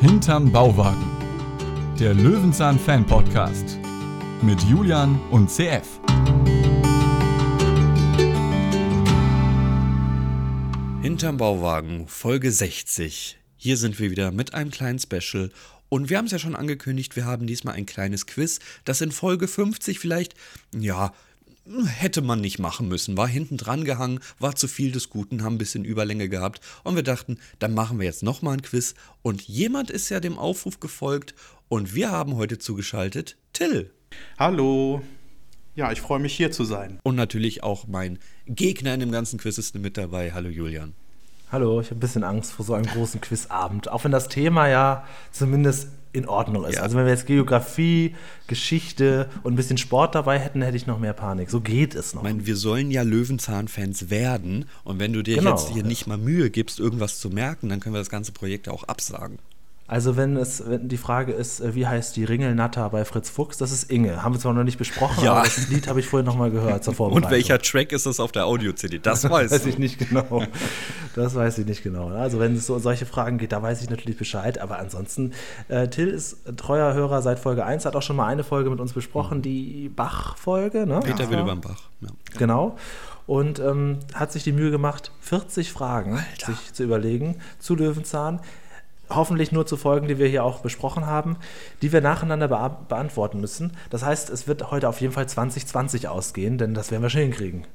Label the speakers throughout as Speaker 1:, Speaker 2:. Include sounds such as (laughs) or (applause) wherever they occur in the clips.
Speaker 1: hinterm Bauwagen. Der Löwenzahn Fan Podcast mit Julian und CF.
Speaker 2: Hinterm Bauwagen, Folge 60. Hier sind wir wieder mit einem kleinen Special. Und wir haben es ja schon angekündigt, wir haben diesmal ein kleines Quiz, das in Folge 50 vielleicht, ja, hätte man nicht machen müssen. War hinten dran gehangen, war zu viel des Guten, haben ein bisschen Überlänge gehabt. Und wir dachten, dann machen wir jetzt nochmal ein Quiz. Und jemand ist ja dem Aufruf gefolgt. Und wir haben heute zugeschaltet Till.
Speaker 3: Hallo. Ja, ich freue mich hier zu sein.
Speaker 2: Und natürlich auch mein Gegner in dem ganzen Quiz ist mit dabei. Hallo Julian.
Speaker 4: Hallo, ich habe ein bisschen Angst vor so einem großen Quizabend. Auch wenn das Thema ja zumindest in Ordnung ist.
Speaker 2: Ja.
Speaker 4: Also wenn wir jetzt Geografie, Geschichte und ein bisschen Sport dabei hätten, hätte ich noch mehr Panik. So geht es noch.
Speaker 2: Ich meine, wir sollen ja Löwenzahn-Fans werden. Und wenn du dir
Speaker 4: Genau.
Speaker 2: jetzt hier nicht mal Mühe gibst, irgendwas zu merken, dann können wir das ganze Projekt ja auch absagen.
Speaker 4: Also wenn es wenn die Frage ist, äh, wie heißt die Ringelnatter bei Fritz Fuchs? Das ist Inge. Haben wir zwar noch nicht besprochen,
Speaker 2: Ja.
Speaker 4: aber das Lied habe ich vorhin noch mal gehört zur Vorbereitung.
Speaker 2: (laughs) Und welcher Track ist das auf der Audio-CD? Das weiß
Speaker 4: weiß
Speaker 2: du.
Speaker 4: ich nicht genau. Das weiß ich nicht genau. Also wenn es so um solche Fragen geht, da weiß ich natürlich Bescheid. Aber ansonsten, äh, Till ist treuer Hörer seit Folge 1, hat auch schon mal eine Folge mit uns besprochen, die Bach-Folge. Ne?
Speaker 2: Peter
Speaker 4: Ja.
Speaker 2: will überm Bach. Ja.
Speaker 4: Genau. Und ähm, hat sich die Mühe gemacht, 40 Fragen sich zu überlegen zu Löwenzahn. Hoffentlich nur zu Folgen, die wir hier auch besprochen haben, die wir nacheinander bea beantworten müssen. Das heißt, es wird heute auf jeden Fall 2020 ausgehen, denn das werden wir schon hinkriegen.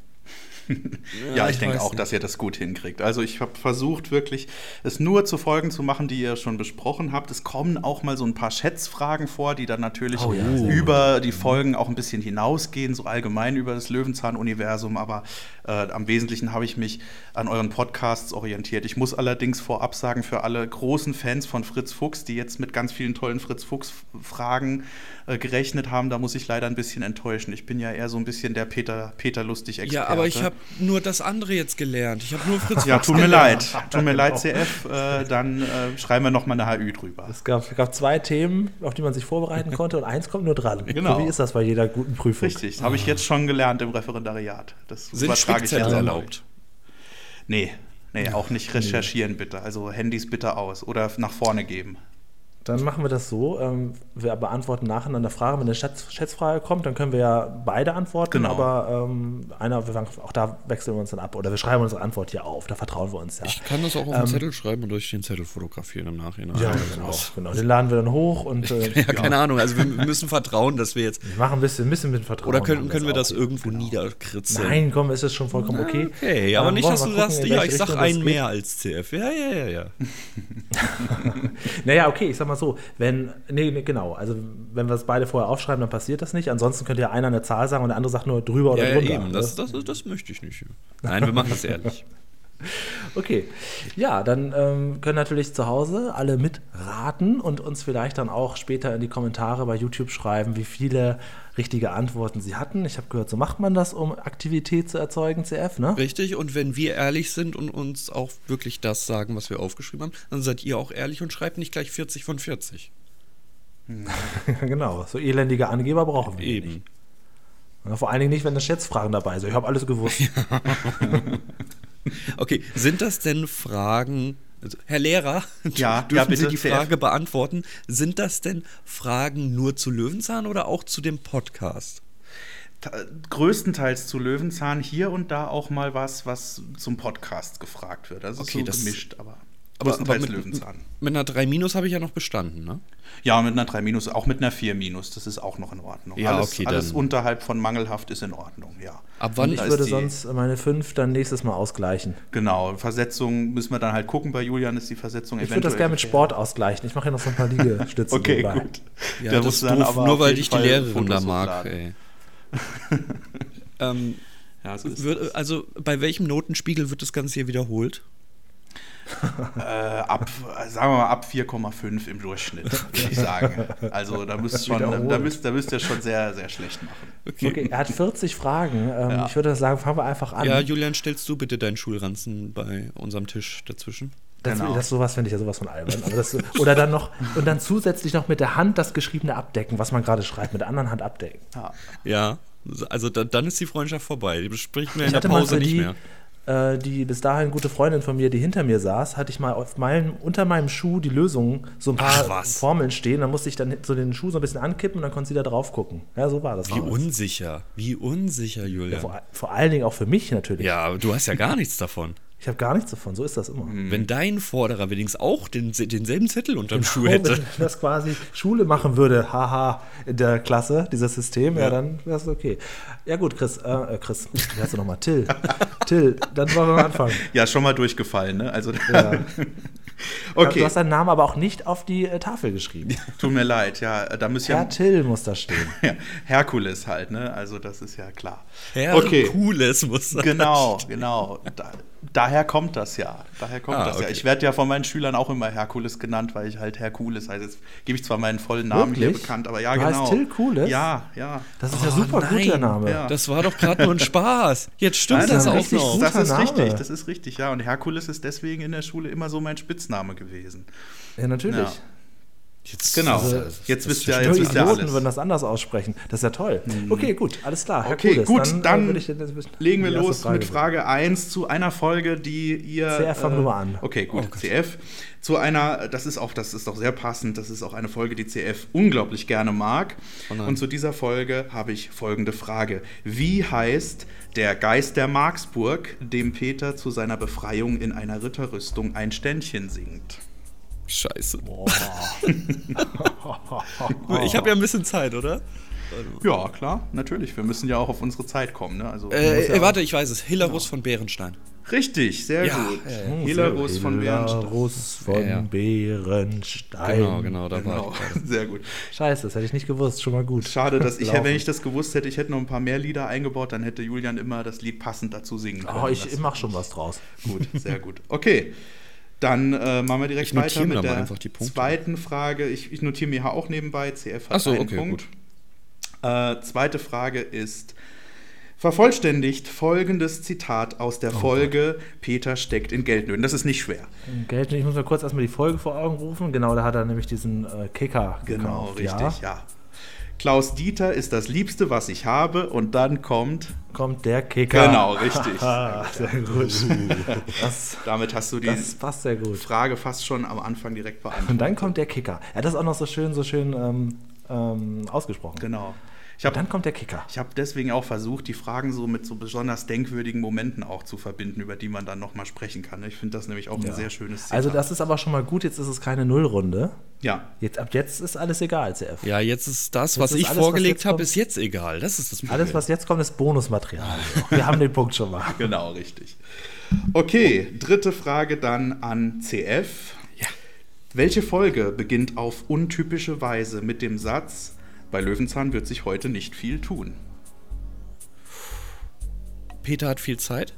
Speaker 3: Ja, ich,
Speaker 2: ich
Speaker 3: denke
Speaker 2: weiß
Speaker 3: auch,
Speaker 2: nicht.
Speaker 3: dass ihr das gut hinkriegt. Also ich habe versucht wirklich, es nur zu Folgen zu machen, die ihr schon besprochen habt. Es kommen auch mal so ein paar Schätzfragen vor, die dann natürlich
Speaker 4: Oh ja, sehr gut.
Speaker 3: über die Folgen auch ein bisschen hinausgehen, so allgemein über das Löwenzahn-Universum. Aber äh, am Wesentlichen habe ich mich an euren Podcasts orientiert. Ich muss allerdings vorab sagen, für alle großen Fans von Fritz Fuchs, die jetzt mit ganz vielen tollen Fritz Fuchs-Fragen äh, gerechnet haben, da muss ich leider ein bisschen enttäuschen. Ich bin ja eher so ein bisschen der Peter, Peter Lustig-Experte.
Speaker 2: Ja, aber ich habe nur das andere jetzt gelernt. Ich habe nur Fritz
Speaker 3: Ja,
Speaker 2: Fuchs
Speaker 3: tut mir
Speaker 2: gelernt.
Speaker 3: leid. Tut (laughs) mir leid, CF. Äh, dann äh, schreiben wir nochmal eine HÜ drüber.
Speaker 4: Es gab, gab zwei Themen, auf die man
Speaker 2: (laughs)
Speaker 4: sich vorbereiten konnte und eins kommt nur dran.
Speaker 3: Genau.
Speaker 4: So wie ist das bei jeder guten Prüfung?
Speaker 3: Richtig, das habe ich jetzt schon gelernt im Referendariat. Das
Speaker 2: Sind
Speaker 3: übertrage ich jetzt
Speaker 2: Spickzettel
Speaker 3: an euch.
Speaker 2: erlaubt?
Speaker 3: Nee, nee, auch nicht recherchieren bitte. Also Handys bitte aus oder nach vorne geben.
Speaker 4: Dann machen wir das so. Ähm, wir beantworten nacheinander Fragen. Wenn eine Schätz Schätzfrage kommt, dann können wir ja beide antworten,
Speaker 3: Genau.
Speaker 4: aber ähm, einer, wir fangen, auch da wechseln wir uns dann ab oder wir schreiben unsere Antwort hier auf. Da vertrauen wir uns ja.
Speaker 2: Ich kann das auch auf den Zettel schreiben und euch den Zettel fotografieren im Nachhinein.
Speaker 4: ja,
Speaker 2: Oder
Speaker 4: genau,
Speaker 2: sowas.
Speaker 4: genau. Den laden wir dann hoch und äh,
Speaker 2: (laughs) ja, keine Ahnung. Also wir müssen vertrauen, dass wir jetzt.
Speaker 4: wir machen ein bisschen, ein bisschen mit Vertrauen.
Speaker 2: Oder können,
Speaker 4: machen
Speaker 2: können wir
Speaker 4: auch.
Speaker 2: das irgendwo niederkritzeln?
Speaker 4: Nein, komm, ist das schon vollkommen okay.
Speaker 2: Okay, aber
Speaker 4: Ähm,
Speaker 2: nicht,
Speaker 4: wollen
Speaker 2: dass
Speaker 4: wir
Speaker 2: du
Speaker 4: mal
Speaker 2: sagst,
Speaker 4: gucken, in
Speaker 2: ja,
Speaker 4: welche
Speaker 2: ich sag
Speaker 4: Richtung das
Speaker 2: einen
Speaker 4: geht?
Speaker 2: mehr als CF. Ja, ja, ja, ja.
Speaker 4: Naja, okay, ich sag mal so, wenn, nee, nee, genau, also wenn wir es beide vorher aufschreiben, dann passiert das nicht. Ansonsten könnte ja einer eine Zahl sagen und der andere sagt nur drüber oder
Speaker 2: Ja, ja
Speaker 4: drunter. ne?
Speaker 2: eben. Das, das, das möchte ich
Speaker 4: (laughs)
Speaker 2: nicht. Nein, wir machen das ehrlich.
Speaker 4: Okay, ja, dann ähm, können natürlich zu Hause alle mitraten und uns vielleicht dann auch später in die Kommentare bei YouTube schreiben, wie viele richtige Antworten sie hatten. Ich habe gehört, so macht man das, um Aktivität zu erzeugen, CF, ne?
Speaker 2: Richtig, und wenn wir ehrlich sind und uns auch wirklich das sagen, was wir aufgeschrieben haben, dann seid ihr auch ehrlich und schreibt nicht gleich 40 von 40.
Speaker 4: (laughs) genau, so elendige Angeber brauchen wir nicht.
Speaker 2: Eben.
Speaker 4: Ja, Vor allen Dingen nicht, wenn da Schätzfragen dabei sind. Ich habe alles gewusst.
Speaker 2: (laughs) Okay, sind das denn Fragen, also, Herr Lehrer, (laughs)
Speaker 3: Ja,
Speaker 2: dürfen
Speaker 3: ja, bitte,
Speaker 2: Sie die
Speaker 3: CF.
Speaker 2: Frage beantworten, sind das denn Fragen nur zu Löwenzahn oder auch zu dem Podcast?
Speaker 3: Ta- größtenteils zu Löwenzahn hier und da auch mal was, was zum Podcast gefragt wird. Also
Speaker 2: Okay,
Speaker 3: so
Speaker 2: das-
Speaker 3: gemischt, aber,
Speaker 2: Aber, aber
Speaker 3: größtenteils
Speaker 2: mit,
Speaker 3: Löwenzahn.
Speaker 2: mit einer 3 Minus habe ich ja noch bestanden, ne?
Speaker 3: Ja, mit einer 3 minus, auch mit einer 4 minus, das ist auch noch in Ordnung.
Speaker 2: Ja,
Speaker 3: alles
Speaker 2: okay,
Speaker 3: alles
Speaker 2: dann-
Speaker 3: unterhalb von mangelhaft ist in Ordnung, ja.
Speaker 2: Ab wann
Speaker 4: ich
Speaker 3: Da
Speaker 2: ist
Speaker 3: ist
Speaker 4: würde
Speaker 3: die-
Speaker 4: sonst meine fünf dann nächstes Mal ausgleichen.
Speaker 3: Genau, Versetzung müssen wir dann halt gucken. Bei Julian ist die Versetzung
Speaker 4: Ich würde das gerne mit Sport ausgleichen. Ich mache ja noch so ein paar
Speaker 2: (laughs)
Speaker 4: Liegestütze.
Speaker 3: Okay,
Speaker 4: nebenbei.
Speaker 3: gut.
Speaker 2: Ja,
Speaker 3: Da
Speaker 2: das
Speaker 3: musst
Speaker 2: ist
Speaker 3: du dann
Speaker 2: doof,
Speaker 3: aber
Speaker 2: nur
Speaker 3: auf
Speaker 2: weil
Speaker 3: jeden
Speaker 2: ich die
Speaker 3: Fall
Speaker 2: Lehrerin da
Speaker 3: Fotos
Speaker 2: mag.
Speaker 3: hochladen.
Speaker 2: Ey.
Speaker 3: (laughs)
Speaker 2: ähm,
Speaker 3: Ja, so ist
Speaker 2: wird, also bei welchem Notenspiegel wird das Ganze hier wiederholt?
Speaker 3: Äh, ab, sagen wir mal, ab 4,5
Speaker 2: (laughs)
Speaker 3: im Durchschnitt, würde ich sagen. Also da müsst, schon, da, da,
Speaker 4: Wiederholt.
Speaker 3: müsst, da müsst ihr schon sehr, sehr schlecht machen.
Speaker 4: Okay, er hat 40 Fragen. Ähm,
Speaker 3: Ja.
Speaker 4: Ich würde sagen, fangen wir einfach an.
Speaker 2: Ja, Julian, stellst du bitte deinen Schulranzen bei unserem Tisch dazwischen?
Speaker 4: das,
Speaker 3: genau.
Speaker 4: das sowas finde ich ja sowas von albern. Aber das, oder dann noch und dann zusätzlich noch mit der Hand das Geschriebene abdecken, was man gerade schreibt, mit der anderen Hand abdecken.
Speaker 3: Ja.
Speaker 2: Ja, also da, dann ist die Freundschaft vorbei. Die bespricht mir in
Speaker 4: Ich
Speaker 2: der
Speaker 4: hatte mal
Speaker 2: Pause
Speaker 4: für
Speaker 2: nicht
Speaker 4: die,
Speaker 2: mehr.
Speaker 4: äh, die bis dahin gute Freundin von mir, die hinter mir saß, hatte ich mal auf meinem, unter meinem Schuh die Lösung, so ein
Speaker 2: Ach,
Speaker 4: paar
Speaker 2: was.
Speaker 4: Formeln stehen. Dann musste ich dann so den Schuh so ein bisschen ankippen und dann konnte sie da drauf gucken. Ja, so war das.
Speaker 2: Wie
Speaker 4: damals.
Speaker 2: unsicher. Wie unsicher, Julian.
Speaker 4: vor, vor allen Dingen auch für mich natürlich.
Speaker 2: Ja, aber du hast ja gar nichts davon.
Speaker 4: Ich habe gar nichts davon, so ist das immer.
Speaker 3: Mhm.
Speaker 2: Wenn dein Vorderer wenigstens auch den, denselben Zettel unterm Schuh
Speaker 4: Genau, Wenn
Speaker 2: hätte.
Speaker 4: das quasi Schule machen würde, haha, in der Klasse, dieses System, ja, dann wäre es okay. Ja gut, Chris, äh, äh, Chris, wie heißt du nochmal? Till. Till, dann wollen wir mal anfangen.
Speaker 3: Ja, schon mal durchgefallen, ne? Also, (laughs)
Speaker 4: Du
Speaker 3: okay,
Speaker 4: hast deinen Namen aber auch nicht auf die äh, Tafel geschrieben.
Speaker 3: tut mir leid, ja, da müsst ihr.
Speaker 4: Herr Till muss da stehen.
Speaker 3: Ja, (laughs) Herkules halt, ne? Also das ist ja klar.
Speaker 2: Cooles muss (laughs) das.
Speaker 3: Genau, genau. Da, daher kommt das ja. Daher kommt
Speaker 2: Ah,
Speaker 3: das ja.
Speaker 2: okay.
Speaker 3: Ich werde ja von meinen Schülern auch immer Herkules genannt, weil ich halt Herkules heiße. Jetzt gebe ich zwar meinen vollen Namen hier
Speaker 4: Wirklich?
Speaker 3: bekannt, aber ja,
Speaker 4: Du heißt
Speaker 3: genau.
Speaker 4: Till Kules?
Speaker 3: Ja, ja.
Speaker 4: Das ist ja super
Speaker 2: nein.
Speaker 4: gut, der Name.
Speaker 3: Oh, Ja.
Speaker 2: Das war doch gerade nur ein Spaß. Jetzt stimmt
Speaker 3: Nein,
Speaker 2: das,
Speaker 4: ist ein
Speaker 2: auch
Speaker 4: richtig
Speaker 2: noch.
Speaker 4: guter
Speaker 3: das ist
Speaker 4: Name.
Speaker 3: richtig, das ist richtig, ja. Und Herkules ist deswegen in der Schule immer so mein Spitzname gewesen.
Speaker 4: Ja, natürlich.
Speaker 3: Ja.
Speaker 2: Jetzt,
Speaker 3: Genau.
Speaker 2: das-
Speaker 3: Also, jetzt wisst ihr
Speaker 2: das-
Speaker 3: ja
Speaker 4: Nur
Speaker 3: jetzt wisst ihr
Speaker 4: Idioten
Speaker 3: alles. Hm.
Speaker 4: würden das anders aussprechen. Das ist ja toll. Okay, gut, alles klar. Herr
Speaker 3: Okay,
Speaker 4: Kulis,
Speaker 3: gut,
Speaker 4: äh,
Speaker 3: dann
Speaker 4: würde ich dir das bisschen-
Speaker 3: Legen wir
Speaker 4: die erste
Speaker 3: los mit Frage 1 zu einer Folge, die ihr. äh,
Speaker 4: CF, fang du mal an. Oh
Speaker 3: Okay, gut, CF. Zu einer, das ist auch, das ist doch sehr passend, das ist auch eine Folge, die CF unglaublich gerne mag.
Speaker 4: Oh
Speaker 3: Und zu dieser Folge habe ich folgende Frage. Wie heißt der Geist der Marksburg, dem Peter zu seiner Befreiung in einer Ritterrüstung ein Ständchen singt?
Speaker 2: Scheiße.
Speaker 4: (laughs)
Speaker 2: Ich habe ja ein bisschen Zeit, oder?
Speaker 3: Ja, klar, natürlich. Wir müssen ja auch auf unsere Zeit kommen, ne? Also,
Speaker 2: Äh, äh, warte, ich weiß es. Hilarus von Bärenstein.
Speaker 3: richtig, sehr
Speaker 2: Ja,
Speaker 3: gut.
Speaker 2: ja,
Speaker 4: Hm,
Speaker 3: Hilarus von Bernstein.
Speaker 4: Beerenstein. von
Speaker 2: Ja.
Speaker 4: Bärenstein.
Speaker 2: Genau, genau, da war
Speaker 3: Genau,
Speaker 2: ich.
Speaker 3: (laughs) sehr gut.
Speaker 4: Scheiße, das hätte ich nicht gewusst, schon mal gut.
Speaker 3: Schade, dass ich,
Speaker 4: Laufen.
Speaker 3: wenn ich das gewusst hätte, ich hätte noch ein paar mehr Lieder eingebaut, dann hätte Julian immer das Lied passend dazu singen können.
Speaker 4: Oh, ich
Speaker 3: das
Speaker 4: mache schon was draus.
Speaker 3: gut, sehr gut. Okay, dann äh, machen wir direkt
Speaker 2: Ich notiere
Speaker 3: weiter
Speaker 2: mir
Speaker 3: mit
Speaker 2: mal
Speaker 3: der
Speaker 2: einfach die Punkte.
Speaker 3: zweiten Frage. Ich, ich notiere mir auch nebenbei, CF hat
Speaker 2: Ach so,
Speaker 3: einen
Speaker 2: okay,
Speaker 3: Punkt. Äh, zweite Frage ist, vervollständigt folgendes Zitat aus der
Speaker 2: Oh
Speaker 3: Folge Peter steckt in Geldnöten. Das ist nicht schwer.
Speaker 4: Geld, ich muss mal kurz erstmal die Folge vor Augen rufen. Genau, da hat er nämlich diesen äh, Kicker
Speaker 3: Genau,
Speaker 4: gekauft.
Speaker 3: richtig, ja. Klaus Dieter ist das Liebste, was ich habe und dann kommt...
Speaker 4: Kommt der Kicker.
Speaker 3: Genau, richtig.
Speaker 4: (laughs) Ah, sehr
Speaker 3: (laughs)
Speaker 4: gut. Das,
Speaker 3: Damit hast du die
Speaker 4: das passt sehr gut.
Speaker 3: Frage fast schon am Anfang direkt
Speaker 4: Und
Speaker 3: beantwortet.
Speaker 4: dann kommt der Kicker. Er hat das auch noch so schön, so schön ähm, ähm, ausgesprochen.
Speaker 3: Genau. Ich
Speaker 4: Dann
Speaker 3: habe
Speaker 4: kommt der Kicker.
Speaker 3: ich hab deswegen auch versucht, die Fragen so mit so besonders denkwürdigen Momenten auch zu verbinden, über die man dann nochmal sprechen kann. Ich finde das nämlich auch ein sehr schönes Zitat.
Speaker 4: Also das ist aber schon mal gut, jetzt ist es keine Nullrunde.
Speaker 3: ja,
Speaker 4: Jetzt, ab jetzt ist alles egal, CF.
Speaker 2: Ja, jetzt ist das, was
Speaker 4: ist
Speaker 2: ich
Speaker 4: alles, was
Speaker 2: vorgelegt
Speaker 4: jetzt
Speaker 2: habe,
Speaker 4: kommt-
Speaker 2: ist jetzt egal. Das ist das Problem.
Speaker 4: Alles, was jetzt kommt, ist Bonusmaterial. Wir haben den Punkt schon mal.
Speaker 3: genau, richtig. Okay, dritte Frage dann an CF.
Speaker 2: Ja.
Speaker 3: Welche Folge beginnt auf untypische Weise mit dem Satz, bei Löwenzahn wird sich heute nicht viel tun?
Speaker 2: Peter hat viel Zeit.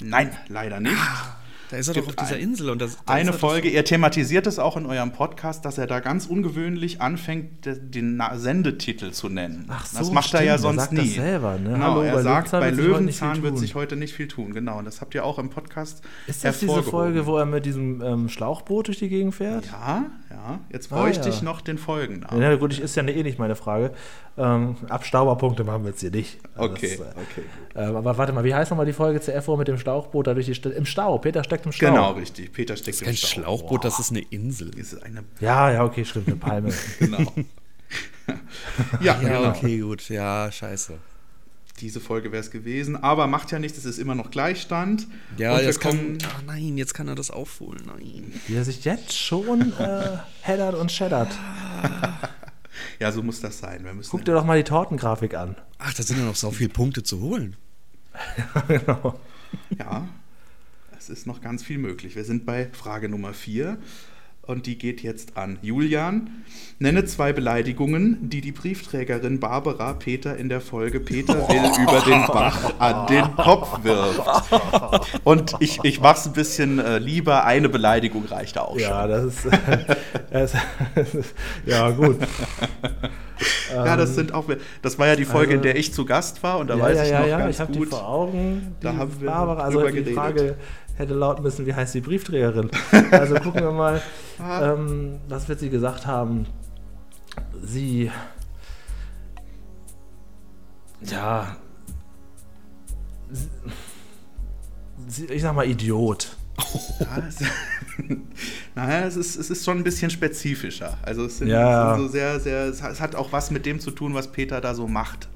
Speaker 3: Nein, leider nicht.
Speaker 4: Ah.
Speaker 2: Da ist er
Speaker 3: gibt
Speaker 2: doch auf dieser
Speaker 3: ein-
Speaker 2: Insel. Und das, da
Speaker 3: Eine
Speaker 2: ist er
Speaker 3: Folge, ihr thematisiert es auch in eurem Podcast, dass er da ganz ungewöhnlich anfängt, de- den Na- Sendetitel zu nennen.
Speaker 4: Ach so,
Speaker 3: das macht er ja
Speaker 4: stimmt, er
Speaker 3: sonst
Speaker 4: sagt
Speaker 3: nie.
Speaker 4: das selber, ne?
Speaker 3: Genau,
Speaker 4: Hallo,
Speaker 3: er
Speaker 4: bei
Speaker 3: sagt,
Speaker 4: Löwenzahn
Speaker 3: bei
Speaker 4: wird sich heute nicht
Speaker 3: Löwenzahn
Speaker 4: viel
Speaker 3: wird
Speaker 4: tun.
Speaker 3: sich heute nicht viel tun. Genau, und das habt ihr auch im Podcast
Speaker 4: Ist das diese Folge, wo er mit diesem ähm, Schlauchboot durch die Gegend fährt?
Speaker 3: Ja, ja. Jetzt
Speaker 4: Ah,
Speaker 3: bräuchte
Speaker 4: ja.
Speaker 3: ich noch den Folgennamen.
Speaker 4: Na gut, ich ist ja eh nicht meine Frage. Ähm, Abstauberpunkte machen wir jetzt hier nicht. Also
Speaker 3: Okay,
Speaker 4: das, äh,
Speaker 3: okay.
Speaker 4: Ähm, aber warte mal, wie heißt nochmal die Folge CF, wo er mit dem Schlauchboot da durch die Stadt? Im Stau, Peter steckt im Stau.
Speaker 3: Genau, richtig. Peter steckt
Speaker 2: Kein Schlauchboot, das ist eine Insel.
Speaker 3: Ist eine,
Speaker 4: Ja, ja, okay, stimmt, eine Palme.
Speaker 3: (laughs)
Speaker 4: (laughs)
Speaker 3: genau. ja,
Speaker 2: Ja,
Speaker 3: genau.
Speaker 2: okay, gut. Ja, scheiße.
Speaker 3: Diese Folge wäre es gewesen. Aber macht ja nichts, es ist immer noch Gleichstand.
Speaker 2: Ja,
Speaker 3: Und wir
Speaker 2: jetzt
Speaker 3: kommen-
Speaker 2: kann. Ach nein, jetzt kann er das aufholen. Nein.
Speaker 4: Wie er sich jetzt schon äh, headert und shattert.
Speaker 3: Ja, so muss das sein. Wir müssen
Speaker 4: Guck dir doch mal die Tortengrafik an. (laughs)
Speaker 2: Ach, da sind ja noch so viele Punkte zu holen.
Speaker 4: genau.
Speaker 3: Ja, es ist noch ganz viel möglich. Wir sind bei Frage Nummer 4 und die geht jetzt an Julian. Nenne zwei Beleidigungen, die die Briefträgerin Barbara Peter in der Folge Peter will über den Bach an den Kopf wirft. Und ich, ich mach's ein bisschen äh, lieber, eine Beleidigung reicht auch
Speaker 4: Ja,
Speaker 3: schon.
Speaker 4: das ist. Äh, (laughs) es, ja, gut.
Speaker 3: ja, das sind auch. Das war ja die Folge, in
Speaker 4: ähm, also-
Speaker 3: der ich zu Gast war und da
Speaker 4: ja,
Speaker 3: weiß
Speaker 4: ja,
Speaker 3: ich
Speaker 4: ja,
Speaker 3: noch
Speaker 4: ja,
Speaker 3: ganz
Speaker 4: ich habe die
Speaker 3: gut.
Speaker 4: vor Augen. Die
Speaker 3: Da haben wir
Speaker 4: Barbara, also
Speaker 3: drüber
Speaker 4: die
Speaker 3: geredet.
Speaker 4: Frage hätte lauten müssen, wie heißt die Briefträgerin?
Speaker 3: (laughs)
Speaker 4: Also gucken wir mal, ähm, was wird sie gesagt haben? Sie. Ja. ich sag mal, Idiot.
Speaker 3: Ja, (laughs) es, naja, es ist, es ist schon ein bisschen spezifischer. Also es, sind,
Speaker 4: Ja.
Speaker 3: es sind so sehr, sehr, es hat- es hat auch was mit dem zu tun, was Peter da so macht.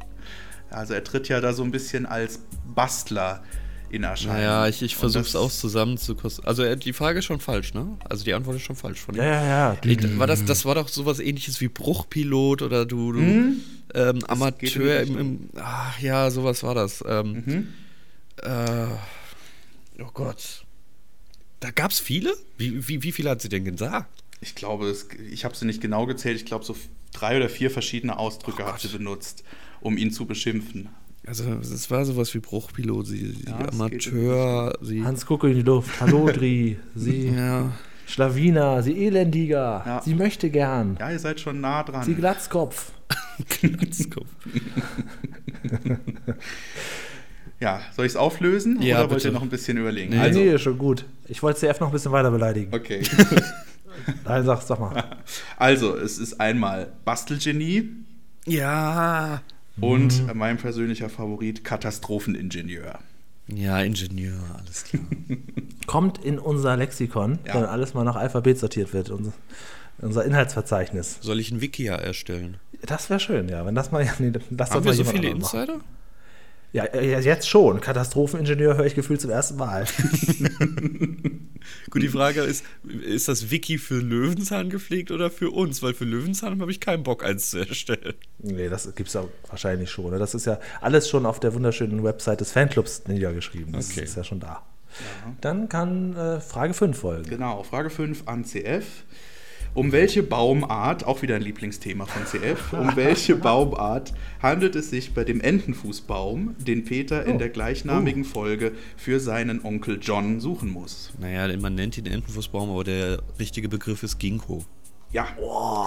Speaker 3: Also er tritt ja da so ein bisschen als Bastler in Erscheinung.
Speaker 2: Naja, ich, ich
Speaker 3: Und
Speaker 2: versuche es
Speaker 3: das-
Speaker 2: auch zusammenzukosten. Also äh, die Frage ist schon falsch, ne? Also die Antwort ist schon falsch von ihm.
Speaker 4: Ja, ja, ja.
Speaker 2: Ich, war das, das war doch sowas ähnliches wie Bruchpilot oder du, du
Speaker 3: Hm?
Speaker 2: ähm,
Speaker 3: Mhm. geht in die
Speaker 2: Amateur im,
Speaker 3: Richtung. Mhm.
Speaker 2: im Ach ja, sowas war das. Ähm, äh, oh Gott. Da gab's viele? Wie, wie, wie viele hat sie denn gesagt?
Speaker 3: Ich glaube, es, ich habe sie nicht genau gezählt. Ich glaube, so drei oder vier verschiedene Ausdrücke
Speaker 2: Oh
Speaker 3: hat sie benutzt, um ihn zu beschimpfen.
Speaker 2: Also es war sowas wie Bruchpilot, sie, sie
Speaker 3: Ja, es geht in die
Speaker 2: Amateur, sie.
Speaker 4: Hans Kuckel in die
Speaker 3: (laughs)
Speaker 4: Luft. Hallo, Dri. Sie
Speaker 2: Ja.
Speaker 4: Schlawiner, sie Elendiger.
Speaker 3: Ja.
Speaker 4: Sie möchte gern.
Speaker 3: Ja, ihr seid schon nah dran.
Speaker 4: Sie Glatzkopf.
Speaker 2: Glatzkopf.
Speaker 3: ja, soll ich es auflösen
Speaker 2: Ja,
Speaker 3: oder
Speaker 2: bitte.
Speaker 3: wollt ihr noch ein bisschen überlegen?
Speaker 2: Nee.
Speaker 3: Also,
Speaker 4: nee, schon gut. Ich wollte CF noch ein bisschen weiter beleidigen.
Speaker 3: okay. (laughs)
Speaker 4: Nein, sag, sag mal.
Speaker 3: Also, es ist einmal Bastelgenie
Speaker 2: Ja.
Speaker 3: und mein persönlicher Favorit Katastropheningenieur.
Speaker 2: Ja, Ingenieur, alles klar.
Speaker 4: Kommt in unser Lexikon,
Speaker 3: Ja.
Speaker 4: wenn alles mal nach Alphabet sortiert wird. Unser, unser Inhaltsverzeichnis.
Speaker 2: Soll ich ein Wikia erstellen?
Speaker 4: Das wäre schön, ja. Wenn das mal. (laughs) Nee, das
Speaker 2: Haben
Speaker 4: sollte
Speaker 2: wir
Speaker 4: mal
Speaker 2: so
Speaker 4: jemand
Speaker 2: viele
Speaker 4: anderes machen.
Speaker 2: Insider?
Speaker 4: Ja, ja, jetzt schon. Katastropheningenieur höre ich gefühlt zum ersten Mal. (laughs)
Speaker 2: Gut, die Frage ist, ist das Wiki für Löwenzahn gepflegt oder für uns? Weil für Löwenzahn habe ich keinen Bock, eins zu erstellen.
Speaker 4: Nee, das gibt es ja wahrscheinlich schon. ne? Das ist ja alles schon auf der wunderschönen Website des Fanclubs niedergeschrieben. Das
Speaker 2: Okay.
Speaker 4: ist ja schon da. Dann kann äh, Frage 5 folgen.
Speaker 3: Genau, Frage 5 an CF. Um welche Baumart, auch wieder ein Lieblingsthema von CF, um welche Baumart handelt es sich bei dem Entenfußbaum, den Peter in der gleichnamigen Folge für seinen Onkel John suchen muss?
Speaker 2: Naja, man nennt ihn Entenfußbaum, aber der richtige Begriff ist Ginkgo.
Speaker 3: Ja,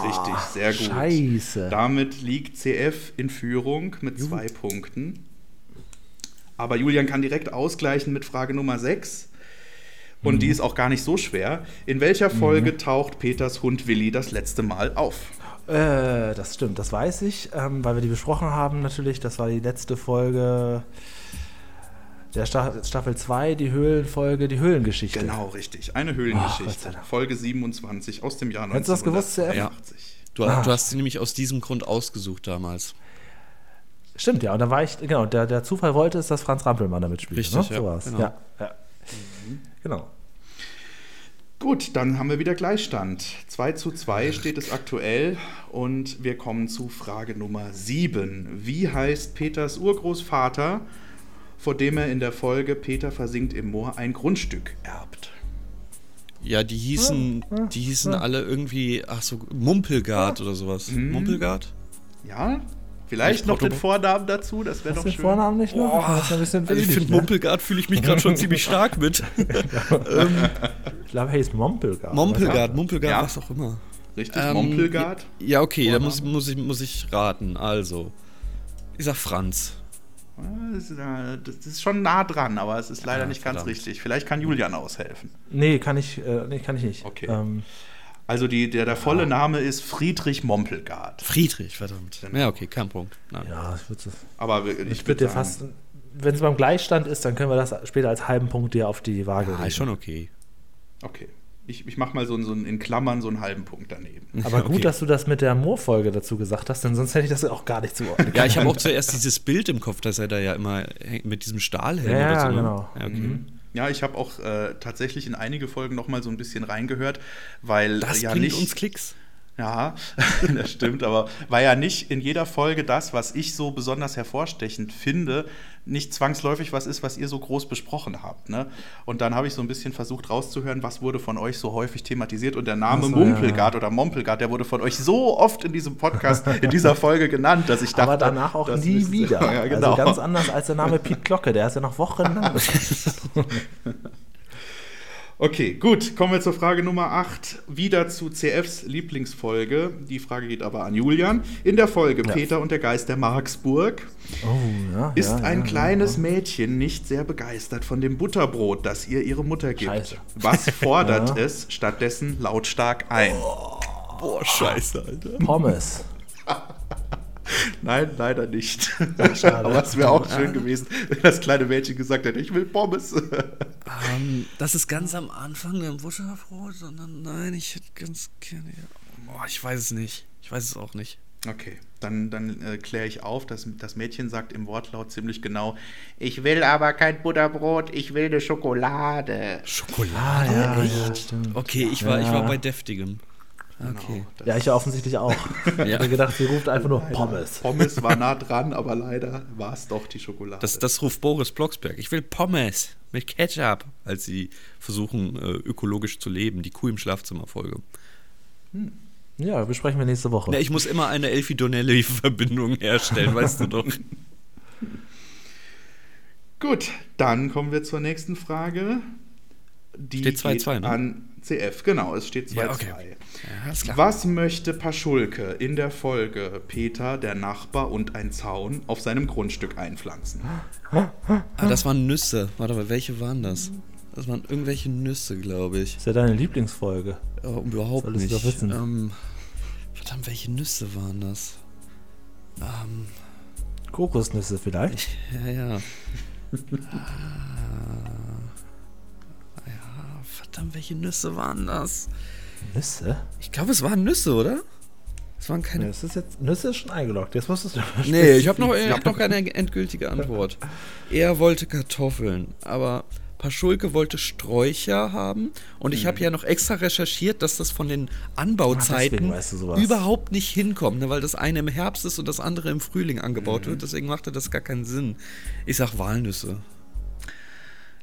Speaker 3: richtig, sehr gut.
Speaker 4: Scheiße.
Speaker 3: Damit liegt CF in Führung mit zwei Punkten. Aber Julian kann direkt ausgleichen mit Frage Nummer 6. Und
Speaker 4: Mhm.
Speaker 3: die ist auch gar nicht so schwer. In welcher Folge taucht Peters Hund Willi das letzte Mal auf?
Speaker 4: Äh, das stimmt, das weiß ich, ähm, weil wir die besprochen haben natürlich. Das war die letzte Folge der Sta Staffel 2, die Höhlenfolge, die Höhlengeschichte.
Speaker 3: Genau, richtig. Eine
Speaker 4: Ach, Gott sei
Speaker 3: Höhlengeschichte.
Speaker 4: Dank.
Speaker 3: Folge 27 aus dem Jahr
Speaker 4: Hättest du das gewusst, CF?
Speaker 3: 1982.
Speaker 2: Du, du hast sie nämlich aus diesem Grund ausgesucht damals.
Speaker 4: Stimmt, ja. Und da war ich, genau, der, der Zufall wollte es, dass Franz Rampelmann damit spielt.
Speaker 2: Richtig,
Speaker 4: ne?
Speaker 2: ja,
Speaker 4: So war's.
Speaker 2: genau.
Speaker 4: ja. ja. Genau.
Speaker 3: Gut, dann haben wir wieder Gleichstand. 2 zu 2 steht es aktuell und wir kommen zu Frage Nummer 7. Wie heißt Peters Urgroßvater, vor dem er in der Folge Peter versinkt im Moor ein Grundstück erbt?
Speaker 2: Ja, die hießen, die hießen alle irgendwie, ach so, Mumpelgard oder sowas. Mumpelgard?
Speaker 3: Ja? Vielleicht
Speaker 2: Ich
Speaker 3: noch
Speaker 2: brauch
Speaker 3: den
Speaker 2: doch-
Speaker 3: Vornamen dazu, das wäre
Speaker 4: Hast
Speaker 3: doch
Speaker 4: du den
Speaker 3: schön.
Speaker 4: Vornamen nicht noch?
Speaker 2: Boah,
Speaker 4: Das ist ein bisschen
Speaker 2: also ich
Speaker 4: billig,
Speaker 2: finde
Speaker 4: ne?
Speaker 2: Mumpelgard fühle ich mich gerade (laughs) schon ziemlich stark mit.
Speaker 4: Ich glaube, er hieß Mompelgard.
Speaker 2: Mumpelgard, Mumpelgard,
Speaker 3: Ja.
Speaker 2: was auch immer.
Speaker 3: Richtig,
Speaker 2: Ähm,
Speaker 3: Mompelgard?
Speaker 2: Ja, okay, da muss,
Speaker 3: Vorname?
Speaker 2: muss, ich, muss ich raten. Also, ich sag Franz.
Speaker 3: Ah, Das ist, äh, das ist schon nah dran, aber es ist leider
Speaker 2: Ah,
Speaker 3: nicht ganz
Speaker 2: verdammt.
Speaker 3: richtig. Vielleicht kann Julian aushelfen.
Speaker 4: Nee, kann ich, äh, nee, kann ich nicht.
Speaker 3: Okay.
Speaker 4: Ähm,
Speaker 3: Also die, der, der volle Name ist Friedrich Mompelgard.
Speaker 2: Friedrich, verdammt. Ja, okay, kein Punkt. Nein.
Speaker 4: ja, ich würde
Speaker 3: Aber ich,
Speaker 4: ich
Speaker 3: würd
Speaker 4: würd dir
Speaker 3: sagen-
Speaker 4: fast, wenn es beim Gleichstand ist, dann können wir das später als halben Punkt dir auf die Waage
Speaker 2: Ah,
Speaker 4: legen.
Speaker 2: ist schon okay.
Speaker 3: Okay. Ich, ich mache mal so, einen- so einen, in Klammern so einen halben Punkt (laughs) daneben.
Speaker 4: Aber gut,
Speaker 2: Okay.
Speaker 4: dass du das mit der Moorfolge dazu gesagt hast, denn sonst hätte ich das auch gar nicht zuordnen
Speaker 2: Ja, ich habe auch zuerst dieses Bild im Kopf, dass er da ja immer hängt mit diesem Stahlhelm
Speaker 4: Ja,
Speaker 2: oder so. ne?
Speaker 4: genau.
Speaker 2: Ja, okay.
Speaker 3: Ja, ich habe auch äh, tatsächlich in einige Folgen noch mal so ein bisschen reingehört, weil
Speaker 2: Das
Speaker 3: äh, ja
Speaker 2: bringt
Speaker 3: nicht
Speaker 2: uns Klicks.
Speaker 3: Ja, (laughs) das stimmt, aber war ja nicht in jeder Folge das, was ich so besonders hervorstechend finde, nicht zwangsläufig was ist, was ihr so groß besprochen habt. Ne? Und dann habe ich so ein bisschen versucht rauszuhören, was wurde von euch so häufig thematisiert. Und der Name
Speaker 4: Ach so,
Speaker 3: Mumpelgard oder Mompelgard, der wurde von euch so oft in diesem Podcast, in dieser Folge genannt, dass ich dachte.
Speaker 4: Aber danach auch
Speaker 3: das
Speaker 4: nie
Speaker 3: (laughs) müssen-
Speaker 4: wieder.
Speaker 3: ja, genau.
Speaker 4: Also ganz anders als der Name Piet Glocke, der ist ja noch wochenlang.
Speaker 3: Okay, gut, kommen wir zur Frage Nummer 8. Wieder zu CFs Lieblingsfolge. Die Frage geht aber an Julian. In der Folge Peter und der Geist der Marksburg
Speaker 4: oh, ja,
Speaker 3: ist
Speaker 4: ja,
Speaker 3: ein
Speaker 4: ja.
Speaker 3: kleines Mädchen nicht sehr begeistert von dem Butterbrot, das ihr ihre Mutter gibt.
Speaker 4: Scheiße.
Speaker 3: Was fordert
Speaker 4: (laughs) Ja. Oh.
Speaker 3: es stattdessen lautstark ein?
Speaker 2: Boah, scheiße, Alter.
Speaker 4: Pommes.
Speaker 3: Nein, leider nicht. (laughs) Aber es wäre auch schön gewesen, wenn das kleine Mädchen gesagt hätte, ich will Pommes. (laughs)
Speaker 2: Ähm, das ist ganz am Anfang dann Butterbrot, sondern nein, ich hätte ganz gerne. Boah, ich weiß es nicht. Ich weiß es auch nicht.
Speaker 3: Okay, dann, dann äh, kläre ich auf, dass das Mädchen sagt im Wortlaut ziemlich genau, ich will aber kein Butterbrot, ich will eine Schokolade.
Speaker 2: Schokolade?
Speaker 4: ja, ja, stimmt.
Speaker 2: Okay, ich war, ich war
Speaker 4: Ja.
Speaker 2: bei Deftigem.
Speaker 3: Genau.
Speaker 2: Okay.
Speaker 4: Ja, ich ja offensichtlich auch. Ich
Speaker 2: Ja.
Speaker 4: habe gedacht, sie ruft einfach nur Pommes.
Speaker 3: Pommes war nah dran, aber leider war es doch die Schokolade.
Speaker 2: Das, das ruft Boris Blocksberg. Ich will Pommes mit Ketchup, als sie versuchen, äh, ökologisch zu leben. Die Kuh im Schlafzimmer-Folge.
Speaker 4: Ja, besprechen wir nächste Woche.
Speaker 2: Na, ich muss immer eine Elfie Donnelly-Verbindung herstellen, weißt du
Speaker 4: (laughs)
Speaker 2: doch.
Speaker 3: Gut, dann kommen wir zur nächsten Frage. Die
Speaker 2: Steht 2-2,
Speaker 3: geht
Speaker 2: ne?
Speaker 3: an CF, genau, es steht 2-2.
Speaker 2: Ja, okay. alles
Speaker 3: Was möchte Paschulke in der Folge Peter, der Nachbar und ein Zaun auf seinem Grundstück einpflanzen?
Speaker 2: Ah, das waren Nüsse. Warte mal, welche waren das? Das waren irgendwelche Nüsse, glaube ich.
Speaker 4: ist ja deine Lieblingsfolge.
Speaker 2: Äh, überhaupt
Speaker 4: Solltest
Speaker 2: nicht.
Speaker 4: du doch wissen.
Speaker 2: Ähm, verdammt, welche Nüsse waren das? Ähm, (laughs)
Speaker 4: Kokosnüsse vielleicht.
Speaker 2: ja, ja. ah, Ah, ja, verdammt, welche Nüsse waren das?
Speaker 4: Nüsse?
Speaker 2: Ich glaube, es waren Nüsse, oder? Es waren
Speaker 4: Nee,
Speaker 2: keine.
Speaker 4: es ist jetzt, Nüsse ist schon eingeloggt. Jetzt musstest du.
Speaker 2: Nee, ich habe noch, ich hab noch keine endgültige Antwort. Er wollte Kartoffeln, aber Paschulke wollte Sträucher haben. Und ich habe ja noch extra recherchiert, dass das von den Anbauzeiten
Speaker 4: Mhm. Ah, deswegen weißt du sowas.
Speaker 2: überhaupt nicht hinkommt, ne? weil das eine im Herbst ist und das andere im Frühling angebaut
Speaker 4: Mhm.
Speaker 2: wird. Deswegen machte das gar keinen Sinn. Ich sag Walnüsse.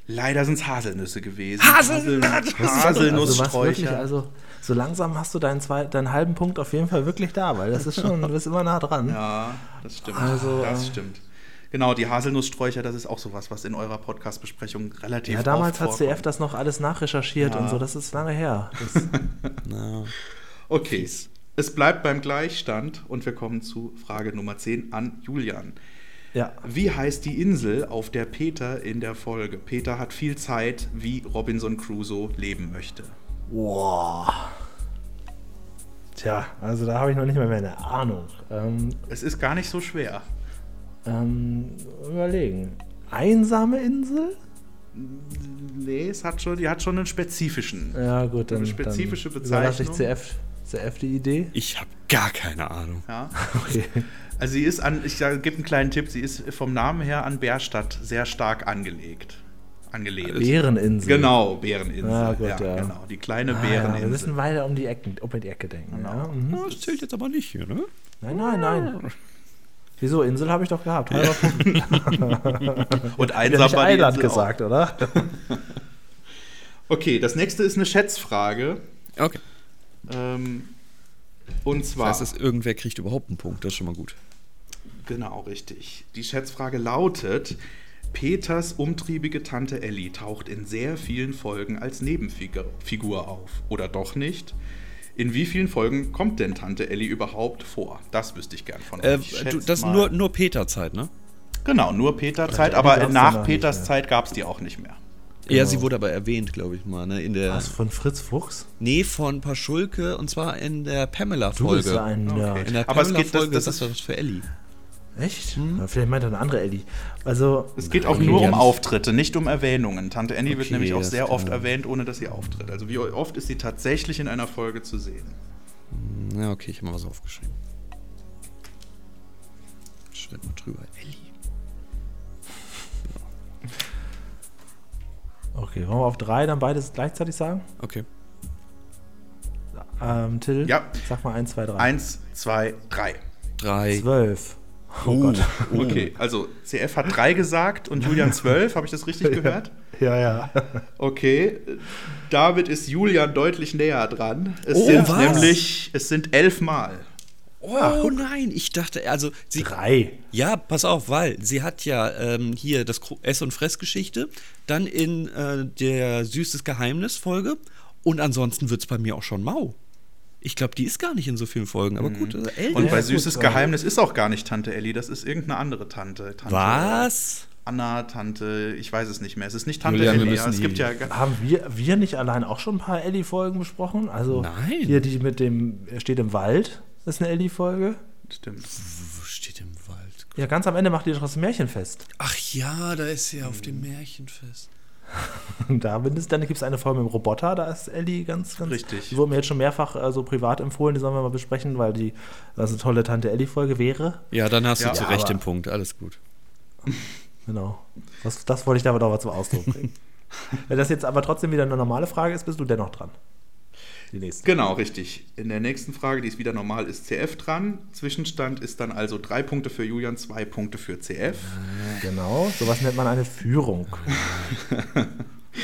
Speaker 3: Leider sind es Haselnüsse gewesen.
Speaker 2: Haselnut!
Speaker 3: Haseln-
Speaker 4: Also, was wirklich,
Speaker 3: Haselnusssträucher.
Speaker 4: also so langsam hast du deinen, zwei, deinen halben Punkt auf jeden Fall wirklich da, weil das ist schon, du bist immer nah dran.
Speaker 3: Ja, Ah, das stimmt.
Speaker 4: Also,
Speaker 3: das
Speaker 4: äh,
Speaker 3: stimmt. Genau, die Haselnusssträucher, das ist auch sowas, was in eurer Podcast-Besprechung relativ
Speaker 4: Ja, damals hat
Speaker 3: oft
Speaker 4: CF
Speaker 3: vorkommt.
Speaker 4: das noch alles nachrecherchiert
Speaker 3: Ja.
Speaker 4: und so, das ist lange her. Das,
Speaker 3: (laughs)
Speaker 2: Na,
Speaker 3: Okay, es bleibt beim Gleichstand und wir kommen zu Frage Nummer 10 an Julian.
Speaker 4: ja.
Speaker 3: Wie heißt die Insel, auf der Peter in der Folge? Peter hat viel Zeit, wie Robinson Crusoe leben möchte.
Speaker 4: Wow. Tja, also da habe ich noch nicht mal mehr eine Ahnung. Ähm,
Speaker 3: Es ist gar nicht so schwer.
Speaker 4: ähm, überlegen. Einsame Insel?
Speaker 3: Nee, es hat schon, die hat schon einen spezifischen.
Speaker 4: Ja, gut, dann.
Speaker 3: Eine spezifische
Speaker 4: dann überlasse ich
Speaker 3: Bezeichnung.
Speaker 4: CF, CF die Idee.
Speaker 2: ich habe gar keine Ahnung.
Speaker 3: Ja.
Speaker 4: Okay.
Speaker 3: Also sie ist an, ich gebe einen kleinen Tipp, sie ist vom Namen her an Bärstadt sehr stark angelegt. Angelehnt.
Speaker 4: Bäreninsel.
Speaker 3: Genau, Bäreninsel.
Speaker 4: Ah, gut, ja.
Speaker 3: Genau, die kleine
Speaker 4: Ah, ja, wir müssen
Speaker 3: Bäreninsel. Genau.
Speaker 4: weiter um die Ecken, um die Ecke denken. Ja? Mhm.
Speaker 2: Das zählt jetzt aber nicht hier, ne?
Speaker 4: Nein, nein, nein. Wieso? Insel habe ich doch gehabt. Halber Punkt.
Speaker 3: Und
Speaker 4: Ich
Speaker 3: einsam
Speaker 4: habe
Speaker 3: war die
Speaker 4: Eiland
Speaker 3: Insel
Speaker 4: gesagt, oder?
Speaker 3: Auch. Okay, das nächste ist eine Schätzfrage.
Speaker 2: Okay.
Speaker 3: Ähm, und zwar,
Speaker 2: Das heißt, dass irgendwer kriegt überhaupt einen Punkt. Das ist schon mal gut.
Speaker 3: genau richtig. Die Schätzfrage lautet: Peters umtriebige Tante Ellie taucht in sehr vielen Folgen als Nebenfigur Figur auf. Oder doch nicht? In wie vielen Folgen kommt denn Tante Ellie überhaupt vor? Das wüsste ich gern von
Speaker 2: Äh,
Speaker 3: euch.
Speaker 2: du,
Speaker 3: Schätzt
Speaker 2: das
Speaker 3: mal.
Speaker 2: nur, nur Peter-Zeit, ne?
Speaker 3: genau, nur Peter-Zeit,
Speaker 4: Ellie
Speaker 3: aber
Speaker 4: gab's dann
Speaker 3: nach
Speaker 4: noch
Speaker 3: Peters
Speaker 4: nicht
Speaker 3: Zeit gab es die auch nicht mehr.
Speaker 2: Ja, sie wurde aber erwähnt, glaube ich mal, ne? In der
Speaker 4: Was, von Fritz Fuchs?
Speaker 2: Nee, von Paschulke und zwar in der
Speaker 4: Du bist ja
Speaker 2: Pamela-Folge.
Speaker 4: ein Nerd.
Speaker 2: In der
Speaker 3: Aber es geht- das-
Speaker 2: Pamela-Folge
Speaker 3: das
Speaker 2: sagt er was für Ellie.
Speaker 4: Echt?
Speaker 3: Hm?
Speaker 4: Na, vielleicht meint er eine andere Ellie. Also,
Speaker 3: Es geht auch
Speaker 2: Okay,
Speaker 3: nur
Speaker 2: die
Speaker 3: um
Speaker 2: haben's-
Speaker 3: Auftritte, nicht um Erwähnungen. Tante Annie wird
Speaker 4: Okay,
Speaker 3: nämlich auch
Speaker 4: das
Speaker 3: sehr
Speaker 4: kann
Speaker 3: oft
Speaker 4: man.
Speaker 3: erwähnt, ohne dass sie auftritt. Also wie oft ist sie tatsächlich in einer Folge zu sehen?
Speaker 2: Ja, okay, ich habe mal was aufgeschrieben. Schritt mal drüber. Ellie.
Speaker 4: okay, wollen wir auf drei dann beides gleichzeitig sagen?
Speaker 2: Okay.
Speaker 4: Ähm, Till,
Speaker 3: Ja.
Speaker 4: sag mal 1, 2, 3.
Speaker 3: Eins, zwei, drei.
Speaker 2: Drei.
Speaker 4: 12.
Speaker 2: Oh
Speaker 3: Uh.
Speaker 2: Gott.
Speaker 3: (laughs) Okay, also CF hat drei gesagt
Speaker 2: (laughs)
Speaker 3: und Julian zwölf, habe ich das richtig gehört?
Speaker 4: Ja, ja.
Speaker 3: Okay, damit ist Julian deutlich näher dran. Es
Speaker 2: Oh,
Speaker 3: sind
Speaker 2: was?
Speaker 3: nämlich, es sind elf Mal.
Speaker 2: Oh nein, ich dachte, also sie.
Speaker 4: 3.
Speaker 2: Ja, pass auf, weil sie hat ja ähm, hier das Kro- Ess- und Fressgeschichte, dann in äh, der Süßes Geheimnis-Folge und ansonsten wird es bei mir auch schon mau. Ich glaube, die ist gar nicht in so vielen Folgen, aber gut. Äh, Ellie.
Speaker 3: Und
Speaker 4: Ja,
Speaker 3: bei
Speaker 4: gut,
Speaker 3: Süßes
Speaker 4: aber-
Speaker 3: Geheimnis ist auch gar nicht Tante Ellie, das ist irgendeine andere Tante. Tante
Speaker 2: Was?
Speaker 3: Anna, Tante, ich weiß es nicht mehr. Es ist nicht Tante
Speaker 2: Julian, wir
Speaker 3: Ellie, ja,
Speaker 2: müssen
Speaker 3: es gibt
Speaker 2: die-
Speaker 3: ja ga-
Speaker 4: Haben wir, wir nicht allein auch schon ein paar Ellie-Folgen besprochen? Also
Speaker 2: Nein.
Speaker 4: hier die mit dem, er steht im Wald, ist eine Ellie-Folge.
Speaker 3: Stimmt.
Speaker 4: Ja, ganz am Ende macht ihr doch das Märchenfest.
Speaker 2: Ach ja, da ist sie auf dem Märchenfest.
Speaker 4: da mindestens, dann gibt es eine Folge mit dem Roboter, da ist Ellie ganz, ganz.
Speaker 3: Richtig.
Speaker 4: Die wurde mir jetzt schon mehrfach äh, so privat empfohlen, die sollen wir mal besprechen, weil die also eine tolle Tante Ellie-Folge wäre.
Speaker 2: Ja, dann hast
Speaker 3: Ja,
Speaker 2: du zu Recht
Speaker 4: aber-
Speaker 2: den Punkt. Alles gut.
Speaker 4: Genau. Das, das wollte ich damit aber zum Ausdruck
Speaker 3: (laughs)
Speaker 4: bringen. Wenn das jetzt aber trotzdem wieder eine normale Frage ist, bist du dennoch dran. Die nächste.
Speaker 3: Genau, richtig. In der nächsten Frage, die ist wieder normal, ist CF dran. Zwischenstand ist dann also drei Punkte für Julian, zwei Punkte für CF.
Speaker 4: Genau. Sowas nennt man eine Führung.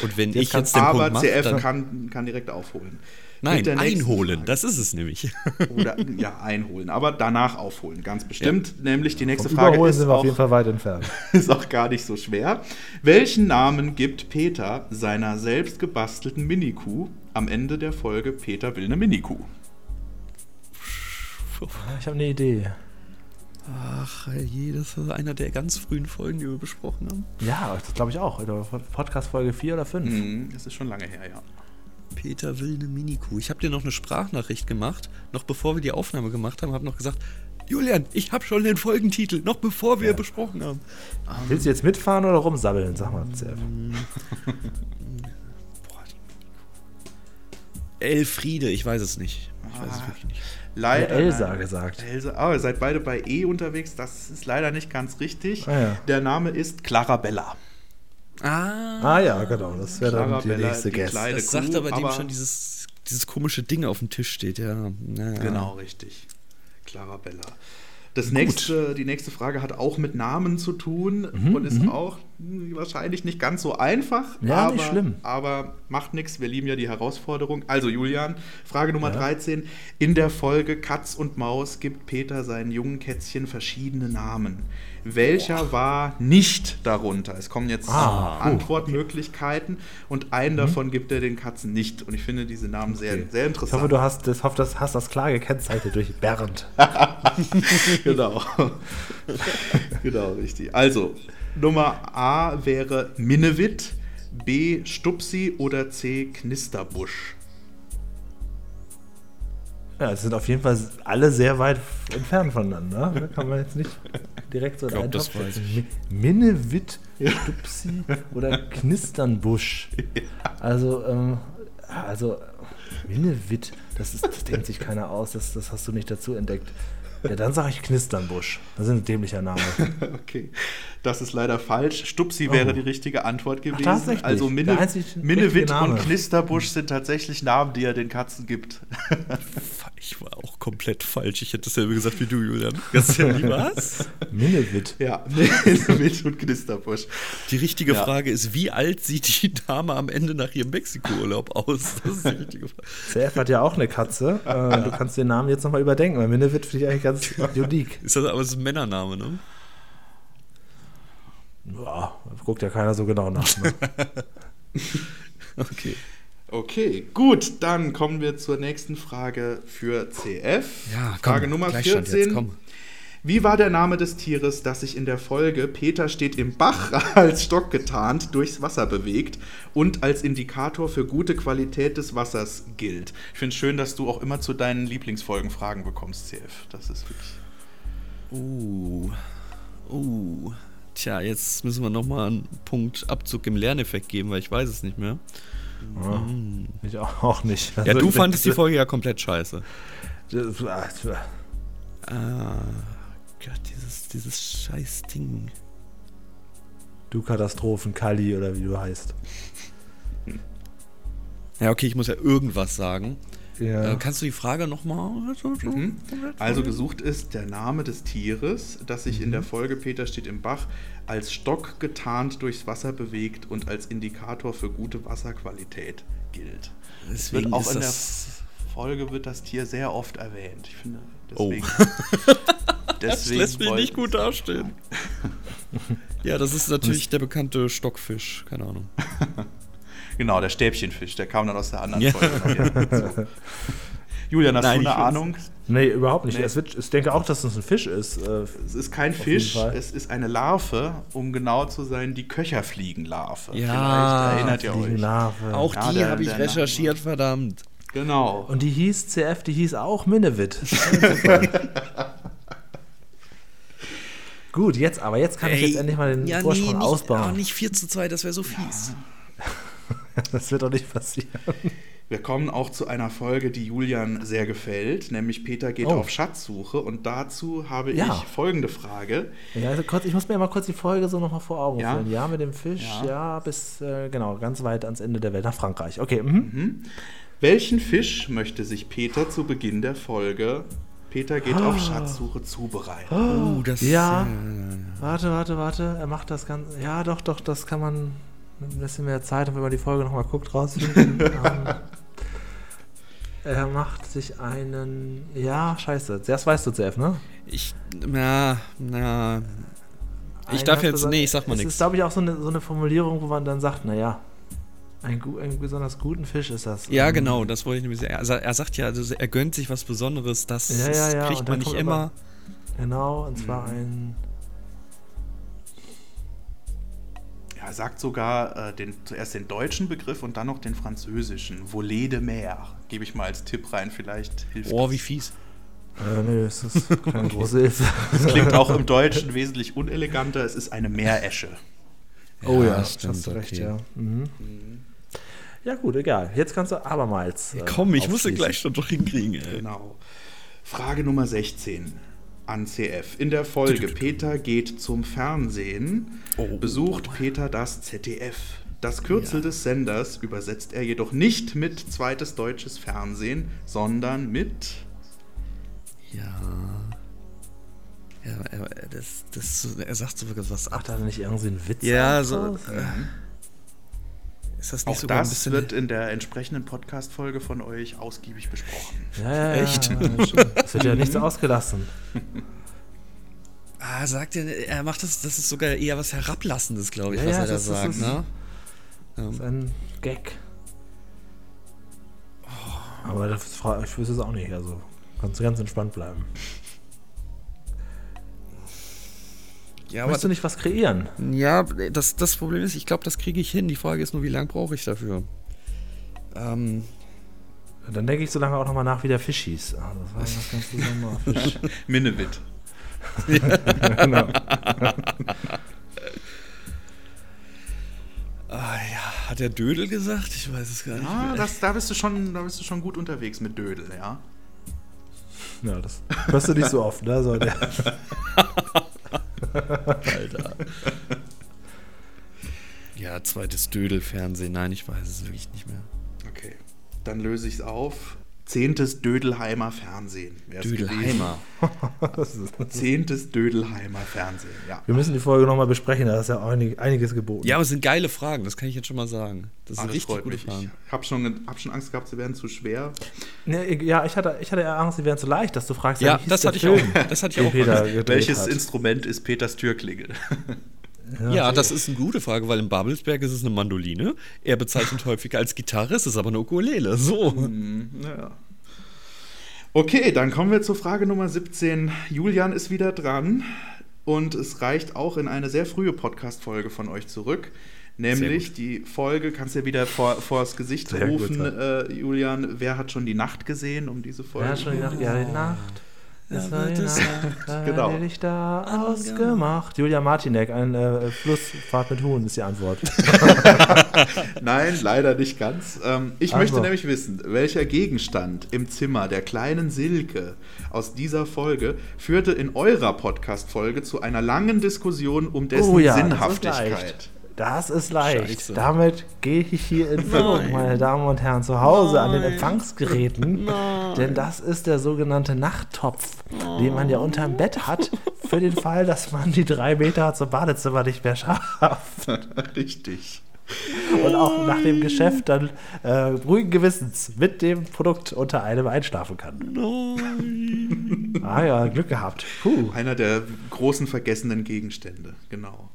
Speaker 2: Und wenn
Speaker 4: Jetzt
Speaker 2: ich jetzt
Speaker 4: kannst-
Speaker 2: den
Speaker 3: Aber
Speaker 2: Punkt mache,
Speaker 3: CF
Speaker 2: dann
Speaker 3: kann, kann direkt aufholen. Mit
Speaker 2: nein,
Speaker 3: der nächsten
Speaker 2: einholen.
Speaker 3: Frage.
Speaker 2: Das ist es nämlich.
Speaker 3: Oder, ja, einholen, aber danach aufholen, ganz bestimmt. Nämlich die nächste
Speaker 4: Vom
Speaker 3: Frage
Speaker 4: Überholen
Speaker 3: ist
Speaker 4: sind wir auf
Speaker 3: auch,
Speaker 4: jeden Fall weit entfernt.
Speaker 3: (laughs) ist auch gar nicht so schwer. Welchen Namen gibt Peter seiner selbst gebastelten Minikuh am Ende der Folge Peter will eine Minikuh?
Speaker 4: Ich habe eine Idee.
Speaker 2: Ach, je, das war einer der ganz frühen Folgen, die wir besprochen haben.
Speaker 4: Ja, das glaube ich auch. In der Podcast-Folge 4 oder 5.
Speaker 3: Hm, das ist schon lange her, ja.
Speaker 2: Peter will eine Minikuh. Ich habe dir noch eine Sprachnachricht gemacht, noch bevor wir die Aufnahme gemacht haben, habe noch gesagt, Julian, ich habe schon den Folgentitel, noch bevor wir besprochen haben.
Speaker 4: Willst du jetzt mitfahren oder rumsabbeln? Sag mal, CF.
Speaker 2: Boah, die Minikuh. Elfriede, ich weiß es nicht. Ich weiß es
Speaker 3: Ah.
Speaker 2: wirklich nicht.
Speaker 3: Leider.
Speaker 4: Ja, Elsa
Speaker 3: nein.
Speaker 4: gesagt.
Speaker 3: Elsa, ah, ihr seid beide bei E unterwegs, das ist leider nicht ganz richtig.
Speaker 4: Ah, ja.
Speaker 3: Der Name ist Clarabella.
Speaker 2: Ah,
Speaker 4: Ah ja, genau. Das wäre dann die
Speaker 3: Clarabella,
Speaker 4: nächste
Speaker 3: die
Speaker 4: Guest.
Speaker 3: Kleine
Speaker 2: das sagt
Speaker 3: Kuh,
Speaker 2: aber dem
Speaker 3: aber-
Speaker 2: schon dieses, dieses komische Ding auf dem Tisch steht, ja. Naja.
Speaker 3: Genau, richtig. Clarabella. Das nächste, die nächste Frage hat auch mit Namen zu tun
Speaker 4: Mhm,
Speaker 3: und ist auch mh, wahrscheinlich nicht ganz so einfach.
Speaker 4: Ja,
Speaker 3: aber,
Speaker 4: nicht schlimm.
Speaker 3: Aber macht nichts, wir lieben ja die Herausforderung. Also Julian, Frage Nummer 13. In der Folge Katz und Maus gibt Peter seinen jungen Kätzchen verschiedene Namen. Welcher war nicht darunter? Es kommen jetzt
Speaker 4: Ah, Mhm. puh.
Speaker 3: Antwortmöglichkeiten und einen davon gibt er den Katzen nicht. Und ich finde diese Namen sehr, sehr interessant.
Speaker 4: Ich hoffe, du hast das, hoffe, das, hast das klar gekennzeichnet durch
Speaker 2: (laughs)
Speaker 4: Bernd.
Speaker 3: genau. (laughs) genau, richtig. Also, Nummer A wäre Minnewit, B Stupsi oder C Knisterbusch. (laughs)
Speaker 4: Ja, es sind auf jeden Fall alle sehr weit entfernt voneinander. Da kann man jetzt nicht direkt so in
Speaker 2: Ich glaub,
Speaker 4: einen
Speaker 2: das
Speaker 4: Topf
Speaker 2: weiß
Speaker 4: setzen. Mi- Minnewit, Stupsi oder Knisternbusch. Also, ähm, also Minnewit, das, ist, das denkt sich keiner aus, das, das hast du nicht dazu entdeckt. Ja, dann sage ich Knisternbusch. Das ist ein dämlicher Name.
Speaker 3: Okay, das ist leider falsch. Stupsi wäre die richtige Antwort gewesen.
Speaker 4: Oh. tatsächlich?
Speaker 3: also
Speaker 4: Der
Speaker 3: Minne,
Speaker 4: einzig
Speaker 3: Minnewit
Speaker 4: richtige
Speaker 3: und
Speaker 4: Name.
Speaker 3: Knisterbusch sind tatsächlich Namen, die er den Katzen gibt.
Speaker 2: Ich war auch komplett falsch. Ich hätte dasselbe gesagt wie du, Julian. Das ist ja nie was. (laughs)
Speaker 4: Minnewit.
Speaker 3: ja, (laughs) Minnewit und Knisterbusch.
Speaker 2: Die richtige
Speaker 3: Ja.
Speaker 2: Frage ist, wie alt sieht die Dame am Ende nach ihrem Mexiko-Urlaub aus? Das ist die richtige Frage.
Speaker 4: CF hat ja auch eine Katze. Äh, du kannst den Namen jetzt nochmal überdenken, weil Minnewit finde ich eigentlich ganz unique.
Speaker 2: Ist das aber es ist ein Männername, ne?
Speaker 4: Ja, guckt ja keiner so genau nach. Ne?
Speaker 2: Okay.
Speaker 3: Okay, gut, dann kommen wir zur nächsten Frage für CF. Frage Nummer 14.
Speaker 2: Gleichstand Jetzt, komm.
Speaker 3: Wie war der Name des Tieres, das sich in der Folge Peter steht im Bach (laughs) als Stock getarnt durchs Wasser bewegt und als Indikator für gute Qualität des Wassers gilt? Ich finde es schön, dass du auch immer zu deinen Lieblingsfolgen Fragen bekommst, CF. Das ist wirklich.
Speaker 2: Uh. Uh. Tja, jetzt müssen wir nochmal einen Punkt Abzug im Lerneffekt geben, weil ich weiß es nicht mehr. Hm.
Speaker 4: Ja, (laughs) ich auch auch nicht.
Speaker 2: Ja,
Speaker 4: Also,
Speaker 2: du
Speaker 4: das-
Speaker 2: fandest die Folge ja komplett scheiße.
Speaker 4: das- das-
Speaker 2: Ah. Gott, dieses, dieses scheiß Ding.
Speaker 4: Du Katastrophen-Kali oder wie du heißt.
Speaker 2: Ja, okay, ich muss ja irgendwas sagen.
Speaker 4: Ja.
Speaker 2: Äh, kannst du die Frage nochmal?
Speaker 3: Mhm. Also gesucht ist der Name des Tieres, das sich in
Speaker 2: Mhm.
Speaker 3: der Folge Peter steht im Bach als Stock getarnt durchs Wasser bewegt und als Indikator für gute Wasserqualität gilt.
Speaker 2: Deswegen
Speaker 3: wird auch
Speaker 2: ist
Speaker 3: in
Speaker 2: das-
Speaker 3: der Folge wird das Tier sehr oft erwähnt. Ich finde,
Speaker 2: Oh. (laughs)
Speaker 3: deswegen. deswegen
Speaker 2: lässt mich
Speaker 3: wollte
Speaker 2: nicht gut
Speaker 3: ich-
Speaker 2: dastehen. (laughs) Ja, das ist natürlich der bekannte Stockfisch. Keine Ahnung.
Speaker 3: Genau, der Stäbchenfisch, der kam dann aus der anderen
Speaker 2: Ja.
Speaker 3: Folge. Ja,
Speaker 2: (laughs)
Speaker 3: so. Julian, hast
Speaker 2: Nein,
Speaker 3: du
Speaker 2: ich
Speaker 3: eine
Speaker 2: weiß-
Speaker 3: Ahnung?
Speaker 4: Nee, überhaupt nicht.
Speaker 3: Nee.
Speaker 4: Es wird, ich denke auch, dass es ein Fisch ist. Äh,
Speaker 3: Es ist kein
Speaker 4: jeden
Speaker 3: Fisch,
Speaker 4: Fall.
Speaker 3: es ist eine Larve, um genau zu sein, die Köcherfliegenlarve.
Speaker 2: Ja,
Speaker 3: Vielleicht erinnert ihr euch.
Speaker 4: Fliegenlarve.
Speaker 2: Auch
Speaker 3: Ja,
Speaker 2: die
Speaker 3: der-
Speaker 2: habe ich
Speaker 3: der
Speaker 2: recherchiert, verdammt.
Speaker 3: Genau.
Speaker 4: Und die
Speaker 2: (laughs)
Speaker 4: hieß CF, die hieß auch Minnewit. (laughs) Gut, jetzt aber, jetzt kann ich
Speaker 2: Ey,
Speaker 4: jetzt endlich mal den
Speaker 2: ja, nee,
Speaker 4: Vorsprung
Speaker 2: nicht,
Speaker 4: ausbauen.
Speaker 2: Oh, nicht 4 zu 2, das wäre so fies.
Speaker 4: (laughs) Das wird doch nicht passieren.
Speaker 3: Wir kommen auch zu einer Folge, die Julian sehr gefällt, nämlich Peter geht
Speaker 4: Oh.
Speaker 3: auf Schatzsuche und dazu habe
Speaker 4: Ja.
Speaker 3: ich folgende Frage.
Speaker 4: Ja, also kurz, ich muss mir mal kurz die Folge so nochmal vor Augen
Speaker 3: Ja.
Speaker 4: führen. Ja, mit dem Fisch,
Speaker 3: Ja.
Speaker 4: ja, bis, äh, genau, ganz weit ans Ende der Welt, nach Frankreich. Okay, mhm.
Speaker 3: Welchen Fisch möchte sich Peter zu Beginn der Folge Peter geht auf Schatzsuche zubereiten?
Speaker 2: Oh, das
Speaker 4: Ja.
Speaker 2: äh,
Speaker 4: warte, warte, warte, er macht das Ganze. Ja, doch, doch, das kann man mit ein bisschen mehr Zeit, und wenn man die Folge nochmal
Speaker 2: (laughs)
Speaker 4: guckt, rausfinden. ähm, er macht sich einen, ja, scheiße, das weißt du zuerst, ne?
Speaker 2: ich, na, na. Ich
Speaker 4: Ein
Speaker 2: darf
Speaker 4: ganz
Speaker 2: jetzt-
Speaker 4: besonder-
Speaker 2: nee, ich sag mal
Speaker 4: es
Speaker 2: nix.
Speaker 4: ist, glaube ich, auch so eine, so eine Formulierung, wo man dann sagt, naja, ein, gu- ein besonders guten Fisch ist das.
Speaker 2: Ja,
Speaker 4: Ähm,
Speaker 2: genau, das wollte ich nämlich sagen. Also, er sagt ja, also, er gönnt sich was Besonderes, das
Speaker 4: Ja,
Speaker 2: ist-
Speaker 4: ja, ja,
Speaker 2: kriegt
Speaker 4: und
Speaker 2: man
Speaker 4: dann
Speaker 2: nicht
Speaker 4: kommt
Speaker 2: immer.
Speaker 4: aber- Genau, und zwar ein.
Speaker 3: Ja, er sagt sogar äh, den, zuerst den deutschen Begriff und dann noch den französischen. Volée de mer. Gebe ich mal als Tipp rein, vielleicht hilft
Speaker 2: Oh, wie fies.
Speaker 4: Äh, nö, es (laughs) ist keine große Hilfe.
Speaker 3: das. Klingt auch im Deutschen wesentlich uneleganter. Es ist eine Meeresche.
Speaker 4: Oh
Speaker 2: Ja,
Speaker 4: ja,
Speaker 2: stimmt,
Speaker 4: hast du recht,
Speaker 2: okay.
Speaker 4: ja. Mhm. Ja, gut, egal. Jetzt kannst du abermals. äh,
Speaker 2: Komm, ich musste
Speaker 4: aufschließen.
Speaker 2: gleich schon doch hinkriegen, ey.
Speaker 3: Genau. Frage Nummer 16 an CF. In der Folge Peter geht zum Fernsehen,
Speaker 2: Oh.
Speaker 3: besucht Peter das ZDF. Das Kürzel des Senders übersetzt er jedoch nicht mit zweites deutsches Fernsehen, sondern mit
Speaker 2: Ja. Ja, er, das, das, er sagt sogar was
Speaker 4: Ach,
Speaker 2: ab.
Speaker 4: da hat er nicht irgendwie einen Witz.
Speaker 2: Ja,
Speaker 4: draus?
Speaker 2: so. Äh, ist das nicht
Speaker 3: Auch
Speaker 2: sogar ein
Speaker 3: das
Speaker 2: bisschen.
Speaker 3: wird in der entsprechenden Podcast-Folge von euch ausgiebig besprochen. (laughs)
Speaker 4: Ja, ja, ja,
Speaker 2: Echt? Mhm.
Speaker 4: Ja, es wird ja nichts ausgelassen.
Speaker 2: ah, sagt er, er macht das, das ist sogar eher was Herablassendes, glaube ich,
Speaker 4: Ja,
Speaker 2: was
Speaker 4: ja,
Speaker 2: er da
Speaker 4: das- das
Speaker 2: sagt,
Speaker 4: ist-
Speaker 2: ne?
Speaker 4: Das ist ein Gag.
Speaker 2: Oh.
Speaker 4: Aber das, fra- ich wüsste es auch nicht. Also kannst du ganz entspannt bleiben.
Speaker 2: Ja, aber
Speaker 4: Möchtest du nicht was kreieren?
Speaker 2: Ja, das, das Problem ist, ich glaube, das kriege ich hin. Die Frage ist nur, wie lange brauche ich dafür? Ähm,
Speaker 4: Dann denke ich so lange auch nochmal nach, wie der Fisch hieß. Ah,
Speaker 2: (laughs)
Speaker 4: das war das ganz besondere Fisch.
Speaker 3: Minnewit.
Speaker 4: genau.
Speaker 2: ah, ja, hat der Dödel gesagt? Ich weiß es gar nicht.
Speaker 3: Ah,
Speaker 2: mehr.
Speaker 3: das, da, bist du schon, da bist du schon gut unterwegs mit Dödel, ja.
Speaker 4: Ja, das hörst du nicht so oft, ne? So, der, (laughs)
Speaker 2: Alter. ja, zweites Dödel-Fernsehen. Nein, ich weiß es wirklich nicht mehr.
Speaker 3: Okay. Dann löse ich es auf. Zehntes Dödelheimer Fernsehen. wär's gewesen.
Speaker 2: Dödelheimer.
Speaker 4: das ist,
Speaker 3: Zehntes Dödelheimer Fernsehen, ja.
Speaker 4: wir müssen die Folge nochmal besprechen, da ist ja einig, einiges geboten.
Speaker 2: Ja, aber es sind geile Fragen, das kann ich jetzt schon mal sagen. Das
Speaker 3: Ah,
Speaker 2: sind
Speaker 3: das
Speaker 2: richtig
Speaker 3: freut
Speaker 2: gute
Speaker 3: mich.
Speaker 2: Fragen.
Speaker 3: Ich habe schon, hab schon Angst gehabt, sie wären zu schwer.
Speaker 4: Ne, ich- ja ich, hatte, ich hatte eher Angst, die wären zu leicht, dass du fragst,
Speaker 2: Ja,
Speaker 4: wie hieß
Speaker 2: das
Speaker 4: der
Speaker 2: hatte ich auch-
Speaker 4: Film,
Speaker 2: das hatte ich
Speaker 4: den
Speaker 2: auch
Speaker 4: Peter
Speaker 2: Angst.
Speaker 4: gedreht
Speaker 3: Welches
Speaker 4: hat.
Speaker 3: Instrument ist Peters Türklingel?
Speaker 2: (laughs) Ja, das ist eine gute Frage, weil in Babelsberg ist es eine Mandoline. Er bezeichnet häufiger als Gitarre, es ist aber eine Ukulele. So.
Speaker 3: naja. Okay, dann kommen wir zur Frage Nummer 17. Julian ist wieder dran und es reicht auch in eine sehr frühe Podcast-Folge von euch zurück. Nämlich die Folge, kannst du dir wieder vor, vors Gesicht
Speaker 4: Sehr gut,
Speaker 3: rufen,
Speaker 4: ja.
Speaker 3: äh, Julian, wer hat schon die Nacht gesehen, um diese Folge?
Speaker 4: Ja, schon die Nacht, ja, die Nacht. Es war
Speaker 2: wird
Speaker 4: die
Speaker 2: es
Speaker 4: Nacht, da
Speaker 3: Genau.
Speaker 4: genau. ich da ausgemacht. Julia Martinek, ein äh, Flussfahrt mit Huhn ist
Speaker 3: (laughs)
Speaker 4: die Antwort.
Speaker 3: Nein, leider nicht ganz. Ähm, ich
Speaker 4: Also.
Speaker 3: möchte nämlich wissen, welcher Gegenstand im Zimmer der kleinen Silke aus dieser Folge führte in eurer Podcast-Folge zu einer langen Diskussion um dessen Sinnhaftigkeit.
Speaker 4: Das ist Oh leicht. Das ist leicht.
Speaker 2: Scheiße.
Speaker 4: Damit gehe ich hier in Führung, meine Damen und Herren, zu Hause an den
Speaker 2: (laughs)
Speaker 4: Empfangsgeräten. Denn das ist der sogenannte Nachttopf, den man ja unterm Bett hat, für den Fall, dass man die drei Meter zum Badezimmer nicht mehr schafft.
Speaker 3: Richtig.
Speaker 4: Und auch nach dem Geschäft dann äh, ruhigen Gewissens mit dem Produkt unter einem einschlafen kann. Ah ja, Glück gehabt. Puh.
Speaker 3: Einer der großen vergessenen Gegenstände, genau.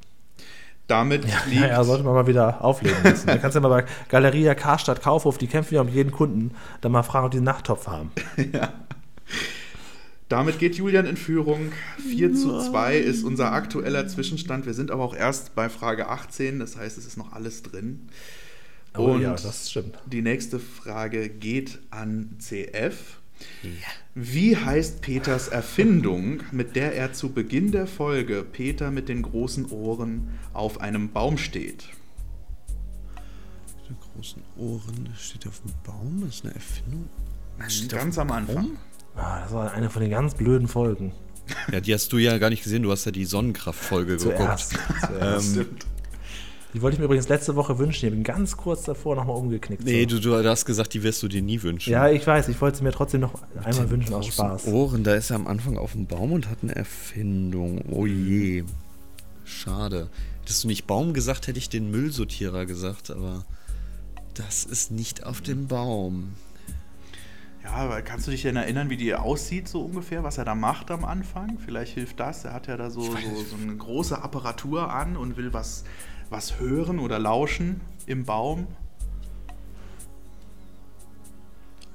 Speaker 3: Damit liegt.
Speaker 4: Naja, sollte man mal wieder auflegen lassen. Da kannst du ja mal bei Galeria Karstadt Kaufhof, die kämpfen ja um jeden Kunden, dann mal fragen, ob die einen Nachttopf haben.
Speaker 3: Damit geht Julian in Führung. 4 zu 2 ist unser aktueller Zwischenstand. Wir sind aber auch erst bei Frage 18, das heißt, es ist noch alles drin.
Speaker 4: Oh ja, das stimmt.
Speaker 3: Die nächste Frage geht an CF. Wie heißt Peters Erfindung, mit der er zu Beginn der Folge Peter mit den großen Ohren auf einem Baum steht?
Speaker 2: Mit den großen Ohren steht auf dem Baum, ist eine Erfindung. Das steht auf
Speaker 3: Hm, Ganz
Speaker 2: dem
Speaker 3: am Anfang.
Speaker 2: Baum?
Speaker 4: Ah, das war eine von den ganz blöden Folgen.
Speaker 2: Ja, die hast du ja gar nicht gesehen, du hast ja die Sonnenkraftfolge geguckt. Ähm,
Speaker 4: Zuerst. Zuerst.
Speaker 3: Stimmt.
Speaker 4: Die wollte ich mir übrigens letzte Woche wünschen. Ich bin ganz kurz davor nochmal umgeknickt.
Speaker 2: Nee,
Speaker 4: so.
Speaker 2: du, du hast gesagt, die wirst du Oh, dir nie wünschen.
Speaker 4: ja, ich weiß. Ich wollte es mir trotzdem noch einmal wünschen aus
Speaker 2: Großen
Speaker 4: Spaß.
Speaker 2: Ohren, da ist er am Anfang auf dem Baum und hat eine Erfindung. Oh
Speaker 4: Mhm.
Speaker 2: je. Schade. Hättest du nicht Baum gesagt, hätte ich den Müllsortierer gesagt, aber das ist nicht auf dem Baum.
Speaker 3: Ja, aber kannst du dich denn erinnern, wie die aussieht, so ungefähr, was er da macht am Anfang? Vielleicht hilft das. Er hat ja da so, so, so eine große Apparatur an und will was, was hören oder lauschen im Baum.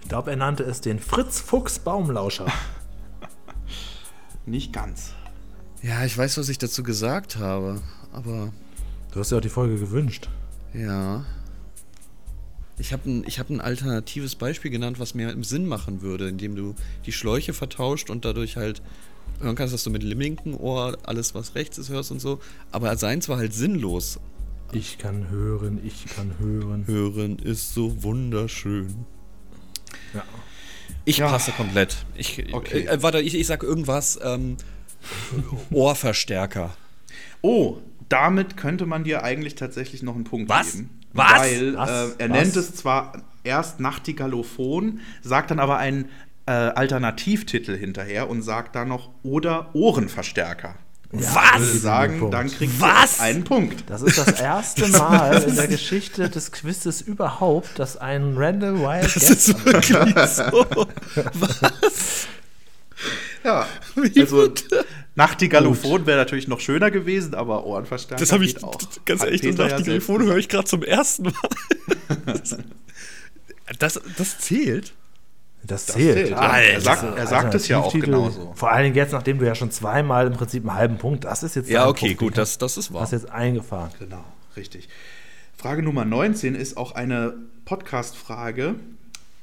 Speaker 4: Ich glaube, er nannte es den Fritz Fuchs Baumlauscher.
Speaker 3: Nicht ganz.
Speaker 2: Ja, ich weiß, was ich dazu gesagt habe, aber
Speaker 4: Du hast ja auch die Folge gewünscht.
Speaker 2: ja. Ich habe ein, ich hab ein alternatives Beispiel genannt, was mehr im Sinn machen würde, indem du die Schläuche vertauscht und dadurch halt hören kannst, dass du mit dem linken Ohr alles, was rechts ist, hörst und so. Aber seins war halt sinnlos.
Speaker 4: Ich kann hören, ich kann hören.
Speaker 2: Hören ist so wunderschön.
Speaker 4: Ja.
Speaker 2: Ich passe komplett. Ich,
Speaker 3: Okay.
Speaker 2: äh, warte, ich, ich sag irgendwas. (laughs) Ähm, Ohrverstärker.
Speaker 3: Oh, damit könnte man dir eigentlich tatsächlich noch einen Punkt
Speaker 2: Was?
Speaker 3: geben.
Speaker 2: Was?
Speaker 3: Weil
Speaker 4: Was?
Speaker 3: Äh, er
Speaker 4: Was?
Speaker 3: nennt es zwar erst Nachtigallophon, sagt dann aber einen äh, Alternativtitel hinterher und sagt dann noch oder Ohrenverstärker. Ich würde
Speaker 4: Gib ihm den
Speaker 3: sagen,
Speaker 4: Punkt.
Speaker 3: dann kriegst
Speaker 2: Was?
Speaker 3: du einen Punkt.
Speaker 4: Das ist das erste Mal in der Geschichte des Quizzes überhaupt, dass ein Randall Wild
Speaker 2: Das
Speaker 4: Guess
Speaker 2: ist wirklich (laughs) so. Was?
Speaker 3: Ja,
Speaker 2: Wie
Speaker 3: also
Speaker 2: bitte?
Speaker 3: Nachtigallophon wäre natürlich noch schöner gewesen, aber Ohrenverstärker
Speaker 2: Das habe ich,
Speaker 3: geht auch.
Speaker 2: ganz
Speaker 3: Hat
Speaker 2: ehrlich, das
Speaker 3: Peter
Speaker 2: nach
Speaker 3: ja
Speaker 2: dem
Speaker 3: selbst
Speaker 2: Telefon höre ich gerade zum ersten Mal. (laughs) Das, das zählt?
Speaker 4: Das
Speaker 3: erzählt,
Speaker 4: zählt.
Speaker 3: ja.
Speaker 4: Ah,
Speaker 3: Er sagt,
Speaker 4: das
Speaker 3: er
Speaker 4: ist
Speaker 3: sagt es ja auch
Speaker 4: Alternativtitel.
Speaker 3: genauso.
Speaker 4: Vor allen Dingen jetzt, nachdem du ja schon zweimal im Prinzip einen halben Punkt, das ist jetzt
Speaker 2: Ja,
Speaker 4: dein
Speaker 2: okay,
Speaker 4: Punkt,
Speaker 2: gut,
Speaker 4: den
Speaker 2: das, das ist wahr.
Speaker 4: hast du jetzt eingefahren.
Speaker 3: Genau, richtig. Frage Nummer 19 ist auch eine Podcast-Frage.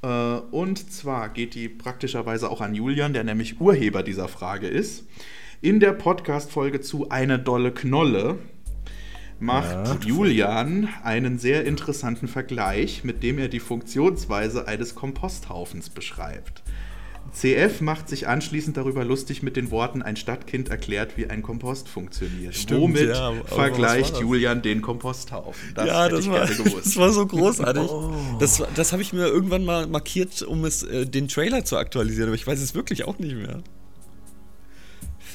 Speaker 3: Äh, Und zwar geht die praktischerweise auch an Julian, der nämlich Urheber dieser Frage ist. In der Podcast-Folge zu Eine dolle Knolle macht Julian einen sehr interessanten Vergleich, mit dem er die Funktionsweise eines Komposthaufens beschreibt. CF macht sich anschließend darüber lustig mit den Worten, ein Stadtkind erklärt, wie ein Kompost funktioniert.
Speaker 2: Stimmt,
Speaker 3: Womit
Speaker 2: ja, aber was war
Speaker 3: vergleicht
Speaker 2: das?
Speaker 3: Julian den Komposthaufen? Das
Speaker 2: ja,
Speaker 3: hätte
Speaker 2: das
Speaker 3: ich
Speaker 2: war,
Speaker 3: gerne
Speaker 2: (laughs)
Speaker 3: gewusst.
Speaker 2: das war so großartig. Das, war- das habe ich mir irgendwann mal markiert, um es äh, den Trailer zu aktualisieren, aber ich weiß es wirklich auch nicht mehr.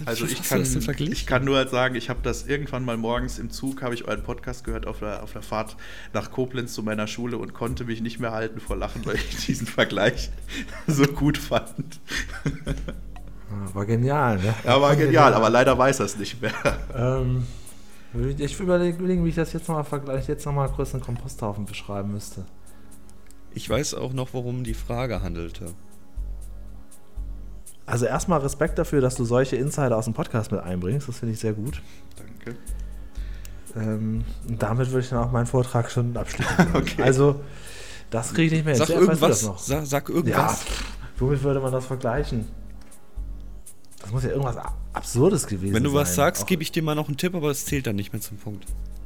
Speaker 3: also
Speaker 2: Was
Speaker 3: ich
Speaker 2: hast du
Speaker 3: kann,
Speaker 2: das denn verglichen?
Speaker 3: ich kann nur halt sagen, ich habe das irgendwann mal morgens im Zug, habe ich euren Podcast gehört auf der, auf der Fahrt nach Koblenz zu meiner Schule und konnte mich nicht mehr halten vor Lachen, weil ich (laughs) diesen Vergleich so gut fand.
Speaker 4: Ah, War genial, ne?
Speaker 3: Ja, war genial, aber leider weiß er es nicht mehr.
Speaker 4: Ähm, ich überlege, wie ich das jetzt nochmal vergleiche, jetzt nochmal kurz einen Komposthaufen beschreiben müsste.
Speaker 2: Ich weiß auch noch, worum die Frage handelte.
Speaker 4: Also erstmal Respekt dafür, dass du solche Insider aus dem Podcast mit einbringst. Das finde ich sehr gut.
Speaker 3: Danke.
Speaker 4: Ähm, und damit würde ich dann auch meinen Vortrag schon abschließen.
Speaker 2: (laughs)
Speaker 3: Okay.
Speaker 4: Also, das kriege ich nicht mehr. hin.
Speaker 2: Sag
Speaker 4: Zuerst weißt du
Speaker 2: irgendwas.
Speaker 4: Das noch.
Speaker 2: Sag, sag
Speaker 4: Ja,
Speaker 2: irgendwas.
Speaker 4: pff, womit würde man das vergleichen? Das muss ja irgendwas A- Absurdes gewesen sein.
Speaker 2: Wenn du was sagst,
Speaker 4: Auch-
Speaker 2: gebe ich dir mal noch einen Tipp, aber das zählt dann nicht mehr zum Punkt.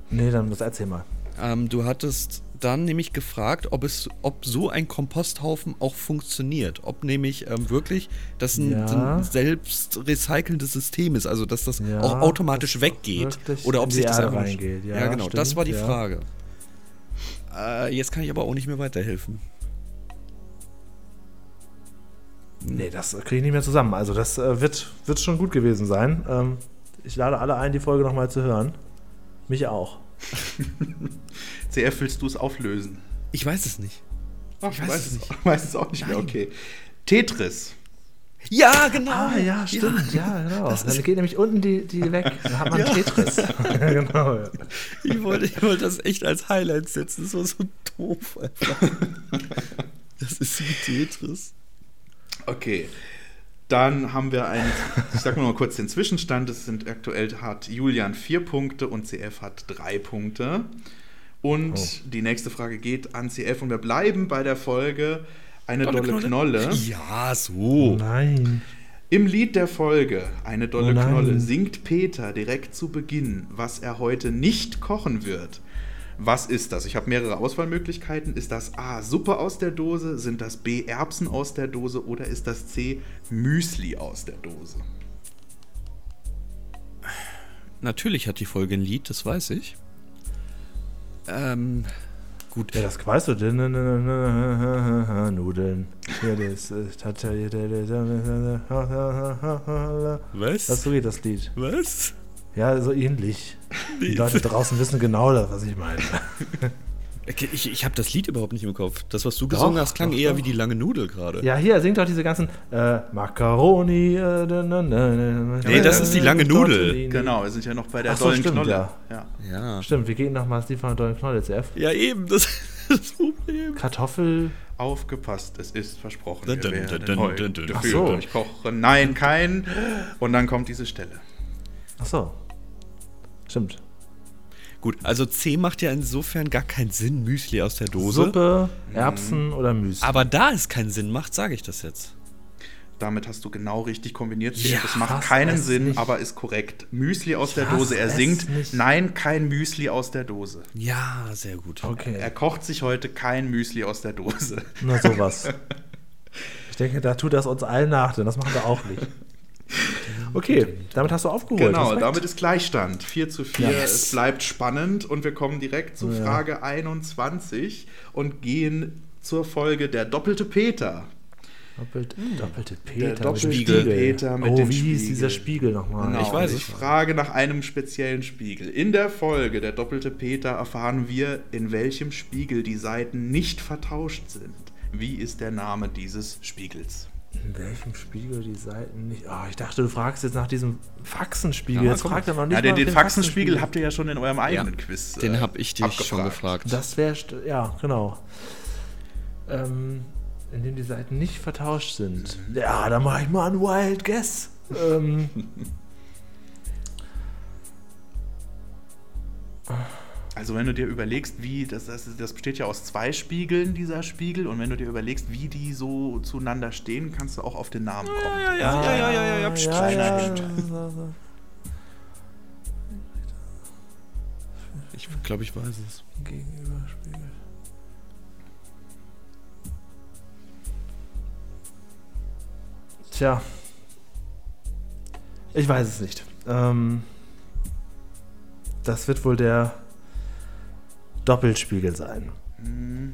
Speaker 4: Nee, dann muss erzähl mal.
Speaker 2: Ähm, du hattest dann nämlich gefragt, ob es, ob so ein Komposthaufen auch funktioniert. Ob nämlich ähm, wirklich das ein,
Speaker 4: Ja.
Speaker 2: ein selbst recycelndes System ist, also dass das
Speaker 4: Ja,
Speaker 2: auch automatisch
Speaker 4: dass
Speaker 2: weggeht.
Speaker 4: wirklich
Speaker 2: Oder
Speaker 4: in
Speaker 2: ob
Speaker 4: die
Speaker 2: sich das
Speaker 4: Erde
Speaker 2: einfach nicht-
Speaker 4: reingeht. Ja,
Speaker 2: Ja, genau, das
Speaker 4: stimmt,
Speaker 2: war die
Speaker 4: ja.
Speaker 2: Frage. Äh, jetzt kann ich aber auch nicht mehr weiterhelfen.
Speaker 4: Nee, das kriege ich nicht mehr zusammen. Also, das äh, wird, wird schon gut gewesen sein. Ähm, ich lade alle ein, die Folge nochmal zu hören. Mich auch.
Speaker 3: CF, willst du es auflösen?
Speaker 2: Ich weiß es nicht.
Speaker 3: Ach,
Speaker 2: Ich weiß es
Speaker 3: nicht. weiß es auch nicht mehr, okay. Tetris.
Speaker 2: Ja, genau.
Speaker 4: Ah, ja, stimmt. Ja, genau.
Speaker 2: Das
Speaker 4: Dann
Speaker 2: ist-
Speaker 4: geht nämlich unten die, die weg. Dann hat man (laughs) Tetris. genau. Ja.
Speaker 2: (laughs) Ich wollte, ich wollte das echt als Highlight setzen. Das war so doof einfach.
Speaker 4: (laughs)
Speaker 2: Das ist wie Tetris.
Speaker 3: Okay. Dann haben wir einen, ich sag nur mal kurz den Zwischenstand. Es sind aktuell hat Julian vier Punkte und CF hat drei Punkte. Und die nächste Frage geht an CF und wir bleiben bei der Folge eine dolle, Knolle.
Speaker 2: Ja,
Speaker 4: Oh.
Speaker 2: so.
Speaker 4: Nein.
Speaker 3: Im Lied der Folge, eine dolle
Speaker 4: Oh nein.
Speaker 3: Knolle, singt Peter direkt zu Beginn, was er heute nicht kochen wird. Was ist das? Ich habe mehrere Auswahlmöglichkeiten. Ist das A, Suppe aus der Dose? Sind das B, Erbsen aus der Dose? Oder ist das C, Müsli aus der Dose?
Speaker 2: Natürlich hat die Folge ein Lied, das weiß ich. Ähm, gut.
Speaker 4: Ja, das weißt du. ne, Nudeln. Ja, das ist-
Speaker 2: Was?
Speaker 4: Das so geht das Lied.
Speaker 2: Was?
Speaker 4: Ja, so ähnlich. Die Leute draußen wissen genau das, was ich meine.
Speaker 2: Okay, ich ich habe das Lied überhaupt nicht im Kopf. Das, was du gesungen hast, klang
Speaker 4: doch,
Speaker 2: eher
Speaker 4: doch.
Speaker 2: wie die lange Nudel gerade.
Speaker 4: (laughs) Ja, hier singt doch diese ganzen äh, Macaroni. Äh, nee,
Speaker 2: Nee, das ist die lange Nudel.
Speaker 3: Genau, wir sind ja noch bei der
Speaker 4: Ach so,
Speaker 3: dollen
Speaker 4: stimmt,
Speaker 3: Knolle.
Speaker 4: ja.
Speaker 2: Ja,
Speaker 4: Stimmt, wir gehen nochmal Steve von Dollen Knoll jetzt F.
Speaker 2: ja eben, das (laughs) ist das Problem.
Speaker 4: Kartoffel.
Speaker 3: Aufgepasst, es ist versprochen. Wir
Speaker 2: Dun, dun, dun,
Speaker 3: werden
Speaker 2: dun,
Speaker 3: heute
Speaker 2: dun, dun.
Speaker 4: Ach
Speaker 3: für
Speaker 4: so.
Speaker 3: euch kochen. Nein, kein. Und dann kommt diese Stelle.
Speaker 4: Ach so. Stimmt.
Speaker 2: Gut, also C macht ja insofern gar keinen Sinn, Müsli aus der Dose.
Speaker 4: Suppe,
Speaker 3: Mhm.
Speaker 4: Erbsen oder Müsli.
Speaker 2: Aber da es keinen Sinn macht, sage ich das jetzt.
Speaker 3: Damit hast du genau richtig kombiniert.
Speaker 2: Ja,
Speaker 3: das macht
Speaker 4: fass
Speaker 3: keinen
Speaker 4: es
Speaker 3: Sinn,
Speaker 4: nicht.
Speaker 3: aber ist korrekt. Müsli aus der
Speaker 4: Fass
Speaker 3: Dose. Er
Speaker 4: es
Speaker 3: singt,
Speaker 4: nicht.
Speaker 3: nein, kein Müsli aus der Dose.
Speaker 2: Ja, sehr gut.
Speaker 3: Er
Speaker 4: Okay,
Speaker 3: kocht sich heute kein Müsli aus der Dose.
Speaker 4: nur sowas. Ich denke, da tut das uns allen nach, denn das machen wir auch
Speaker 3: (laughs)
Speaker 4: nicht. Okay, damit hast du aufgeholt.
Speaker 3: Genau,
Speaker 4: Oh, Respekt.
Speaker 3: damit ist Gleichstand. 4 zu 4.
Speaker 2: Yes.
Speaker 3: Es bleibt spannend und wir kommen direkt zu
Speaker 4: Ja.
Speaker 3: Frage 21 und gehen zur Folge der doppelte Peter.
Speaker 4: Doppelt, doppelte Peter. mit
Speaker 3: doppelte
Speaker 4: dem Spiegel.
Speaker 3: Hm. Peter mit
Speaker 4: oh,
Speaker 3: dem
Speaker 4: wie hieß
Speaker 3: Spiegel.
Speaker 4: dieser Spiegel nochmal?
Speaker 3: Genau,
Speaker 2: Ich weiß
Speaker 3: und
Speaker 2: es.
Speaker 3: Ich frage nach einem speziellen Spiegel. In der Folge der doppelte Peter erfahren wir, in welchem Spiegel die Seiten nicht vertauscht sind. Wie ist der Name dieses Spiegels?
Speaker 4: In welchem Spiegel die Seiten nicht. Oh, ich dachte, du fragst jetzt nach diesem Faxenspiegel.
Speaker 2: Ja,
Speaker 4: jetzt
Speaker 2: guck
Speaker 4: fragt
Speaker 2: mal.
Speaker 4: er noch nicht.
Speaker 3: Ja, den,
Speaker 4: mal
Speaker 3: den
Speaker 4: nach dem
Speaker 3: Faxenspiegel habt ihr ja schon in eurem eigenen Quiz. äh,
Speaker 2: Den habe ich dich schon gefragt.
Speaker 4: Das wäre. Ja, genau. Ähm, in dem die Seiten nicht vertauscht sind.
Speaker 2: Mhm.
Speaker 4: Ja, da mache ich mal einen Wild Guess. Ähm.
Speaker 3: Also wenn du dir überlegst, wie, das, das, das besteht ja aus zwei Spiegeln, dieser Spiegel, und wenn du dir überlegst, wie die so zueinander stehen, kannst du auch auf den Namen kommen.
Speaker 2: ja, (laughs) ja, ja, ja, ja, ja.
Speaker 4: ja,
Speaker 3: nein,
Speaker 4: ja.
Speaker 3: nein,
Speaker 2: Ich glaube, ich weiß es.
Speaker 4: Gegenüber Spiegel. Tja. Ich weiß es nicht. Ähm, das wird wohl der Doppelspiegel sein.
Speaker 3: Hm,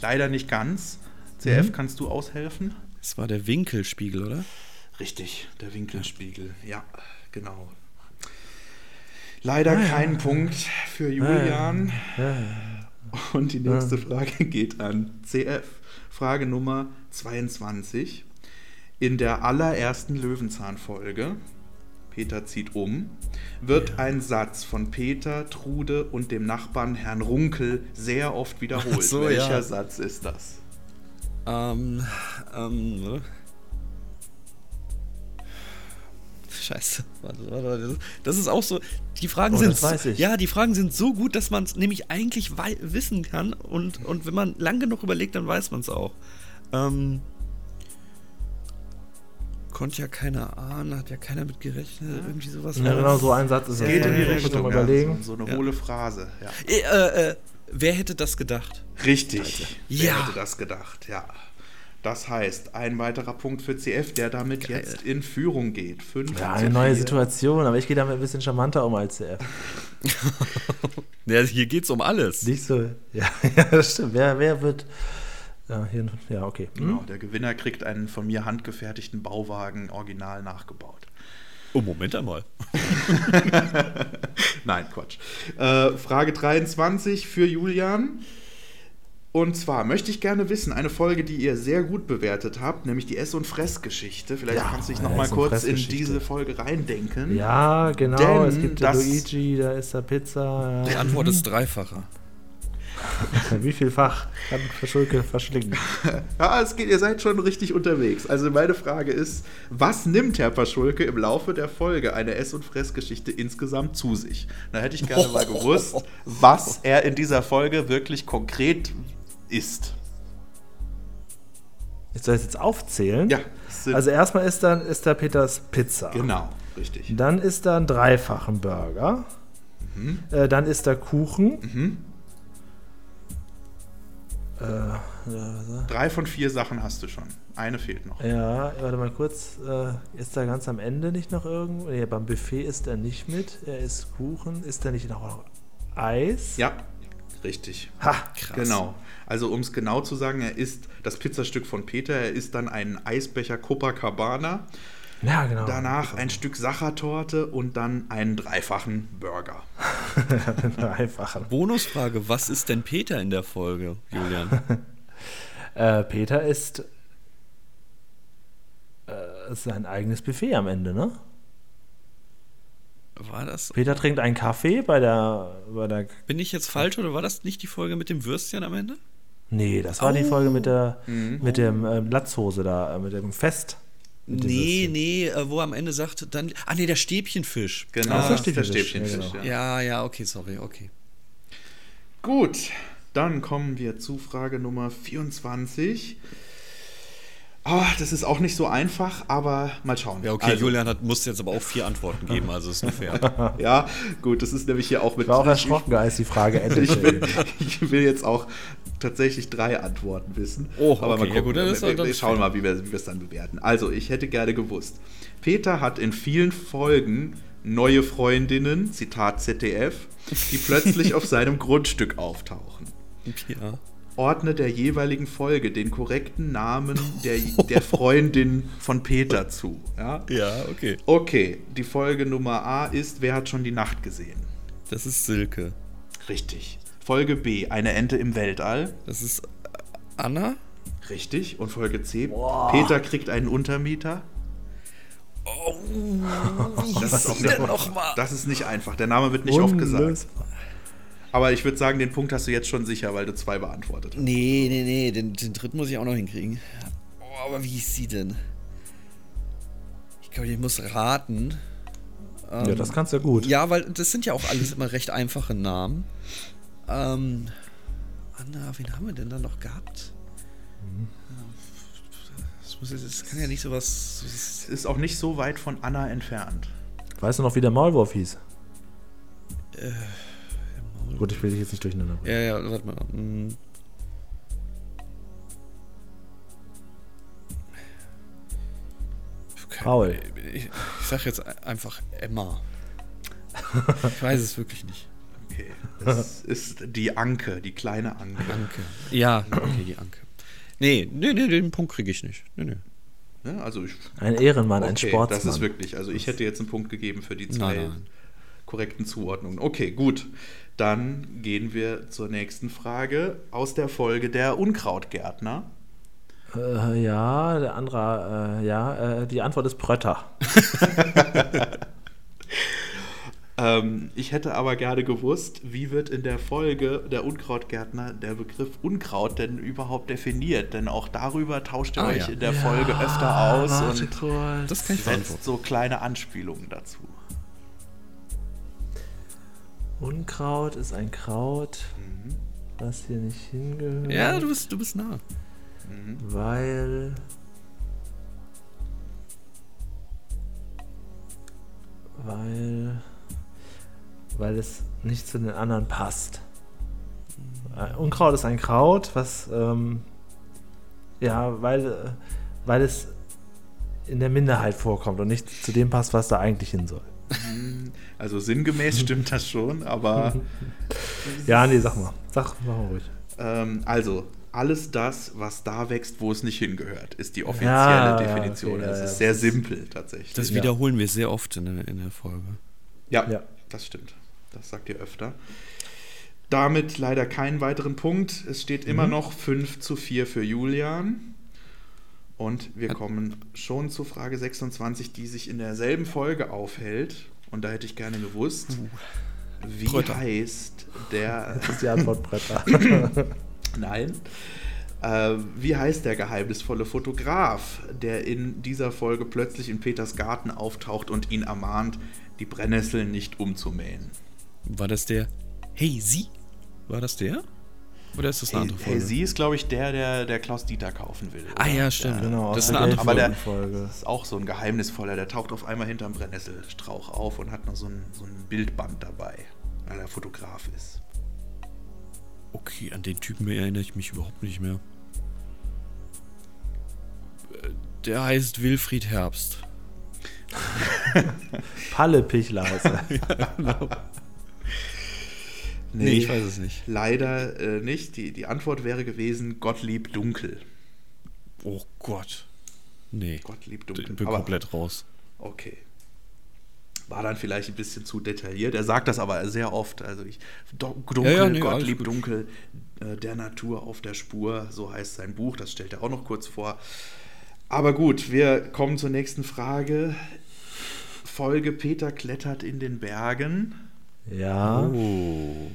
Speaker 3: leider nicht ganz. CF,
Speaker 4: Mhm.
Speaker 3: kannst du aushelfen?
Speaker 2: Es war der Winkelspiegel, oder?
Speaker 3: Richtig, der Winkelspiegel. Ja, genau. Leider kein Punkt für Julian. Und die nächste Frage (laughs) geht an CF. Frage Nummer 22. In der allerersten Löwenzahn-Folge, Peter zieht um, wird ein Satz von Peter, Trude und dem Nachbarn Herrn Runkel sehr oft wiederholt.
Speaker 2: Ach so, ja.
Speaker 3: Welcher Satz ist das?
Speaker 2: Ähm, ähm, ne? Scheiße. Warte, warte, warte. Das ist auch so. Die Fragen
Speaker 4: Oh,
Speaker 2: sind
Speaker 4: das weiß
Speaker 2: so-
Speaker 4: ich.
Speaker 2: ja, die Fragen sind so gut, dass man es nämlich eigentlich wei- wissen kann und und wenn man lang genug überlegt, dann weiß man es auch. Ähm, konnte ja keiner ahnen, hat ja keiner mit gerechnet, irgendwie sowas.
Speaker 4: Ja,
Speaker 2: Aber-
Speaker 4: genau so ein Satz ist das.
Speaker 3: Mhm. Geht
Speaker 4: Kann
Speaker 3: in die
Speaker 4: ich auch schon mal
Speaker 3: Richtung.
Speaker 4: Überlegen.
Speaker 3: Ja, so, so eine
Speaker 2: Ja.
Speaker 3: hohle Phrase. Ja.
Speaker 2: Äh, äh, äh, wer hätte das gedacht?
Speaker 3: Richtig. Wer
Speaker 2: Ja.
Speaker 3: hätte das gedacht? Ja. Das heißt, ein weiterer Punkt für CF, der damit jetzt in Führung geht. Fünf
Speaker 4: Ja,
Speaker 3: zu
Speaker 4: eine neue
Speaker 3: vier.
Speaker 4: Situation, aber ich gehe damit ein bisschen charmanter um als CF.
Speaker 2: Ja, hier geht's um alles.
Speaker 4: Nicht so. Ja, (laughs) ja das stimmt. Wer, wer wird. Ja, hier, ja okay. Hm?
Speaker 3: Genau, der Gewinner kriegt einen von mir handgefertigten Bauwagen original nachgebaut.
Speaker 2: Oh, Moment einmal.
Speaker 3: (laughs) Nein, Quatsch. Äh, Frage 23 für Julian. Und zwar möchte ich gerne wissen, eine Folge, die ihr sehr gut bewertet habt, nämlich die Ess- und Fressgeschichte. Vielleicht
Speaker 4: Ja,
Speaker 3: kannst du dich
Speaker 4: ja,
Speaker 3: nochmal
Speaker 4: Ess- und
Speaker 3: kurz in
Speaker 4: Fressgeschichte.
Speaker 3: diese Folge reindenken.
Speaker 4: Ja, genau.
Speaker 3: Denn
Speaker 4: es gibt da
Speaker 3: das-
Speaker 4: Luigi, da ist da Pizza.
Speaker 2: Die
Speaker 4: Ja.
Speaker 2: Antwort ist dreifacher.
Speaker 4: (laughs) Wie viel Fach kann Verschulke verschlingen?
Speaker 3: Ja, es geht, ihr seid schon richtig unterwegs. Also meine Frage ist, was nimmt Herr Paschulke im Laufe der Folge einer Ess- und Fressgeschichte insgesamt zu sich? Da hätte ich gerne mal gewusst, was er in dieser Folge wirklich konkret isst.
Speaker 4: Ich soll das jetzt aufzählen?
Speaker 3: Ja, das sind-
Speaker 4: Also erstmal ist dann ist da Peters Pizza.
Speaker 3: Genau, richtig.
Speaker 4: Dann ist da ein dreifachen Burger. Äh, dann ist da Kuchen.
Speaker 3: Drei von vier Sachen hast du schon. Eine fehlt noch.
Speaker 4: Ja, warte mal kurz. Äh, ist da ganz am Ende nicht noch irgendwo? Nee, beim Buffet ist er nicht mit. Er ist Kuchen. Ist da nicht noch Eis?
Speaker 3: Ja, richtig.
Speaker 4: Ha,
Speaker 3: Genau. Also um es genau zu sagen, er isst das Pizzastück von Peter, er isst dann einen Eisbecher Copacabana,
Speaker 4: Ja, genau. (laughs)
Speaker 3: danach ein Stück Sachertorte und dann einen dreifachen Burger.
Speaker 4: Dreifachen.
Speaker 2: Bonusfrage, was ist denn Peter in der Folge,
Speaker 4: (laughs)
Speaker 2: Julian?
Speaker 4: Äh, Peter ist äh, sein eigenes Buffet am Ende, ne?
Speaker 2: War das,
Speaker 4: Peter trinkt einen Kaffee bei der, bei der
Speaker 2: bin ich jetzt falsch oder war das nicht die Folge mit dem Würstchen am Ende?
Speaker 4: Nee, das war die
Speaker 2: Oh.
Speaker 4: Folge mit der
Speaker 3: Mhm.
Speaker 4: mit dem ähm, Latzhose da, äh, mit dem Fest. Mit dem
Speaker 2: Nee,
Speaker 4: Würstchen.
Speaker 2: nee, äh, wo am Ende sagt dann, ah nee, der Stäbchenfisch.
Speaker 3: Genau,
Speaker 4: Ah,
Speaker 3: das ist der
Speaker 4: Stäbchenfisch,
Speaker 3: Stäbchenfisch.
Speaker 4: ja,
Speaker 3: Ja,
Speaker 2: Ja, genau. ja, okay, sorry, okay.
Speaker 3: Gut, dann kommen wir zu Frage Nummer 24. Ah, das ist auch nicht so einfach, aber mal schauen.
Speaker 2: Ja, okay,
Speaker 3: Also,
Speaker 2: Julian hat, muss jetzt aber auch vier Antworten geben, also ist nur fair.
Speaker 3: Ja, gut, das ist nämlich hier auch mit
Speaker 4: Ich war auch erschrocken, als die
Speaker 3: (laughs)
Speaker 4: Frage
Speaker 3: Ich
Speaker 2: (laughs)
Speaker 3: will,
Speaker 4: endete.
Speaker 3: ich will jetzt auch tatsächlich drei Antworten wissen.
Speaker 2: Oh, okay,
Speaker 3: aber
Speaker 2: ja
Speaker 3: mal
Speaker 2: gut,
Speaker 3: gucken.
Speaker 2: dann ist-
Speaker 3: wir, wir,
Speaker 2: dann
Speaker 3: wir
Speaker 2: ist
Speaker 3: schauen mal, wie wir wie wir es dann bewerten. Also, ich hätte gerne gewusst. Peter hat in vielen Folgen neue Freundinnen, Zitat ZDF,
Speaker 2: (laughs)
Speaker 3: die plötzlich auf seinem Grundstück auftauchen.
Speaker 2: (laughs) ja.
Speaker 3: Ordne der jeweiligen Folge den korrekten Namen der, der Freundin von Peter zu. Ja?
Speaker 2: ja, okay.
Speaker 3: Okay, die Folge Nummer A ist Wer hat schon die Nacht gesehen?
Speaker 2: Das ist Silke.
Speaker 3: Richtig. Folge B, eine Ente im Weltall.
Speaker 2: Das ist äh, Anna?
Speaker 3: Richtig. Und Folge C, Peter kriegt einen Untermieter.
Speaker 2: Das
Speaker 3: ist auch nicht-
Speaker 2: nochmal.
Speaker 3: Das ist nicht einfach. Der Name wird nicht oft gesagt.
Speaker 4: Unlösbar.
Speaker 3: Aber ich würde sagen, den Punkt hast du jetzt schon sicher, weil du zwei beantwortet hast.
Speaker 2: Nee, nee, nee, den, den dritten muss ich auch noch hinkriegen. Oh, aber wie ist sie denn? Ich glaube, ich muss raten.
Speaker 4: Ja, das kannst du gut.
Speaker 2: Ja, weil das sind ja auch alles immer recht einfache Namen. Ähm, Anna, wen haben wir denn da noch gehabt? Das, muss, jetzt- das kann ja nicht sowas. Das ist,
Speaker 3: Es ist auch nicht so weit von Anna entfernt.
Speaker 4: Weißt du noch, wie der Maulwurf hieß?
Speaker 3: Äh,
Speaker 4: Gut, ich will dich jetzt nicht durcheinander bringen.
Speaker 2: ja, ja, warte mal. Hm. Okay.
Speaker 4: Paul.
Speaker 2: Ich, ich sag jetzt einfach Emma. Ich weiß es wirklich nicht.
Speaker 3: Okay. Es ist die Anke, die kleine Anke.
Speaker 2: Anke. Ja, okay, die Anke. Nee, nee, nee, den Punkt kriege ich nicht. Nee, nee.
Speaker 3: Ne? Also ich,
Speaker 4: Ein Ehrenmann, ein
Speaker 3: okay,
Speaker 4: Sportsmann.
Speaker 3: das ist wirklich. Also ich hätte jetzt einen Punkt gegeben für die zwei
Speaker 2: Nein, nein.
Speaker 3: korrekten Zuordnungen. Okay, gut. Dann gehen wir zur nächsten Frage aus der Folge der Unkrautgärtner.
Speaker 4: äh, ja, der andere, äh, ja, äh, die Antwort ist Prötter.
Speaker 3: Ähm, ich hätte aber gerne gewusst, wie wird in der Folge der Unkrautgärtner der Begriff Unkraut denn überhaupt definiert? Denn auch darüber tauscht ihr
Speaker 2: Ah,
Speaker 3: euch
Speaker 2: ja.
Speaker 3: in der Folge öfter aus und
Speaker 4: kurz.
Speaker 2: Das kann ich beantworten.
Speaker 3: setzt so kleine Anspielungen dazu.
Speaker 4: Unkraut ist ein Kraut,
Speaker 3: Mhm.
Speaker 4: was hier nicht hingehört.
Speaker 2: Ja, du bist, du bist nah.
Speaker 4: Weil. Weil. Weil es nicht zu den anderen passt. Äh, Unkraut ist ein Kraut, was. Ähm, ja, weil. äh, Weil es in der Minderheit vorkommt und nicht zu dem passt, was da eigentlich hin soll.
Speaker 2: (laughs)
Speaker 3: Also sinngemäß stimmt das schon, aber
Speaker 4: Ja, nee, sag mal. Sag mal ruhig.
Speaker 3: ähm, also alles das, was da wächst, wo es nicht hingehört, ist die offizielle
Speaker 4: Ja, ja,
Speaker 3: Definition.
Speaker 4: okay,
Speaker 3: es
Speaker 4: ja,
Speaker 3: ist
Speaker 4: ja,
Speaker 3: sehr
Speaker 4: das
Speaker 3: simpel tatsächlich.
Speaker 2: Das
Speaker 4: Ja.
Speaker 2: wiederholen wir sehr oft in der, in der Folge.
Speaker 3: Ja,
Speaker 4: Ja.
Speaker 3: das stimmt. Das sagt ihr öfter. Damit leider keinen weiteren Punkt. Es steht
Speaker 4: Mhm.
Speaker 3: immer noch 5 zu 4 für Julian. Und wir kommen schon zu Frage 26, die sich in derselben Folge aufhält. Und da hätte ich gerne gewusst, wie
Speaker 2: Brötter.
Speaker 3: heißt der.
Speaker 4: Das ist die Antwort Bretter.
Speaker 3: Nein. Äh, wie heißt der geheimnisvolle Fotograf, der in dieser Folge plötzlich in Peters Garten auftaucht und ihn ermahnt, die Brennnesseln nicht umzumähen?
Speaker 2: War das der? Hey, sie? War das der? Oder ist das eine
Speaker 3: Hey,
Speaker 2: andere
Speaker 3: hey,
Speaker 2: Folge?
Speaker 3: sie ist, glaube ich, der, der, der Klaus Dieter kaufen will.
Speaker 2: ah ja, stimmt.
Speaker 4: (laughs) Genau,
Speaker 2: das
Speaker 4: aus
Speaker 2: ist eine
Speaker 4: der
Speaker 2: andere
Speaker 3: Aber
Speaker 2: Folge.
Speaker 3: der
Speaker 4: Folge.
Speaker 3: ist auch so ein geheimnisvoller, der taucht auf einmal hinterm Brennnesselstrauch auf und hat noch so ein, so ein Bildband dabei, weil er Fotograf ist.
Speaker 2: Okay, an den Typen erinnere ich mich überhaupt nicht mehr. Äh, Der heißt Wilfried Herbst.
Speaker 4: Palle Pichler heißt er.
Speaker 2: Nee, ich weiß es nicht.
Speaker 3: Leider äh, nicht. Die, die Antwort wäre gewesen: Gottlieb Dunkel.
Speaker 2: Oh Gott. Nee,
Speaker 3: Gottlieb
Speaker 2: ich
Speaker 3: Dunkel.
Speaker 2: bin komplett raus.
Speaker 3: Okay. War dann vielleicht ein bisschen zu detailliert. Er sagt das aber sehr oft. Also ich, Do- Dunkel,
Speaker 2: Ja, ja, nee,
Speaker 3: Gott
Speaker 2: alles
Speaker 3: liebt
Speaker 2: gut.
Speaker 3: Dunkel, äh, der Natur auf der Spur, so heißt sein Buch. Das stellt er auch noch kurz vor. Aber gut, wir kommen zur nächsten Frage. Folge Peter klettert in den Bergen.
Speaker 4: Ja.
Speaker 2: Oh.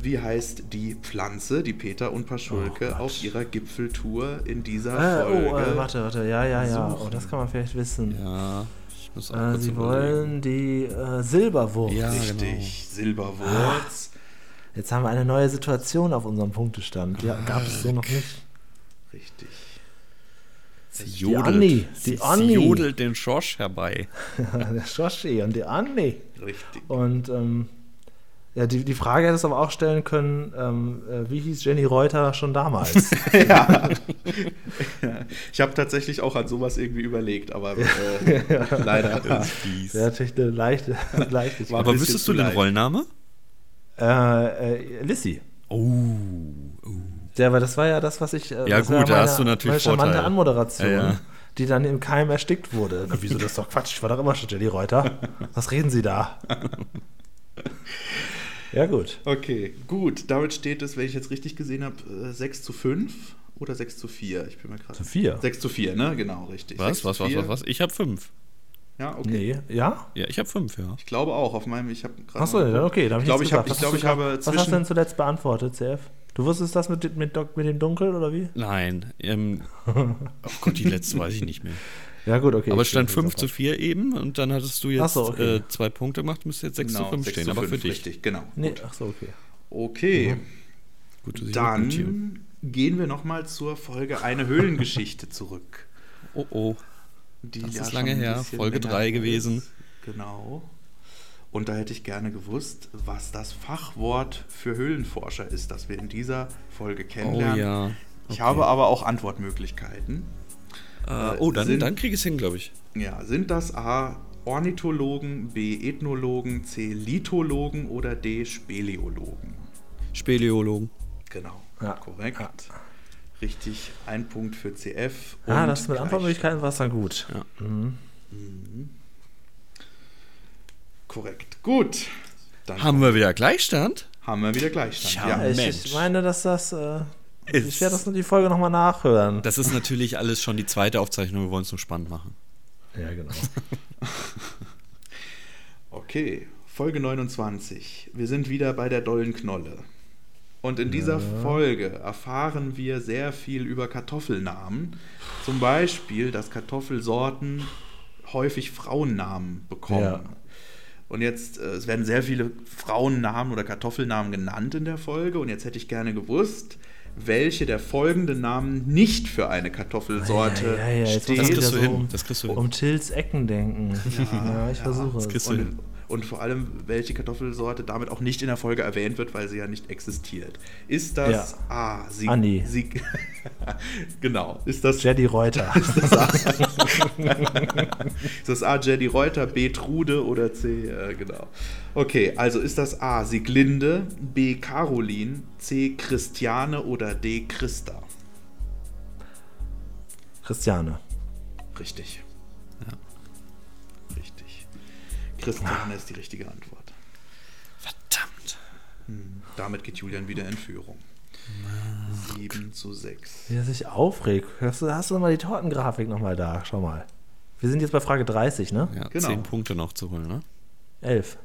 Speaker 3: Wie heißt die Pflanze, die Peter und
Speaker 2: Oh,
Speaker 3: Paschulke auf ihrer Gipfeltour in dieser
Speaker 4: Äh,
Speaker 3: Folge?
Speaker 4: oh, äh, warte, warte. Ja, ja, ja. Oh,
Speaker 3: Suchen.
Speaker 4: das kann man vielleicht wissen.
Speaker 2: Ja, ich muss auch
Speaker 4: äh,
Speaker 2: kurz
Speaker 4: sie
Speaker 2: überlegen.
Speaker 4: wollen die äh, Silberwurst.
Speaker 2: Ja,
Speaker 3: Richtig,
Speaker 2: genau. Ah.
Speaker 3: Silberwurz.
Speaker 4: Jetzt haben wir eine neue Situation auf unserem Punktestand. Ja, gab es so noch nicht.
Speaker 3: Richtig.
Speaker 2: Sie
Speaker 4: Anni, die
Speaker 2: sie,
Speaker 4: Anni.
Speaker 2: sie jodelt den Schorsch herbei.
Speaker 4: (laughs) Der Schoshi und die Anni.
Speaker 3: Richtig.
Speaker 4: Und ähm, ja, die, die Frage hättest du aber auch stellen können, ähm, äh, wie hieß Jenny Reuter
Speaker 2: (laughs)
Speaker 4: schon damals?
Speaker 3: Ja. Ja. ich habe tatsächlich auch an sowas irgendwie überlegt,
Speaker 4: (laughs)
Speaker 3: aber äh, leider.
Speaker 2: Fies.
Speaker 4: Der hat natürlich eine leichte, (laughs) leichte
Speaker 3: War-
Speaker 2: Aber
Speaker 3: bisschen
Speaker 2: wüsstest
Speaker 3: zu
Speaker 2: du den
Speaker 3: leicht.
Speaker 2: Rollname?
Speaker 4: äh, äh, Lissy.
Speaker 2: Oh.
Speaker 4: Ja, aber das war ja das, was ich. äh,
Speaker 2: Ja,
Speaker 4: das
Speaker 2: gut,
Speaker 4: war
Speaker 2: da hast du natürlich
Speaker 4: meine charmante
Speaker 2: Vorteil.
Speaker 4: Anmoderation,
Speaker 2: Ja, ja.
Speaker 4: die dann im Keim erstickt wurde. Na, wieso das ist doch Quatsch? Ich war doch immer schon Jelly Reuter. Was reden Sie
Speaker 2: (laughs)
Speaker 4: da? ja, gut.
Speaker 3: Okay, gut. Damit steht es, wenn ich jetzt richtig gesehen habe, 6 zu 5 oder 6 zu 4. Ich bin mir gerade.
Speaker 4: Zu vier?
Speaker 3: 6 zu 4, ne? Genau, richtig. Sechs
Speaker 2: Was,
Speaker 3: zu
Speaker 2: was, was,
Speaker 3: vier.
Speaker 2: was, was? Ich hab fünf.
Speaker 3: Ja, okay.
Speaker 4: Nee, ja?
Speaker 2: Ja, ich hab fünf, ja.
Speaker 3: Ich glaube auch. Auf meinem, ich habe gerade.
Speaker 4: Achso,
Speaker 3: mal-
Speaker 4: ja, okay, da habe
Speaker 3: Ich
Speaker 4: ich,
Speaker 3: glaube,
Speaker 4: nichts
Speaker 3: ich, hab,
Speaker 4: gesagt.
Speaker 3: ich,
Speaker 4: Was
Speaker 3: glaube,
Speaker 4: hast
Speaker 3: ich
Speaker 4: du-
Speaker 3: habe
Speaker 4: Was hast du denn
Speaker 3: zwischen.
Speaker 4: zuletzt beantwortet, CF? Du wusstest das mit, mit, Doc- mit dem Dunkel oder wie?
Speaker 2: Nein. Ähm,
Speaker 4: (laughs)
Speaker 2: oh Gott, die letzten weiß ich nicht mehr.
Speaker 4: Ja, gut, okay.
Speaker 2: Aber es
Speaker 4: ich
Speaker 2: stand
Speaker 4: bin
Speaker 2: 5 zu 4 eben und dann hattest du
Speaker 4: Ach
Speaker 2: jetzt
Speaker 4: so, okay.
Speaker 2: äh, zwei Punkte gemacht, müsste jetzt 6
Speaker 3: Genau,
Speaker 2: zu 5
Speaker 3: sechs
Speaker 2: stehen, aber für
Speaker 3: fünf,
Speaker 2: dich. Mhm.
Speaker 3: Richtig, genau.
Speaker 4: Nee, ach so, okay.
Speaker 3: Okay.
Speaker 2: Gut, dass ich mitnotiere.
Speaker 3: Dann gehen wir nochmal zur Folge Eine Höhlengeschichte zurück.
Speaker 2: Oh oh.
Speaker 3: Die
Speaker 2: Das ist
Speaker 3: schon
Speaker 2: lange
Speaker 3: ein
Speaker 2: her,
Speaker 3: bisschen
Speaker 2: Folge
Speaker 3: länger
Speaker 2: drei
Speaker 3: her
Speaker 2: gewesen.
Speaker 3: ist. Genau. Und da hätte ich gerne gewusst, was das Fachwort für Höhlenforscher ist, das wir in dieser Folge
Speaker 2: Oh
Speaker 3: kennenlernen.
Speaker 2: ja.
Speaker 3: Ich habe aber auch Antwortmöglichkeiten.
Speaker 2: Äh, oh, dann,
Speaker 3: sind-
Speaker 2: dann krieg ich es hin, glaube ich.
Speaker 3: Ja, sind das A. Ornithologen, B. Ethnologen, C. Lithologen oder D. Speleologen?
Speaker 2: Speleologen.
Speaker 3: Genau,
Speaker 4: Ja.
Speaker 3: korrekt.
Speaker 4: Ja.
Speaker 3: Richtig, ein Punkt für CF.
Speaker 4: Ah,
Speaker 3: und
Speaker 4: das mit
Speaker 3: gleich-
Speaker 4: Antwortmöglichkeiten war es dann gut.
Speaker 2: Ja.
Speaker 3: Korrekt, gut. Dann
Speaker 2: Haben wir wieder Gleichstand?
Speaker 3: haben wir wieder Gleichstand.
Speaker 2: Schau.
Speaker 4: Ja, ich,
Speaker 2: Mensch.
Speaker 4: ich meine, dass das. Äh, ich
Speaker 2: Ist-
Speaker 4: werde das nur die Folge nochmal nachhören.
Speaker 2: Das ist natürlich alles schon die zweite Aufzeichnung, wir wollen es nur spannend machen.
Speaker 4: Ja, genau.
Speaker 3: Okay, Folge 29. Wir sind wieder bei der dollen Knolle. Und in dieser Folge erfahren wir sehr viel über Kartoffelnamen. Zum Beispiel, dass Kartoffelsorten häufig Frauennamen bekommen.
Speaker 4: Ja.
Speaker 3: Und jetzt, äh, es werden sehr viele Frauennamen oder Kartoffelnamen genannt in der Folge. Und jetzt hätte ich gerne gewusst, welche der folgenden Namen nicht für eine Kartoffelsorte
Speaker 4: Ja, ja, ja, jetzt
Speaker 3: stehen.
Speaker 4: muss
Speaker 2: Das kriegst
Speaker 4: ich wieder
Speaker 2: du
Speaker 4: so
Speaker 2: hin,
Speaker 4: um-
Speaker 2: das kriegst du hin.
Speaker 4: Um Tills Ecken denken. Ja, ich versuche
Speaker 3: das
Speaker 4: es.
Speaker 2: kriegst-
Speaker 3: Und, und vor allem, welche Kartoffelsorte damit auch nicht in der Folge erwähnt wird, weil sie ja nicht existiert. Ist das A. Sie,
Speaker 4: Anni.
Speaker 3: Sie, (laughs) genau. Ist das, ist
Speaker 4: Jedi Reuter. (laughs)
Speaker 3: das A. Jedi Reuter, B. Trude oder C. Äh, genau. Okay, also ist das A. Sieglinde, B. Caroline, C. Christiane oder D. Christa?
Speaker 4: Christiane.
Speaker 3: Richtig. Ja. Richtig. Christiane ist die richtige Antwort. Hm.
Speaker 2: Verdammt.
Speaker 3: Damit geht Julian wieder in Führung. 7 zu 6.
Speaker 4: Wie er sich aufregt. Hast du, hast du nochmal die Tortengrafik nochmal da? Schau mal. Wir sind jetzt bei Frage 30, ne?
Speaker 2: Ja,
Speaker 3: Genau.
Speaker 2: zehn Punkte noch zu holen, ne?
Speaker 4: 11.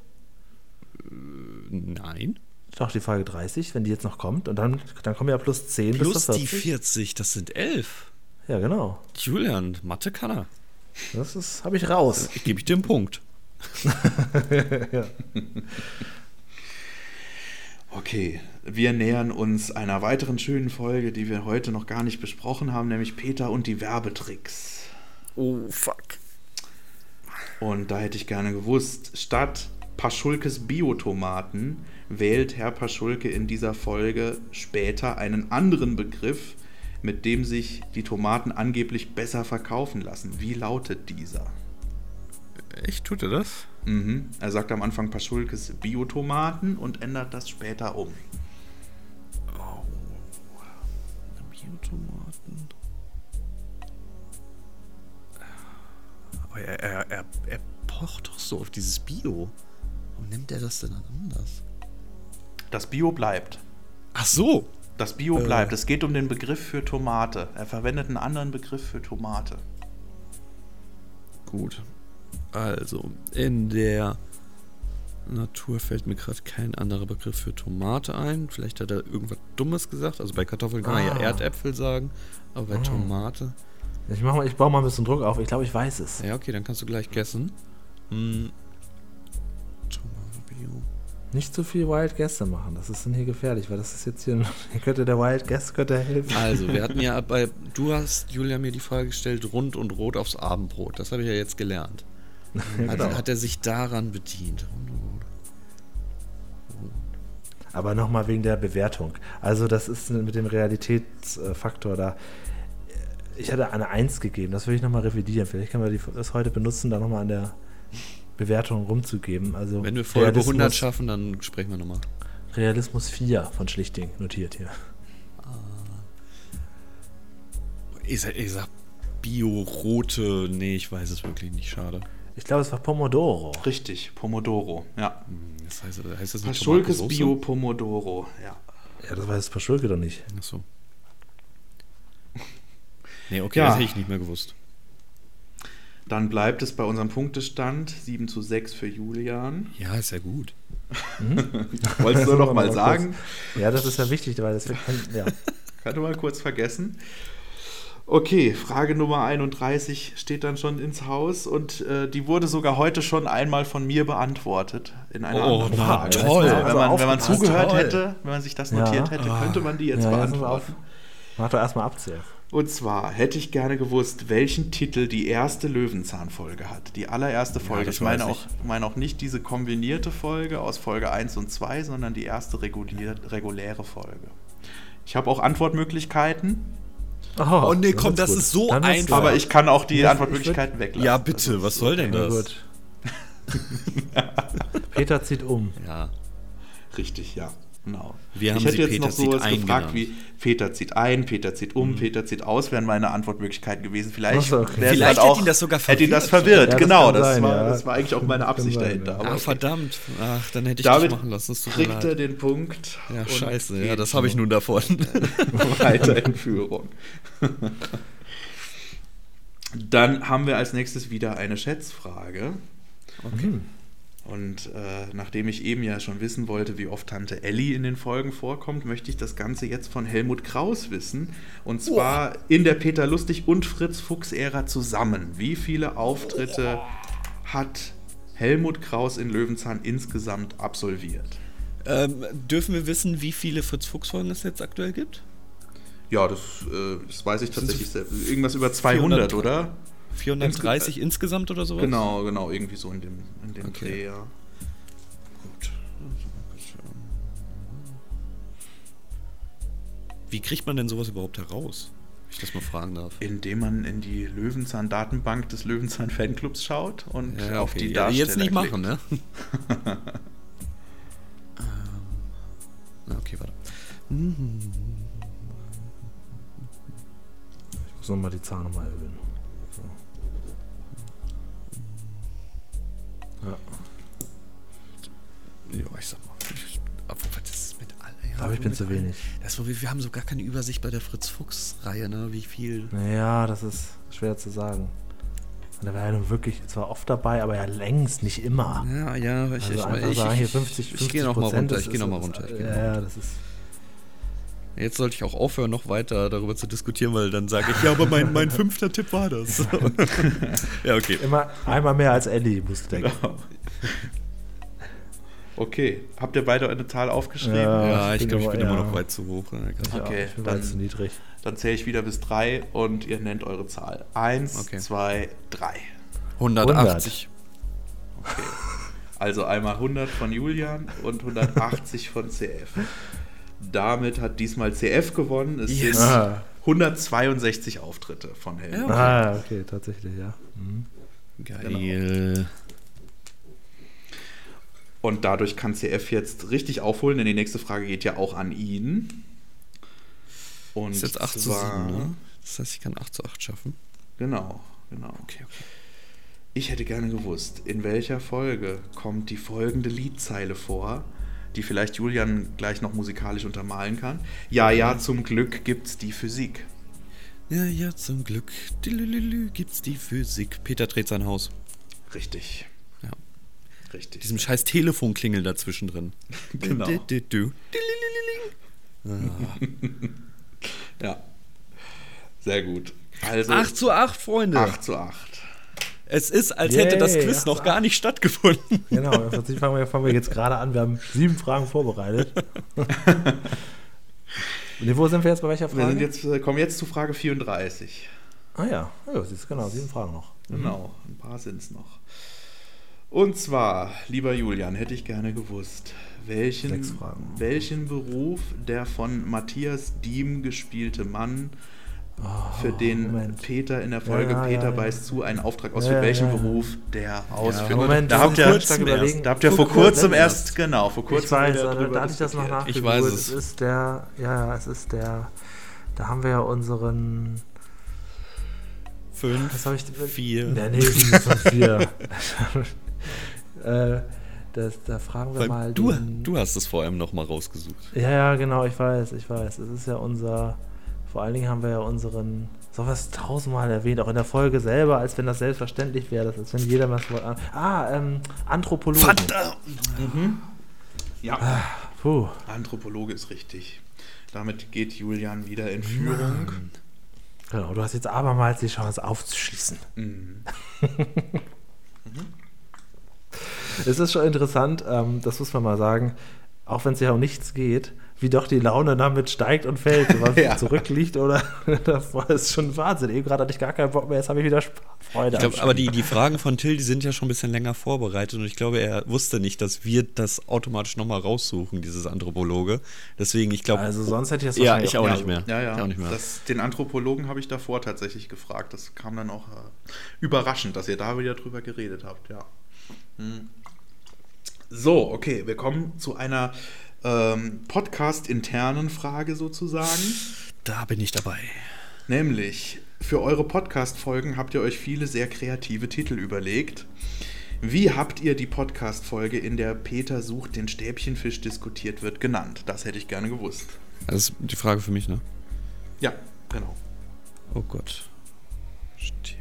Speaker 2: Nein.
Speaker 4: Doch, die Frage 30, wenn die jetzt noch kommt. Und dann, dann kommen ja plus 10 bis
Speaker 2: Plus
Speaker 4: zur
Speaker 2: die
Speaker 4: 40.
Speaker 2: 40, das sind 11.
Speaker 4: Ja, genau.
Speaker 2: Julian, Mathe kann er.
Speaker 4: Das ist- habe ich raus.
Speaker 2: Gebe ich dir einen Punkt.
Speaker 3: Okay, wir nähern uns einer weiteren schönen Folge, die wir heute noch gar nicht besprochen haben, nämlich Peter und die Werbetricks.
Speaker 2: Oh, fuck.
Speaker 3: Und da hätte ich gerne gewusst, statt Paschulkes Biotomaten wählt Herr Paschulke in dieser Folge später einen anderen Begriff, mit dem sich die Tomaten angeblich besser verkaufen lassen. Wie lautet dieser?
Speaker 2: Echt, tut er das?
Speaker 3: Mhm. Er sagt am Anfang Paschulkes Biotomaten und ändert das später um.
Speaker 2: Oh. Biotomaten. Aber er, er, er, er pocht doch so auf dieses Bio. Warum nimmt er das denn dann anders?
Speaker 3: Das Bio bleibt.
Speaker 2: Ach so.
Speaker 3: Das Bio bleibt. Es geht um den Begriff für Tomate. Er verwendet einen anderen Begriff für Tomate.
Speaker 2: Gut. Also, in der Natur fällt mir gerade kein anderer Begriff für Tomate ein. Vielleicht hat er irgendwas Dummes gesagt. Also bei Kartoffeln kann man ja
Speaker 4: Ah.
Speaker 2: Erdäpfel sagen, aber bei Tomate.
Speaker 4: Ich, mach mal, ich baue mal ein bisschen Druck auf. Ich glaube, ich weiß es.
Speaker 2: Ja, okay, dann kannst du gleich guessen. Hm. Tomate Bio.
Speaker 4: Nicht zu viel Wild Gäste machen. Das ist dann hier gefährlich, weil das ist jetzt hier. ein- (laughs) Hier könnte der Wild Guest könnte helfen.
Speaker 2: Also, wir hatten (laughs) ja bei. Du hast, Julia, mir die Frage gestellt: rund und rot aufs Abendbrot. Das habe ich ja jetzt (laughs) gelernt.
Speaker 4: Ja,
Speaker 2: Hat,
Speaker 4: genau.
Speaker 2: hat er sich daran bedient? Rund und rot.
Speaker 4: Aber nochmal wegen der Bewertung. Also, das ist mit dem Realitätsfaktor da. Ich hatte eine 1 gegeben, das will ich nochmal revidieren. Vielleicht können wir die, das heute benutzen, da nochmal an der Bewertung rumzugeben. Also
Speaker 2: Wenn wir Folge 100
Speaker 4: Realismus,
Speaker 2: schaffen, dann sprechen wir nochmal.
Speaker 4: Realismus 4 von Schlichting notiert hier.
Speaker 2: Ich sag, ich sag Bio-Rote. Nee, ich weiß es wirklich nicht. Schade.
Speaker 4: Ich glaube, es war Pomodoro.
Speaker 3: Richtig, Pomodoro. Ja.
Speaker 2: Das heißt, heißt das nicht
Speaker 3: Paschulkes
Speaker 2: Tomatensauce?
Speaker 3: Bio Pomodoro. Ja.
Speaker 4: Ja, das weiß Paschulke doch nicht.
Speaker 2: Ach so. (laughs) Nee, okay,
Speaker 3: Ja.
Speaker 2: das hätte ich nicht mehr gewusst.
Speaker 3: Dann bleibt es bei unserem Punktestand 7 zu 6
Speaker 2: (laughs)
Speaker 3: für Julian.
Speaker 2: Ja, ist ja gut.
Speaker 3: Wolltest du noch
Speaker 4: Aber
Speaker 3: mal
Speaker 4: kurz.
Speaker 3: sagen?
Speaker 4: Ja, das ist ja wichtig, weil das wir können, ja.
Speaker 3: Hatte mal kurz vergessen. Okay, Frage Nummer 31 steht dann schon ins Haus und äh, die wurde sogar heute schon einmal von mir beantwortet. In einer
Speaker 2: Oh,
Speaker 3: anderen
Speaker 2: na,
Speaker 3: Frage.
Speaker 2: toll.
Speaker 3: Also, wenn, man, wenn man
Speaker 4: Aufgepasst,
Speaker 3: zugehört
Speaker 2: toll.
Speaker 3: hätte, wenn man sich das
Speaker 4: Ja.
Speaker 3: notiert hätte, könnte man die jetzt
Speaker 4: ja, jetzt sind wir auf.
Speaker 3: beantworten.
Speaker 4: Mach doch erstmal abzählen.
Speaker 3: Und zwar hätte ich gerne gewusst, welchen Titel die erste Löwenzahnfolge hat. Die allererste Folge.
Speaker 2: das
Speaker 3: ich meine
Speaker 2: weiß
Speaker 3: auch, meine auch nicht diese kombinierte Folge aus Folge 1 und 2, sondern die erste regulier, reguläre Folge. Ich habe auch Antwortmöglichkeiten,
Speaker 2: Oh, nee, komm, das ist so einfach.
Speaker 3: aber ich kann auch die
Speaker 4: Ich- ich
Speaker 3: Antwortmöglichkeiten weglassen.
Speaker 2: Ja, bitte, was soll denn
Speaker 4: Na
Speaker 2: das?
Speaker 4: gut. (laughs) Peter zieht um.
Speaker 2: Ja.
Speaker 3: Richtig, ja. Genau.
Speaker 2: Wir haben
Speaker 3: ich hätte
Speaker 2: sie
Speaker 3: jetzt
Speaker 2: Peter
Speaker 3: noch sowas
Speaker 2: zieht Mhm. ein
Speaker 3: gefragt wie
Speaker 2: genannt.
Speaker 3: Peter zieht ein, Peter zieht um, Peter zieht aus, wären meine Antwortmöglichkeiten gewesen.
Speaker 4: Ach
Speaker 3: Vielleicht,
Speaker 4: so, okay.
Speaker 3: wär's
Speaker 2: Vielleicht
Speaker 3: dann
Speaker 2: hätte
Speaker 3: auch-
Speaker 2: ihn das sogar
Speaker 3: Hätte ihn das
Speaker 2: verwirrt.
Speaker 3: verwirrt,
Speaker 4: Ja, das
Speaker 3: genau.
Speaker 4: kann
Speaker 3: Das,
Speaker 4: sein,
Speaker 3: war,
Speaker 4: ja.
Speaker 3: das war eigentlich auch meine
Speaker 4: Kann
Speaker 3: Absicht
Speaker 4: sein,
Speaker 3: dahinter.
Speaker 4: ja.
Speaker 3: aber
Speaker 2: Ah,
Speaker 3: okay.
Speaker 2: verdammt. Ach, dann hätte ich
Speaker 3: Damit
Speaker 2: das machen lassen. Es tut mir
Speaker 3: kriegt er
Speaker 2: leid.
Speaker 3: den Punkt.
Speaker 2: Ja,
Speaker 3: und
Speaker 2: scheiße. Ja,
Speaker 3: geht
Speaker 2: das habe ich nun davon.
Speaker 3: (laughs) weiter in Führung. Dann haben wir als nächstes wieder eine Schätzfrage. Hm.
Speaker 4: Okay.
Speaker 3: Und äh, nachdem ich eben ja schon wissen wollte, wie oft Tante Elli in den Folgen vorkommt, möchte ich das Ganze jetzt von Helmut Kraus wissen. Und zwar in der Peter Lustig und Fritz Fuchs Ära zusammen. Wie viele Auftritte hat Helmut Kraus in Löwenzahn insgesamt absolviert?
Speaker 2: ähm, dürfen wir wissen, wie viele Fritz Fuchs Folgen es jetzt aktuell gibt?
Speaker 3: Ja, das, äh, das weiß ich tatsächlich
Speaker 2: so
Speaker 3: selbst. Irgendwas über 200,
Speaker 2: 400,
Speaker 3: oder?
Speaker 2: 430 insgesamt oder sowas?
Speaker 3: Genau, genau, irgendwie so in dem, in dem
Speaker 2: Okay.
Speaker 3: Dreh, ja.
Speaker 2: Gut. Wie kriegt man denn sowas überhaupt heraus? Wenn ich das mal fragen darf.
Speaker 3: Indem man in die Löwenzahn-Datenbank des Löwenzahn-Fanclubs schaut und
Speaker 2: Ja,
Speaker 3: auf
Speaker 2: okay.
Speaker 3: die
Speaker 2: Ja,
Speaker 3: Darsteller
Speaker 2: Jetzt nicht
Speaker 3: klickt. (laughs)
Speaker 2: machen, ne? (laughs) ähm, na, okay, warte. Mhm.
Speaker 4: Ich muss nochmal die Zahl nochmal erhöhen. So. Ja.
Speaker 2: Ja, ich sag mal. ich- Obwohl, das ist mit all, ja,
Speaker 4: Aber ich
Speaker 2: so
Speaker 4: bin
Speaker 2: mit
Speaker 4: zu
Speaker 2: allen-
Speaker 4: wenig.
Speaker 2: Das, wo wir, wir haben so gar keine Übersicht bei der Fritz-Fuchs-Reihe, ne? Wie viel.
Speaker 4: Naja, das ist schwer zu sagen. Und da war er nun wirklich zwar oft dabei, aber ja längst nicht immer.
Speaker 2: Ja, ja, ich,
Speaker 4: Also
Speaker 2: ich,
Speaker 4: einfach
Speaker 2: ich,
Speaker 4: sagen, hier
Speaker 2: ich,
Speaker 4: 50, 50
Speaker 2: ich gehe nochmal
Speaker 4: Prozent,
Speaker 2: runter,
Speaker 4: das
Speaker 2: ich gehe
Speaker 4: ist-
Speaker 2: nochmal
Speaker 4: das-
Speaker 2: runter. Ich geh noch mal
Speaker 4: Ja, ja, das ist.
Speaker 2: runter. Jetzt sollte ich auch aufhören, noch weiter darüber zu diskutieren, weil dann sage ich, ja, aber mein, mein fünfter Tipp war
Speaker 4: (laughs)
Speaker 2: das. (laughs) ja, okay. (laughs)
Speaker 4: Immer einmal mehr als Ellie, musst du denken.
Speaker 3: Genau. Okay. Habt ihr beide eine Zahl aufgeschrieben?
Speaker 4: Ja.
Speaker 2: Ja,
Speaker 4: ich
Speaker 2: ich glaube, ich
Speaker 4: bin
Speaker 2: bin
Speaker 4: aber-
Speaker 2: immer
Speaker 4: ja.
Speaker 2: noch weit zu hoch. ne? Ja, krass.
Speaker 3: Okay,
Speaker 4: ich bin
Speaker 3: dann-
Speaker 4: weit zu niedrig.
Speaker 3: Dann zähle ich wieder bis drei und ihr nennt eure Zahl. Eins,
Speaker 2: Okay.
Speaker 3: zwei, drei.
Speaker 2: 180.
Speaker 3: Also einmal 100 von Julian und 180 von CF. Damit hat diesmal CF gewonnen. Es
Speaker 2: Yes.
Speaker 3: sind
Speaker 4: Ah,
Speaker 3: 162 Auftritte von Helm.
Speaker 2: Ja.
Speaker 4: ah, okay, tatsächlich, ja. Genau.
Speaker 2: Geil.
Speaker 3: Und dadurch kann CF jetzt richtig aufholen, denn die nächste Frage geht ja auch an ihn. Und
Speaker 2: Ist jetzt 8 zu
Speaker 3: zwar-
Speaker 2: 7, ne? Das heißt, ich kann 8 zu 8 schaffen.
Speaker 3: Genau, genau.
Speaker 2: Okay, okay.
Speaker 3: Ich hätte gerne gewusst, in welcher Folge kommt die folgende Liedzeile vor, die vielleicht Julian gleich noch musikalisch untermalen kann. Ja, ja,
Speaker 2: Mhm.
Speaker 3: zum Glück gibt's die Physik.
Speaker 2: Ja, ja, zum Glück. Dilililü, gibt's die Physik. Peter dreht sein Haus.
Speaker 3: Richtig.
Speaker 2: Ja.
Speaker 3: Richtig.
Speaker 2: Diesem scheiß Telefonklingel dazwischen (laughs) drin.
Speaker 3: Genau.
Speaker 2: Du, du, du.
Speaker 3: ja. Sehr gut. Also
Speaker 2: 8 zu 8, Freunde.
Speaker 3: 8 zu 8.
Speaker 2: Es ist, als
Speaker 4: Yay,
Speaker 2: hätte das Quiz
Speaker 4: 8
Speaker 2: noch
Speaker 4: zu
Speaker 2: gar nicht (laughs) stattgefunden.
Speaker 4: Genau, im Prinzip fangen wir, fangen wir jetzt gerade an. Wir haben sieben
Speaker 2: (laughs)
Speaker 4: Fragen vorbereitet. Und wo sind wir jetzt bei welcher Frage?
Speaker 3: Wir sind jetzt, äh, kommen jetzt zu Frage 34.
Speaker 4: ah ja, ja siehst du, genau, sieben Fragen noch.
Speaker 3: Genau, ein paar sind's noch. Und zwar, lieber Julian, hätte ich gerne gewusst, welchen,
Speaker 4: Sechs Fragen.
Speaker 3: welchen Beruf der von Matthias Diem gespielte Mann, für den
Speaker 4: Oh, Moment.
Speaker 3: Peter in der Folge
Speaker 4: Ja, ja,
Speaker 3: Peter
Speaker 4: ja.
Speaker 3: beißt zu einen Auftrag ausführt,
Speaker 4: Ja, ja,
Speaker 3: welchen
Speaker 4: ja, ja.
Speaker 3: Beruf der ausführt.
Speaker 4: Moment,
Speaker 3: da
Speaker 4: das
Speaker 3: habt
Speaker 4: muss
Speaker 3: ihr,
Speaker 4: ich
Speaker 2: kurz
Speaker 3: da
Speaker 2: überlegen.
Speaker 3: habt ihr
Speaker 4: Vor
Speaker 3: vor
Speaker 4: kurzem
Speaker 3: kurzem erst, genau, vor kurzem
Speaker 4: ich weiß,
Speaker 3: wieder
Speaker 4: da,
Speaker 3: drüber
Speaker 4: da hatte ich das noch
Speaker 3: diskutiert.
Speaker 2: Ich
Speaker 4: nachgeguckt.
Speaker 2: weiß es.
Speaker 4: ist der, ja, ja, es ist der, da haben wir ja unseren,
Speaker 2: 5,
Speaker 4: was habe ich,
Speaker 2: vier.
Speaker 4: Nee, nee, sieben, fünf,
Speaker 2: (laughs)
Speaker 4: vier. (laughs) äh, das, da fragen wir mal
Speaker 2: Du,
Speaker 4: den,
Speaker 2: du hast es vor allem nochmal rausgesucht.
Speaker 4: Ja, ja, genau, ich weiß, ich weiß. Es ist ja unser, vor allen Dingen haben wir ja unseren, so was tausendmal erwähnt, auch in der Folge selber, als wenn das selbstverständlich wäre, das als wenn jeder was wollte. Ah, ähm, Anthropologen.
Speaker 3: Ja,
Speaker 4: Puh,
Speaker 3: Anthropologe ist richtig. Damit geht Julian wieder in Führung.
Speaker 4: genau, du hast jetzt abermals die Chance aufzuschließen. (laughs)
Speaker 3: Mhm.
Speaker 2: Mhm.
Speaker 4: Es ist schon interessant, ähm, das muss man mal sagen, auch wenn es ja um nichts geht, wie doch die Laune damit steigt und
Speaker 2: (laughs)
Speaker 4: fällt, so was
Speaker 3: Ja.
Speaker 4: zurückliegt oder (laughs) davor ist schon Wahnsinn. Eben gerade hatte ich gar keinen Bock mehr, jetzt habe ich wieder Spaß. Freude.
Speaker 2: Ich
Speaker 4: am
Speaker 2: glaube, aber die, die Fragen von Till, die sind ja schon ein bisschen länger vorbereitet und ich glaube, er wusste nicht, dass wir das automatisch nochmal raussuchen, dieses Anthropologe. Deswegen, ich glaube,
Speaker 4: Also sonst hätte ich das
Speaker 2: Ja,
Speaker 4: wahrscheinlich
Speaker 2: ich
Speaker 4: auch
Speaker 2: auch
Speaker 3: ja,
Speaker 2: nicht mehr.
Speaker 3: Ja, ja.
Speaker 2: Ich auch nicht mehr.
Speaker 3: Das, den Anthropologen habe ich davor tatsächlich gefragt. Das kam dann auch äh, überraschend, dass ihr da wieder drüber geredet habt, ja. Hm. So, okay, wir kommen zu einer ähm, Podcast-internen Frage sozusagen.
Speaker 2: da bin ich dabei.
Speaker 3: Nämlich, für eure Podcast-Folgen habt ihr euch viele sehr kreative Titel überlegt. Wie habt ihr die Podcast-Folge, in der Peter sucht den Stäbchenfisch diskutiert wird, genannt? Das hätte ich gerne gewusst.
Speaker 2: Das ist die Frage für mich, ne?
Speaker 3: Ja, genau.
Speaker 2: Oh Gott. Stäbchenfisch.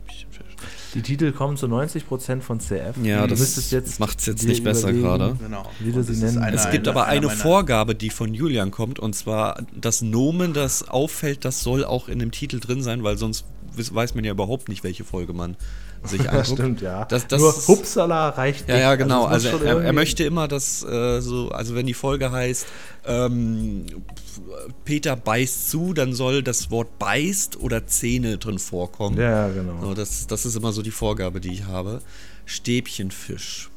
Speaker 4: Die Titel kommen zu 90% von CF.
Speaker 2: Ja,
Speaker 4: Du
Speaker 2: das
Speaker 4: müsstest
Speaker 2: macht's jetzt
Speaker 4: dir
Speaker 2: nicht besser
Speaker 4: überlegen,
Speaker 2: gerade.
Speaker 3: Genau.
Speaker 4: Wie du
Speaker 3: Und
Speaker 4: sie
Speaker 3: es
Speaker 4: nennen
Speaker 3: ist eine-
Speaker 2: Es gibt
Speaker 3: eine-
Speaker 2: aber eine
Speaker 3: einer meiner-
Speaker 2: Vorgabe, die von Julian kommt, und zwar das Nomen, das auffällt, das soll auch in dem Titel drin sein, weil sonst wiss- weiß man ja überhaupt nicht, welche Folge man sich
Speaker 4: Das
Speaker 2: anguckt.
Speaker 4: stimmt, (laughs) ja.
Speaker 2: Das, das
Speaker 4: Nur Hupsala reicht
Speaker 2: Ja,
Speaker 4: nicht.
Speaker 2: ja, genau.
Speaker 4: es muss
Speaker 2: Also,
Speaker 4: schon
Speaker 2: er, er
Speaker 4: irgendwie-
Speaker 2: möchte immer, dass äh, so, also wenn die Folge heißt, ähm, Peter beißt zu, dann soll das Wort beißt oder Zähne drin vorkommen.
Speaker 4: Ja, ja, genau.
Speaker 2: So, das, das ist immer so die Vorgabe, die ich habe. Stäbchenfisch.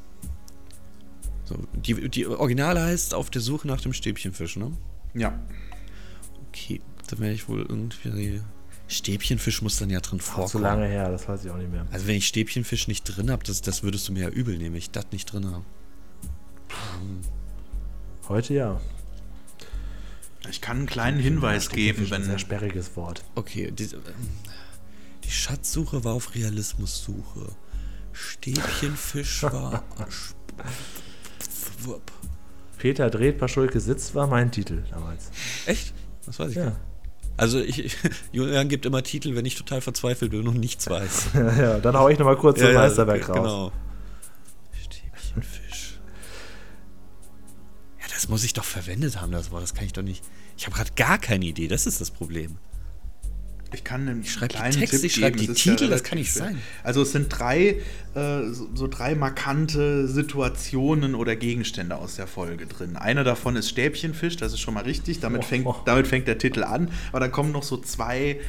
Speaker 2: So, die, die Originale heißt auf der Suche nach dem Stäbchenfisch, ne?
Speaker 3: Ja,
Speaker 2: Okay, dann werde ich wohl irgendwie. Stäbchenfisch muss dann ja drin
Speaker 4: Auch
Speaker 2: vorkommen.
Speaker 4: zu lange her, das weiß ich auch nicht mehr.
Speaker 2: Also wenn ich Stäbchenfisch nicht drin habe, das, das würdest du mir ja übel nehmen, wenn ich das nicht drin habe.
Speaker 4: Heute ja.
Speaker 3: ich kann einen kleinen Hinweis geben,
Speaker 4: Ein sehr
Speaker 3: wenn.
Speaker 4: sperriges Wort.
Speaker 2: Okay, die, ähm, die Schatzsuche war auf Realismussuche. Stäbchenfisch
Speaker 4: (laughs)
Speaker 2: war. Wupp.
Speaker 4: Peter dreht, Paschulke sitzt, war mein Titel damals.
Speaker 2: Echt? Das weiß ich gar
Speaker 4: Ja, (laughs)
Speaker 2: nicht. Also ich, ich, (laughs) Julian gibt immer Titel, wenn ich total verzweifelt bin und nichts weiß.
Speaker 4: (laughs) ja, ja. dann hau ich nochmal kurz den Meisterwerk raus.
Speaker 2: Genau. Stäbchenfisch. Ja, das muss ich doch verwendet haben, das Wort. Das kann ich doch nicht. Ich habe gerade gar keine Idee. Das ist das Problem.
Speaker 3: ich kann einen ich
Speaker 2: schreib die
Speaker 3: kleinen
Speaker 2: Texte,
Speaker 3: Tipp
Speaker 2: ich schreib
Speaker 3: geben.
Speaker 2: die
Speaker 3: Es ist
Speaker 2: Titel, das
Speaker 3: relativ
Speaker 2: kann nicht
Speaker 3: schwer.
Speaker 2: sein.
Speaker 3: Also es sind drei, äh, so, so drei markante Situationen oder Gegenstände aus der Folge drin. Einer davon ist Stäbchenfisch, das ist schon mal richtig, damit,
Speaker 4: Oh.
Speaker 3: fängt, damit fängt der Titel an. Aber da kommen noch so zwei... äh,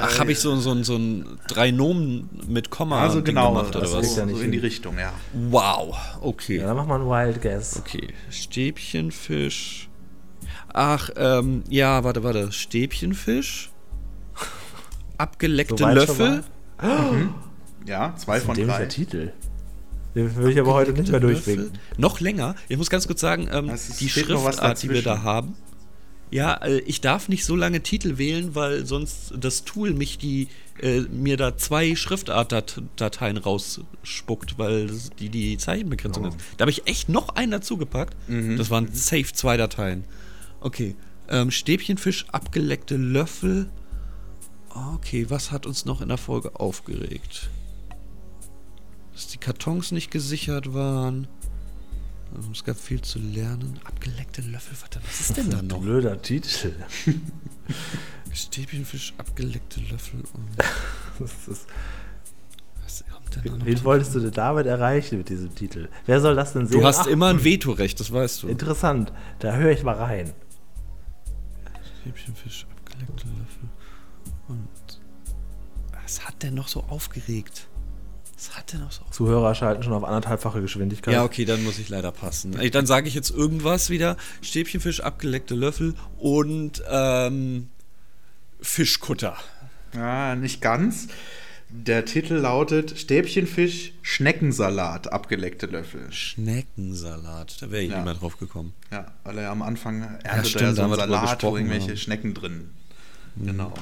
Speaker 2: Ach, habe ich so, so, ein- so ein drei Nomen mit Komma
Speaker 3: also
Speaker 2: Ding
Speaker 3: genau,
Speaker 2: gemacht oder
Speaker 3: also
Speaker 2: was?
Speaker 4: Ja
Speaker 3: so
Speaker 4: nicht
Speaker 3: in
Speaker 4: hin.
Speaker 3: die Richtung, ja.
Speaker 2: Wow, okay.
Speaker 4: Ja, dann mach mal einen Wild Guess.
Speaker 2: Okay, Stäbchenfisch. Ach, ähm, ja, warte, warte.
Speaker 4: (laughs)
Speaker 2: Stäbchenfisch. Abgeleckte
Speaker 4: So weit
Speaker 2: Löffel.
Speaker 4: schon
Speaker 3: Ja, zwei von
Speaker 4: Dem ist
Speaker 3: drei.
Speaker 4: der Titel. Den will ich aber heute nicht mehr
Speaker 2: Löffel.
Speaker 4: durchwinken.
Speaker 2: Noch länger. Ich muss ganz kurz sagen, ähm,
Speaker 3: Also Es ist-
Speaker 2: die
Speaker 3: steht noch was
Speaker 2: Schriftart, die wir da
Speaker 3: dazwischen.
Speaker 2: haben. Ja, äh, ich darf nicht so lange Titel wählen, weil sonst das Tool mich die äh, mir da zwei Schriftart-Dateien rausspuckt, weil das die die
Speaker 3: Oh.
Speaker 2: Zeichenbegrenzung ist. Da habe ich echt noch einen dazu gepackt.
Speaker 3: Mhm.
Speaker 2: Das waren safe zwei Dateien. Okay, ähm, Stäbchenfisch, abgeleckte Löffel. Ah, Okay, was hat uns noch in der Folge aufgeregt? dass die Kartons nicht gesichert waren. Ähm, Es gab viel zu lernen. Abgeleckte Löffel, verdammt, was ist denn da noch?
Speaker 4: (laughs) Blöder Titel.
Speaker 2: Stäbchenfisch, abgeleckte Löffel und
Speaker 4: Das ist,
Speaker 2: was kommt denn da noch?
Speaker 4: (laughs) wen wolltest du denn damit erreichen mit diesem Titel? Wer soll das denn sehen?
Speaker 2: Du hast
Speaker 4: Ach,
Speaker 2: immer ein Vetorecht, das weißt du.
Speaker 4: Interessant. Da höre ich mal rein.
Speaker 2: Stäbchenfisch, abgeleckte Löffel und was hat denn noch so aufgeregt? Was hat denn noch so aufgeregt?
Speaker 4: Zuhörer schalten schon auf anderthalbfache Geschwindigkeit.
Speaker 2: Ja, okay, dann muss ich leider passen. Äh, Dann sage ich jetzt irgendwas wieder. Stäbchenfisch, abgeleckte Löffel und ähm, Fischkutter.
Speaker 3: Ja, Ah, nicht ganz. Der Titel lautet Stäbchenfisch, Schneckensalat, abgeleckte Löffel.
Speaker 2: Schneckensalat. Da wäre ich
Speaker 3: Ja.
Speaker 2: nie mal drauf gekommen.
Speaker 3: Ja, weil er am Anfang erntet
Speaker 2: stimmt,
Speaker 3: er ja
Speaker 2: da
Speaker 3: so
Speaker 2: haben
Speaker 3: einen
Speaker 2: wir drüber
Speaker 3: Salat, wo
Speaker 2: gesprochen,
Speaker 3: irgendwelche
Speaker 2: ja.
Speaker 3: Schnecken drin. Genau.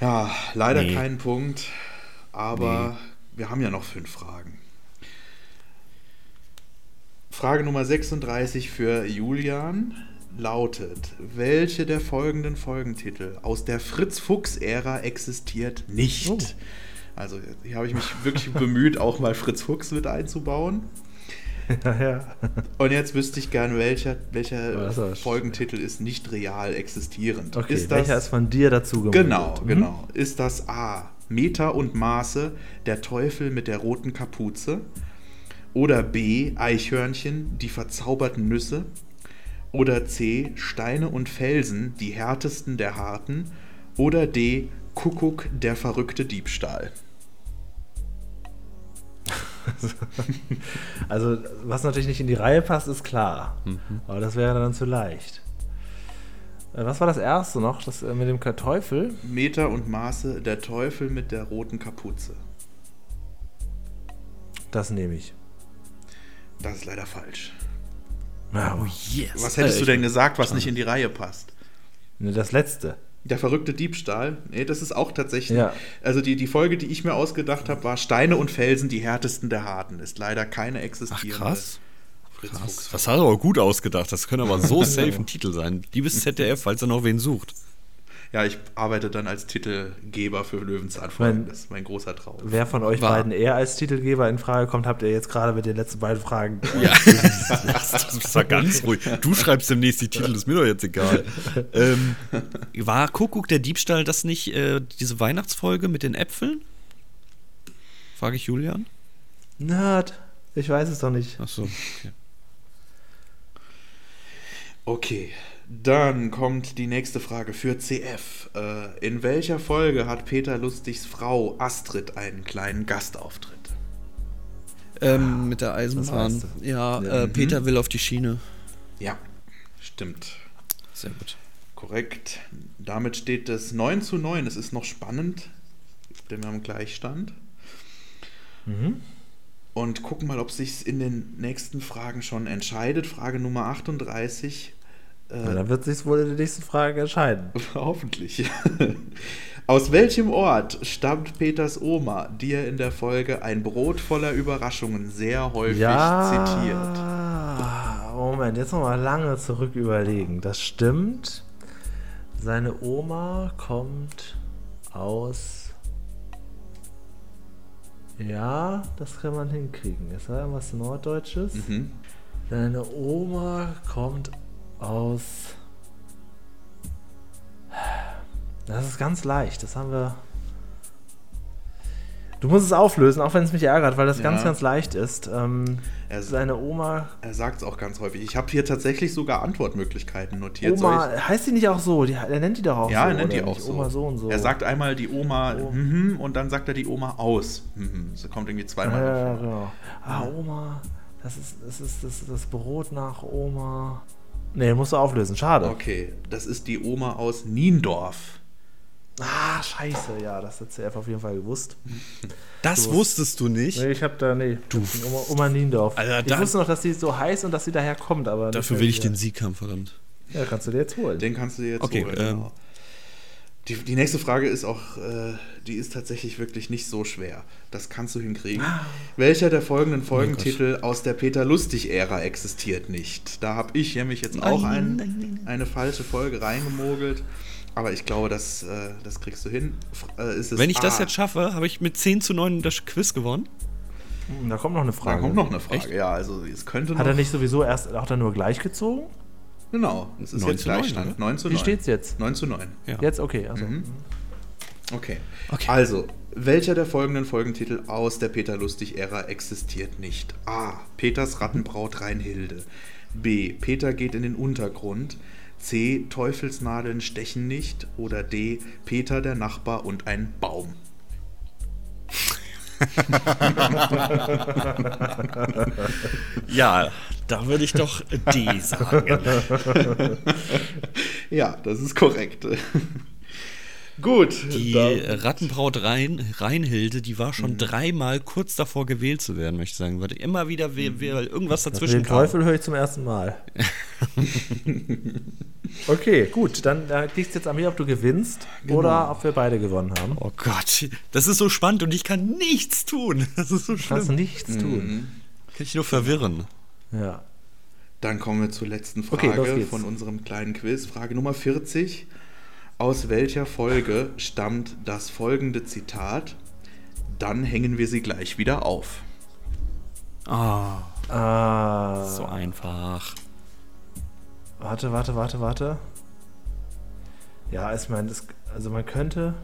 Speaker 3: Ja, leider
Speaker 2: Mhm. Nee.
Speaker 3: kein Punkt, aber wir haben ja noch fünf Fragen. Frage Nummer 36 für Julian lautet: Welche der folgenden Folgentitel aus der Fritz-Fuchs-Ära existiert nicht?
Speaker 2: Oh.
Speaker 3: Also, hier habe ich mich wirklich bemüht, auch mal Fritz Fuchs mit einzubauen.
Speaker 4: Ja, (laughs) ja.
Speaker 3: Und jetzt wüsste ich gern, welcher,
Speaker 4: Oh,
Speaker 3: welcher
Speaker 4: das ist aber
Speaker 3: Folgentitel ist nicht real existierend.
Speaker 4: Okay,
Speaker 3: ist das,
Speaker 4: welcher ist von Mhm. dir dazu gemacht?
Speaker 3: genau, genau. Ist das A. Meter und Maße, der Teufel mit der roten Kapuze? Oder B. Eichhörnchen, die verzauberten Nüsse? Oder C. Steine und Felsen, die härtesten der harten? Oder D. Kuckuck, der verrückte Diebstahl?
Speaker 4: Also, was natürlich nicht in die Reihe passt, ist klar.
Speaker 2: Mhm.
Speaker 4: Aber das wäre dann zu leicht. Äh, Was war das erste noch? Das äh, mit dem Kartoffel?
Speaker 3: Meter und Maße, der Teufel mit der roten Kapuze.
Speaker 4: Das nehme ich.
Speaker 3: Das ist leider falsch.
Speaker 4: Ja, ui.
Speaker 2: Yes.
Speaker 3: Was
Speaker 4: Äh,
Speaker 3: hättest du denn gesagt, was nicht in die Reihe passt?
Speaker 4: Ne, Das letzte.
Speaker 3: Der verrückte Diebstahl? Nee, das ist auch tatsächlich.
Speaker 4: Ja.
Speaker 3: Also die, die Folge, die ich mir ausgedacht habe, war Steine und Felsen, die härtesten der Harten. Ist leider keine
Speaker 2: Ach,
Speaker 3: existierende.
Speaker 2: krass.
Speaker 3: Fritz
Speaker 2: krass.
Speaker 3: Fuchs.
Speaker 2: Das hat er aber gut ausgedacht. Das könnte aber so safe ein Titel sein. Liebes ZDF, falls er noch wen sucht.
Speaker 3: Ja, ich arbeite dann als Titelgeber für Löwenzahnfolgen.
Speaker 4: Mein-
Speaker 3: Das ist mein großer Traum.
Speaker 4: Wer von euch
Speaker 2: War-
Speaker 4: beiden eher als Titelgeber in Frage kommt, habt ihr jetzt gerade mit den letzten beiden Fragen.
Speaker 2: Ja. das ist ja ganz ruhig. Du schreibst demnächst die Titel, ist mir doch jetzt egal. Ähm, war Kuckuck der Diebstahl das nicht äh, diese Weihnachtsfolge mit den Äpfeln? Frage ich Julian.
Speaker 4: Nerd, ich weiß es doch nicht.
Speaker 2: Achso. Okay.
Speaker 3: Okay, dann kommt die nächste Frage für CF. Äh, in welcher Folge hat Peter Lustigs Frau Astrid einen kleinen Gastauftritt?
Speaker 2: Ähm, mit der Eisenbahn.
Speaker 4: weißt
Speaker 2: Ja, äh, Peter will auf die Schiene.
Speaker 3: Ja, stimmt.
Speaker 2: Sehr gut.
Speaker 3: Korrekt. Damit steht es 9 zu 9. Es ist noch spannend, denn wir haben Gleichstand. Und gucken mal, ob sich in den nächsten Fragen schon entscheidet. Frage Nummer 38.
Speaker 4: Na, dann Äh, wird sich's wohl in der nächsten Frage entscheiden.
Speaker 3: Hoffentlich. (laughs) Aus welchem Ort stammt Peters Oma, die er in der Folge Ein Brot voller Überraschungen sehr häufig zitiert?
Speaker 4: Ja. Oh Moment, jetzt nochmal lange zurück überlegen. Das stimmt. Seine Oma kommt aus. Ja, das kann man hinkriegen. Ist da irgendwas Norddeutsches?
Speaker 3: Mhm.
Speaker 4: Deine Oma kommt aus. Das ist ganz leicht. Das haben wir. Du musst es auflösen, auch wenn es mich ärgert, weil das
Speaker 3: Ja.
Speaker 4: ganz, ganz leicht ist. Ähm,
Speaker 3: Er-
Speaker 4: seine Oma.
Speaker 3: Er sagt es auch ganz häufig. Ich habe hier tatsächlich sogar Antwortmöglichkeiten notiert. Soll
Speaker 4: Oma, heißt die nicht auch so? Die, er nennt die doch auch
Speaker 3: ich? Ja,
Speaker 4: so.
Speaker 3: er nennt
Speaker 4: oder
Speaker 3: die auch
Speaker 4: nicht?
Speaker 3: so.
Speaker 4: Oma so und so.
Speaker 3: Er sagt einmal die Oma
Speaker 4: Oh.
Speaker 3: mhm, und dann sagt er die Oma aus. Mhm. Das kommt irgendwie
Speaker 4: Ja,
Speaker 3: zweimal.
Speaker 4: ja,
Speaker 3: vor.
Speaker 4: ja, genau. Ah, Oma. Das ist das, ist das, das Brot nach Oma. Nee, musst du auflösen. Schade.
Speaker 3: Okay, das ist die Oma aus Niendorf.
Speaker 4: Ah, scheiße. Ja, das hat CF auf jeden Fall gewusst.
Speaker 2: Das wusstest du nicht.
Speaker 4: Nee, ich hab da, nee. Du. Oma, Oma Niendorf.
Speaker 2: Alter,
Speaker 4: ich
Speaker 2: da-
Speaker 4: wusste noch, dass sie so heiß und dass sie daher kommt, aber. nicht
Speaker 2: Dafür
Speaker 4: mehr
Speaker 2: will ich
Speaker 4: wieder.
Speaker 2: den Sieg haben, verdammt.
Speaker 4: Ja, kannst du dir jetzt holen.
Speaker 3: Den kannst du dir jetzt
Speaker 2: Okay,
Speaker 3: holen.
Speaker 2: ähm.
Speaker 3: genau. Die, die nächste Frage ist auch, äh, die ist tatsächlich wirklich nicht so schwer. Das kannst du hinkriegen.
Speaker 2: Ah.
Speaker 3: Welcher der
Speaker 2: Oh
Speaker 3: folgenden Folgentitel aus der Peter Lustig-Ära existiert nicht? Da habe ich nämlich jetzt auch ein, eine falsche Folge reingemogelt. Aber ich glaube, das, äh, das kriegst du hin. F äh, ist es
Speaker 2: Wenn ich das
Speaker 3: A?
Speaker 2: jetzt schaffe, habe ich mit 10 zu 9 das Quiz gewonnen.
Speaker 4: Da kommt noch eine
Speaker 3: Da
Speaker 4: Frage.
Speaker 3: kommt noch eine Frage.
Speaker 2: Echt?
Speaker 3: Ja, also es könnte noch.
Speaker 4: Hat er nicht sowieso erst auch dann nur gleich gezogen?
Speaker 3: Genau, es ist
Speaker 2: 9
Speaker 3: jetzt
Speaker 2: zu 9,
Speaker 3: Gleichstand.
Speaker 2: oder?
Speaker 3: 9 zu 9.
Speaker 4: Wie steht's jetzt?
Speaker 3: 9 zu 9.
Speaker 2: Ja.
Speaker 4: Jetzt? Okay, also.
Speaker 3: Mhm. Okay.
Speaker 2: Okay.
Speaker 3: Also, welcher der folgenden Folgentitel aus der Peter Lustig-Ära existiert nicht? A. Peters Rattenbraut Rheinhilde. B. Peter geht in den Untergrund. C. Teufelsnadeln stechen nicht. Oder D. Peter der Nachbar und ein Baum.
Speaker 2: Ja, da würde ich doch D (laughs) sagen.
Speaker 3: Ja, das ist korrekt. (laughs) Gut.
Speaker 4: Äh,
Speaker 2: Die
Speaker 3: da-
Speaker 2: Rattenbraut Rhein, Rheinhilde, die war
Speaker 4: Mhm.
Speaker 2: schon dreimal kurz davor gewählt zu werden, möchte ich sagen. Weil immer wieder we we weil irgendwas
Speaker 4: Mhm. Mit
Speaker 2: dazwischen
Speaker 4: dem Teufel höre ich zum
Speaker 2: (laughs)
Speaker 4: ersten Mal. okay, gut. Dann äh, liegt es jetzt an mir, ob du gewinnst
Speaker 2: Genau.
Speaker 4: oder ob wir beide gewonnen haben.
Speaker 2: Oh Gott, das ist so spannend und ich kann nichts tun. (laughs) Das ist so
Speaker 4: Du kannst
Speaker 2: schlimm.
Speaker 4: nichts tun.
Speaker 2: Kann ich nur verwirren.
Speaker 4: Ja.
Speaker 3: Dann kommen wir zur letzten
Speaker 4: Okay,
Speaker 3: Frage
Speaker 4: los geht's.
Speaker 3: von unserem kleinen Quiz. Frage Nummer 40. Aus welcher Folge stammt das folgende Zitat? Dann hängen wir sie gleich wieder auf.
Speaker 2: Ah,
Speaker 4: Ah,
Speaker 2: so einfach.
Speaker 4: Warte, warte, warte, warte. Ja, ich meine, das- also man könnte.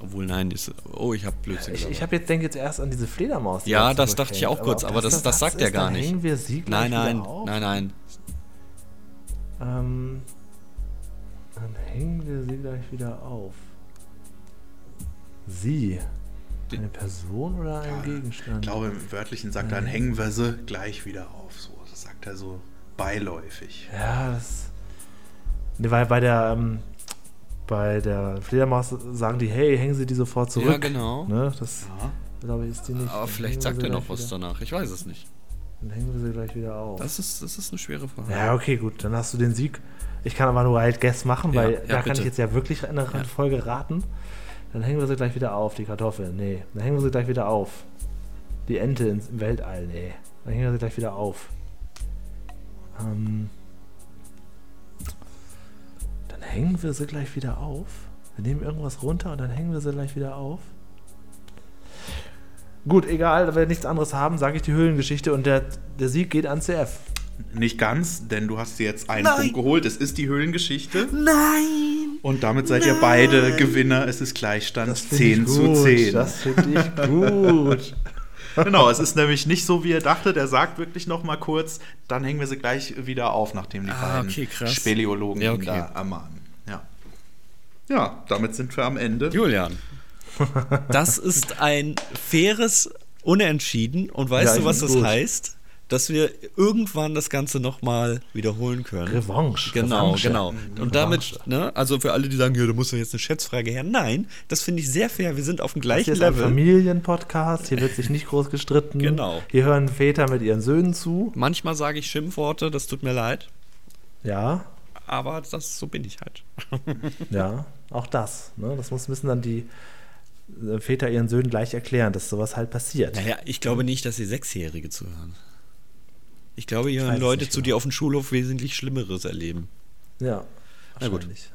Speaker 2: Obwohl, nein, das, oh, ich habe Blödsinn
Speaker 4: Ich,
Speaker 2: gesagt.
Speaker 4: ich habe jetzt denke jetzt erst an diese Fledermaus. die
Speaker 2: Ja,
Speaker 4: da
Speaker 2: das
Speaker 4: zurückhängt.
Speaker 2: dachte ich auch kurz,
Speaker 4: ob
Speaker 2: aber das-
Speaker 4: der
Speaker 2: das
Speaker 4: Satz
Speaker 2: sagt er
Speaker 4: ist,
Speaker 2: gar
Speaker 4: dann
Speaker 2: nicht.
Speaker 4: Hängen wir sie gleich
Speaker 2: nein, nein,
Speaker 4: wieder auf?
Speaker 2: nein, nein.
Speaker 4: Ähm, dann hängen wir sie gleich wieder auf. Sie. Eine Person oder ein
Speaker 3: Ich
Speaker 4: Gegenstand?
Speaker 3: glaube, im Wörtlichen sagt er, dann hängen wir sie gleich wieder auf. So, das sagt er so beiläufig.
Speaker 4: Ja, das. Ne, weil bei der, ähm, bei der Fledermaus sagen die, hey, hängen sie die sofort zurück.
Speaker 2: Ja, genau.
Speaker 4: Ne, das
Speaker 3: Ja.
Speaker 4: glaube ich ist die nicht.
Speaker 2: Aber
Speaker 4: Dann hängen
Speaker 2: vielleicht
Speaker 4: wir
Speaker 2: sagt
Speaker 4: sie
Speaker 2: er noch
Speaker 4: gleich
Speaker 2: was
Speaker 4: wieder,
Speaker 2: danach. Ich weiß es nicht.
Speaker 4: Dann hängen wir sie gleich wieder auf.
Speaker 2: Das ist, das ist eine schwere Frage.
Speaker 4: Ja, okay, gut, dann hast du den Sieg. Ich kann aber nur Wild Guess machen,
Speaker 2: Ja,
Speaker 4: weil
Speaker 2: ja,
Speaker 4: da kann
Speaker 2: bitte.
Speaker 4: ich jetzt ja wirklich in der Folge raten. Dann hängen wir sie gleich wieder auf, die Kartoffel. Nee, dann hängen wir sie gleich wieder auf. Die Ente ins, im Weltall, nee. Dann hängen wir sie gleich wieder auf. Ähm, dann hängen wir sie gleich wieder auf. Wir nehmen irgendwas runter und dann hängen wir sie gleich wieder auf. Gut, egal, wenn wir nichts anderes haben, sage ich die Höhlengeschichte und der, der Sieg geht an CF.
Speaker 3: Nicht ganz, denn du hast dir jetzt einen
Speaker 2: Nein.
Speaker 3: Punkt geholt. Es ist die Höhlengeschichte.
Speaker 2: Nein!
Speaker 3: Und damit seid ihr beide Gewinner. Es ist Gleichstand 10 zu 10.
Speaker 4: Das finde ich
Speaker 2: (laughs)
Speaker 4: gut.
Speaker 3: Genau, es ist nämlich nicht so, wie er dachte. Der sagt wirklich noch mal kurz, dann hängen wir sie gleich wieder auf, nachdem die
Speaker 2: Ah,
Speaker 3: beiden
Speaker 2: okay, krass.
Speaker 3: Speleologen
Speaker 2: Ja,
Speaker 3: ihn
Speaker 2: okay.
Speaker 3: da ermahnen. Ja. ja, damit sind wir am Ende.
Speaker 2: Julian, das ist ein faires Unentschieden. Und weißt
Speaker 4: Ja,
Speaker 2: du,
Speaker 4: ich
Speaker 2: was das
Speaker 4: find's gut.
Speaker 2: heißt? Dass wir irgendwann das Ganze nochmal wiederholen können.
Speaker 4: Revanche.
Speaker 2: Genau,
Speaker 4: Revanche.
Speaker 2: genau.
Speaker 4: Mhm.
Speaker 2: Und damit, ne, also für alle, die sagen, ja, da muss doch jetzt eine Schätzfrage her. Nein, das finde ich sehr fair. Wir sind auf dem
Speaker 4: Hier
Speaker 2: gleichen
Speaker 4: ist ein
Speaker 2: Level.
Speaker 4: Familienpodcast, hier wird sich nicht groß gestritten.
Speaker 2: Genau.
Speaker 4: Hier hören Väter mit ihren Söhnen zu.
Speaker 2: Manchmal sage ich Schimpfworte, das tut mir leid.
Speaker 4: Ja,
Speaker 2: Aber das, so bin ich halt.
Speaker 4: ja, auch das. Ne? Das muss, müssen dann die äh, Väter ihren Söhnen gleich erklären, dass sowas halt passiert.
Speaker 2: Naja, ich glaube nicht, dass ihr Sechsjährige zuhören. Ich glaube, hier
Speaker 4: weiß
Speaker 2: hören
Speaker 4: es
Speaker 2: Leute
Speaker 4: nicht genau.
Speaker 2: zu, die auf dem Schulhof wesentlich Schlimmeres erleben.
Speaker 4: Ja,
Speaker 2: Na gut.
Speaker 4: wahrscheinlich.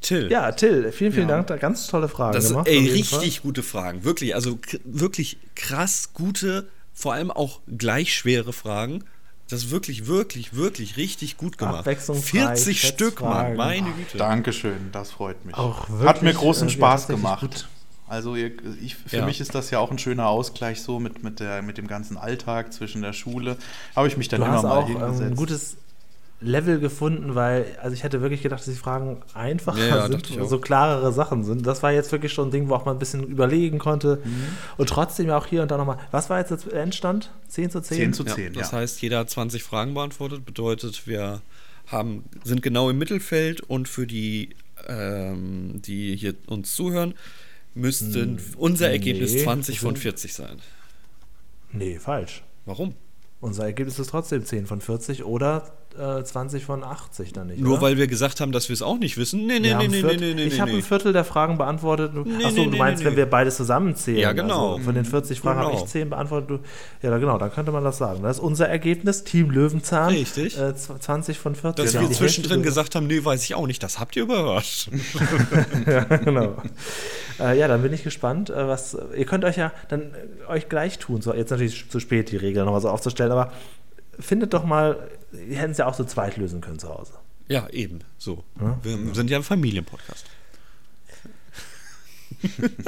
Speaker 2: Till.
Speaker 4: Ja, Till, vielen, vielen
Speaker 3: Ja.
Speaker 4: Dank. da Ganz tolle Frage
Speaker 2: Das,
Speaker 4: gemacht. auf
Speaker 2: ey,
Speaker 4: jeden
Speaker 2: richtig gute Fragen. Wirklich, also k- wirklich krass gute, vor allem auch gleich schwere Fragen. Das ist wirklich, wirklich, wirklich richtig gut gemacht.
Speaker 4: Abwechslungsreich,
Speaker 2: 40 Stück, Mann.
Speaker 4: Schätzfragen.
Speaker 2: Meine Güte.
Speaker 3: Dankeschön, das freut mich.
Speaker 4: Auch
Speaker 3: Hat mir
Speaker 4: wirklich,
Speaker 3: großen
Speaker 4: äh,
Speaker 3: Spaß
Speaker 4: tatsächlich
Speaker 3: gemacht.
Speaker 4: gut.
Speaker 3: Also ihr, ich, für
Speaker 2: Ja.
Speaker 3: mich ist das ja auch ein schöner Ausgleich so mit, mit, der, mit dem ganzen Alltag zwischen der Schule. Habe ich mich dann
Speaker 4: Du
Speaker 3: immer
Speaker 4: hast
Speaker 3: mal
Speaker 4: auch ähm, ein
Speaker 3: hingesetzt.
Speaker 4: gutes Level gefunden, weil, also ich hätte wirklich gedacht, dass die Fragen einfacher
Speaker 2: Ja, ja, dachte ich auch.
Speaker 4: sind, so klarere Sachen sind. Das war jetzt wirklich schon ein Ding, wo auch man ein bisschen überlegen konnte.
Speaker 2: Mhm.
Speaker 4: Und trotzdem ja auch hier und da nochmal. Was war jetzt der Endstand? 10 zu 10?
Speaker 3: 10 zu
Speaker 2: Ja,
Speaker 3: 10, ja.
Speaker 2: das heißt, jeder hat 20 Fragen beantwortet. Bedeutet, wir haben, sind genau im Mittelfeld und für die, ähm, die hier uns zuhören, müssten unser Ergebnis
Speaker 4: Hm, nee,
Speaker 2: 20 von
Speaker 4: sind-
Speaker 2: 40 sein.
Speaker 4: Nee, falsch.
Speaker 2: Warum?
Speaker 4: Unser Ergebnis ist trotzdem 10 von 40 oder äh, 20 von 80 dann nicht.
Speaker 2: Nur
Speaker 4: oder?
Speaker 2: weil wir gesagt haben, dass wir es auch nicht wissen? Nee, nee,
Speaker 4: Wir
Speaker 2: nee,
Speaker 4: haben
Speaker 2: nee, nee,
Speaker 4: Viert-
Speaker 2: nee, nee.
Speaker 4: Ich habe
Speaker 2: nee.
Speaker 4: ein Viertel der Fragen beantwortet. Du,
Speaker 2: Nee,
Speaker 4: achso,
Speaker 2: nee,
Speaker 4: du
Speaker 2: nee,
Speaker 4: meinst,
Speaker 2: nee,
Speaker 4: wenn
Speaker 2: nee.
Speaker 4: wir beides zusammenzählen.
Speaker 2: Ja, genau.
Speaker 4: Also von den 40 Fragen habe
Speaker 2: Genau.
Speaker 4: ich 10 beantwortet. Du, ja, da- genau, dann könnte man das sagen. Das ist unser Ergebnis, Team Löwenzahn.
Speaker 2: Richtig.
Speaker 4: Äh, zw- 20 von 40.
Speaker 2: Dass
Speaker 4: Ja,
Speaker 2: wir
Speaker 4: die
Speaker 2: zwischendrin
Speaker 4: (laughs) Hälfte-
Speaker 2: gesagt haben, nee, weiß ich auch nicht. Das habt ihr (laughs) überrascht.
Speaker 4: genau. äh, ja, dann bin ich gespannt, äh, was ihr könnt euch ja dann äh, euch gleich tun. So, jetzt natürlich sch- zu spät, die Regeln nochmal so aufzustellen, aber findet doch mal, ihr hätten es ja auch zu zweit lösen können zu Hause.
Speaker 2: Ja, eben. So. Wir sind ja ein Familienpodcast.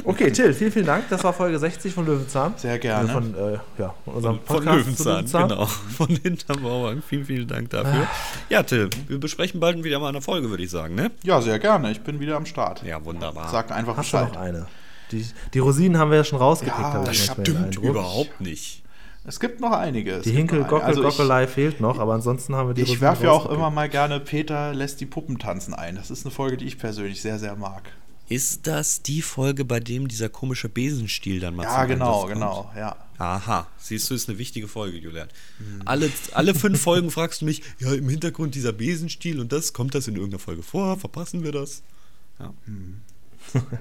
Speaker 4: Okay, Till, vielen, vielen Dank. Das war Folge 60 von Löwenzahn.
Speaker 3: Sehr gerne.
Speaker 4: Äh, Von, äh, ja, von unserem
Speaker 2: Von, von
Speaker 4: Podcast zu
Speaker 2: Löwenzahn, Ah. genau. Von Hinterbauern. Vielen, vielen Dank dafür. Ja, Till, wir besprechen bald wieder mal eine Folge, würde ich sagen, ne?
Speaker 3: Ja, sehr gerne. Ich bin wieder am Start.
Speaker 2: Ja, wunderbar.
Speaker 3: Sagt einfach
Speaker 4: Hast du noch
Speaker 3: Bescheid.
Speaker 4: eine? Die, die Rosinen haben wir ja schon rausgepickt.
Speaker 3: Ja,
Speaker 4: habe ich
Speaker 2: das
Speaker 4: manchmal den
Speaker 2: stimmt
Speaker 4: Eindruck.
Speaker 2: überhaupt nicht.
Speaker 3: Es gibt noch einige. Es
Speaker 4: Die
Speaker 3: gibt
Speaker 4: hinkel
Speaker 3: noch
Speaker 4: gockel
Speaker 3: einige. Also ich-
Speaker 4: gockelei fehlt noch, aber ansonsten haben wir die
Speaker 3: Ich
Speaker 4: Rosinen
Speaker 3: werfe ja auch
Speaker 4: rausgepickt.
Speaker 3: immer mal gerne Peter lässt die Puppen tanzen ein. Das ist eine Folge, die ich persönlich sehr, sehr mag.
Speaker 2: Ist das die Folge, bei dem dieser komische Besenstiel dann mal
Speaker 3: Ja,
Speaker 2: zum
Speaker 3: genau,
Speaker 2: Einsatz kommt?
Speaker 3: genau, ja.
Speaker 2: Aha, Mhm. siehst du, ist eine wichtige Folge, Julian. Alle, alle (laughs) fünf Folgen fragst du mich, ja, im Hintergrund dieser Besenstiel und das, kommt das in irgendeiner Folge vor? Verpassen wir das?
Speaker 4: (laughs)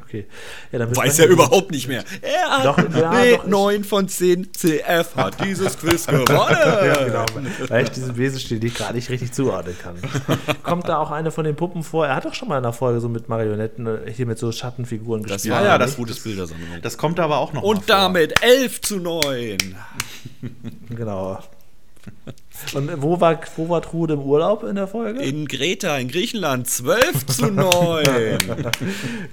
Speaker 4: Okay. Ja, dann
Speaker 2: Weiß
Speaker 4: besprechen
Speaker 2: er
Speaker 4: wir-
Speaker 2: überhaupt nicht mehr. Er hat
Speaker 4: Doch, ja,
Speaker 2: mit
Speaker 4: doch, ich-
Speaker 2: 9 von 10 CF hat dieses Quiz gewonnen.
Speaker 4: (laughs) (laughs) Ja, genau.
Speaker 2: (laughs)
Speaker 4: Weil ich diesen Besenstiel nicht gerade nicht richtig zuordnen kann. Kommt da auch eine von den Puppen vor? Er hat doch schon mal in einer Folge so mit Marionetten, äh, hier mit so Schattenfiguren
Speaker 2: Das
Speaker 4: gespielt.
Speaker 2: war
Speaker 3: Ja, ja,
Speaker 2: ja,
Speaker 3: das-
Speaker 2: das gutes Bildersammlung.
Speaker 3: Das kommt aber auch noch. mal vor.
Speaker 2: und damit 11 zu 9.
Speaker 4: Genau. Und wo war, wo war Trude im Urlaub in der Folge?
Speaker 2: In Greta, in Griechenland 12
Speaker 4: (laughs)
Speaker 2: zu 9.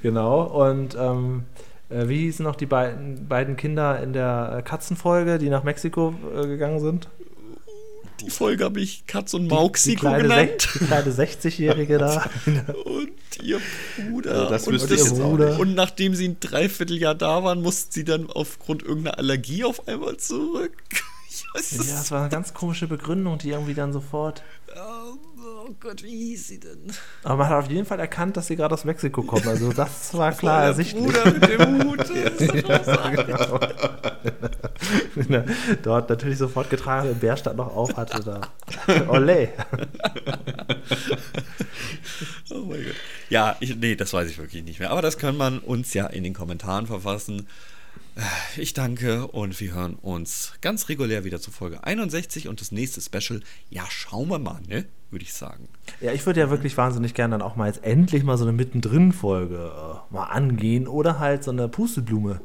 Speaker 4: Genau, und ähm, äh, wie hießen noch die beiden, beiden Kinder in der äh, Katzenfolge, die nach Mexiko äh, gegangen sind?
Speaker 2: Die Folge habe ich Katz und
Speaker 4: Die
Speaker 2: Mauxiko
Speaker 4: kleine, Sech-
Speaker 2: genannt.
Speaker 4: die kleine 60-Jährige
Speaker 2: (laughs)
Speaker 4: da.
Speaker 2: Und ihr Bruder.
Speaker 3: Also das
Speaker 2: und,
Speaker 3: wüsste ich
Speaker 4: ihr
Speaker 3: jetzt auch
Speaker 4: Bruder.
Speaker 3: nicht.
Speaker 2: und nachdem sie ein Dreivierteljahr da waren, mussten sie dann aufgrund irgendeiner Allergie auf einmal zurück. (laughs) Ich weiß
Speaker 4: Ja, das war eine ganz komische Begründung, die irgendwie dann sofort.
Speaker 2: Oh, oh Gott, wie hieß sie denn?
Speaker 4: Aber man hat auf jeden Fall erkannt, dass sie gerade aus Mexiko kommen. Also das war
Speaker 2: (laughs)
Speaker 4: klar
Speaker 2: Der
Speaker 4: ersichtlich. (laughs)
Speaker 2: Bruder mit dem Hut. Das ist doch großartig.
Speaker 4: Ne, (laughs) Dort natürlich sofort getragen, den Bärstadt noch auf hatte
Speaker 2: (laughs)
Speaker 4: da. Ole.
Speaker 2: Oh mein Gott. Ja, ich, nee, das weiß ich wirklich nicht mehr. Aber das kann man uns ja in den Kommentaren verfassen. Äh, Ich danke und wir hören uns ganz regulär wieder zur Folge 61 und das nächste Special. Ja, schauen wir mal, ne? Würde ich sagen.
Speaker 4: Ja, ich würde ja wirklich wahnsinnig gerne dann auch mal jetzt endlich mal so eine Mittendrin-Folge äh, mal angehen oder halt so eine Pusteblume.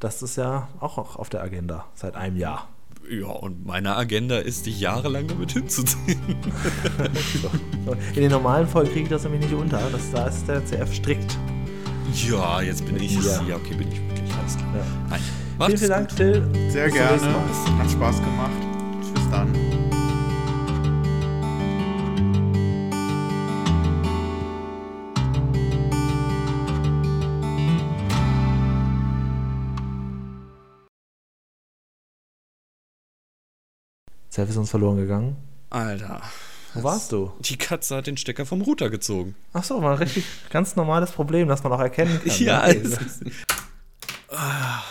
Speaker 4: Das ist ja auch auch auf der Agenda seit einem Jahr.
Speaker 2: Ja, und meine Agenda ist, dich jahrelang damit hinzuziehen. (laughs)
Speaker 4: In den normalen Folgen kriege ich das nämlich nicht unter. Das, da ist der CF strikt.
Speaker 2: Ja, jetzt bin ich es.
Speaker 4: Ja.
Speaker 2: Ja, okay, bin ich wirklich. Alles klar.
Speaker 4: Ja.
Speaker 2: Nein.
Speaker 4: Vielen,
Speaker 2: Macht's
Speaker 4: vielen Dank, Till.
Speaker 3: Sehr
Speaker 4: Bis zum
Speaker 3: gerne.
Speaker 4: nächsten Mal.
Speaker 3: Hat Spaß gemacht. Tschüss dann.
Speaker 4: CF ist uns verloren gegangen.
Speaker 2: Alter,
Speaker 4: Wo warst du?
Speaker 2: die Katze hat den Stecker vom Router gezogen.
Speaker 4: Ach
Speaker 3: (laughs)
Speaker 4: so, ne? war ein richtig ganz normales Problem, das man auch erkennen kann.
Speaker 2: Ja,
Speaker 4: Okay.
Speaker 2: es ist. Ah,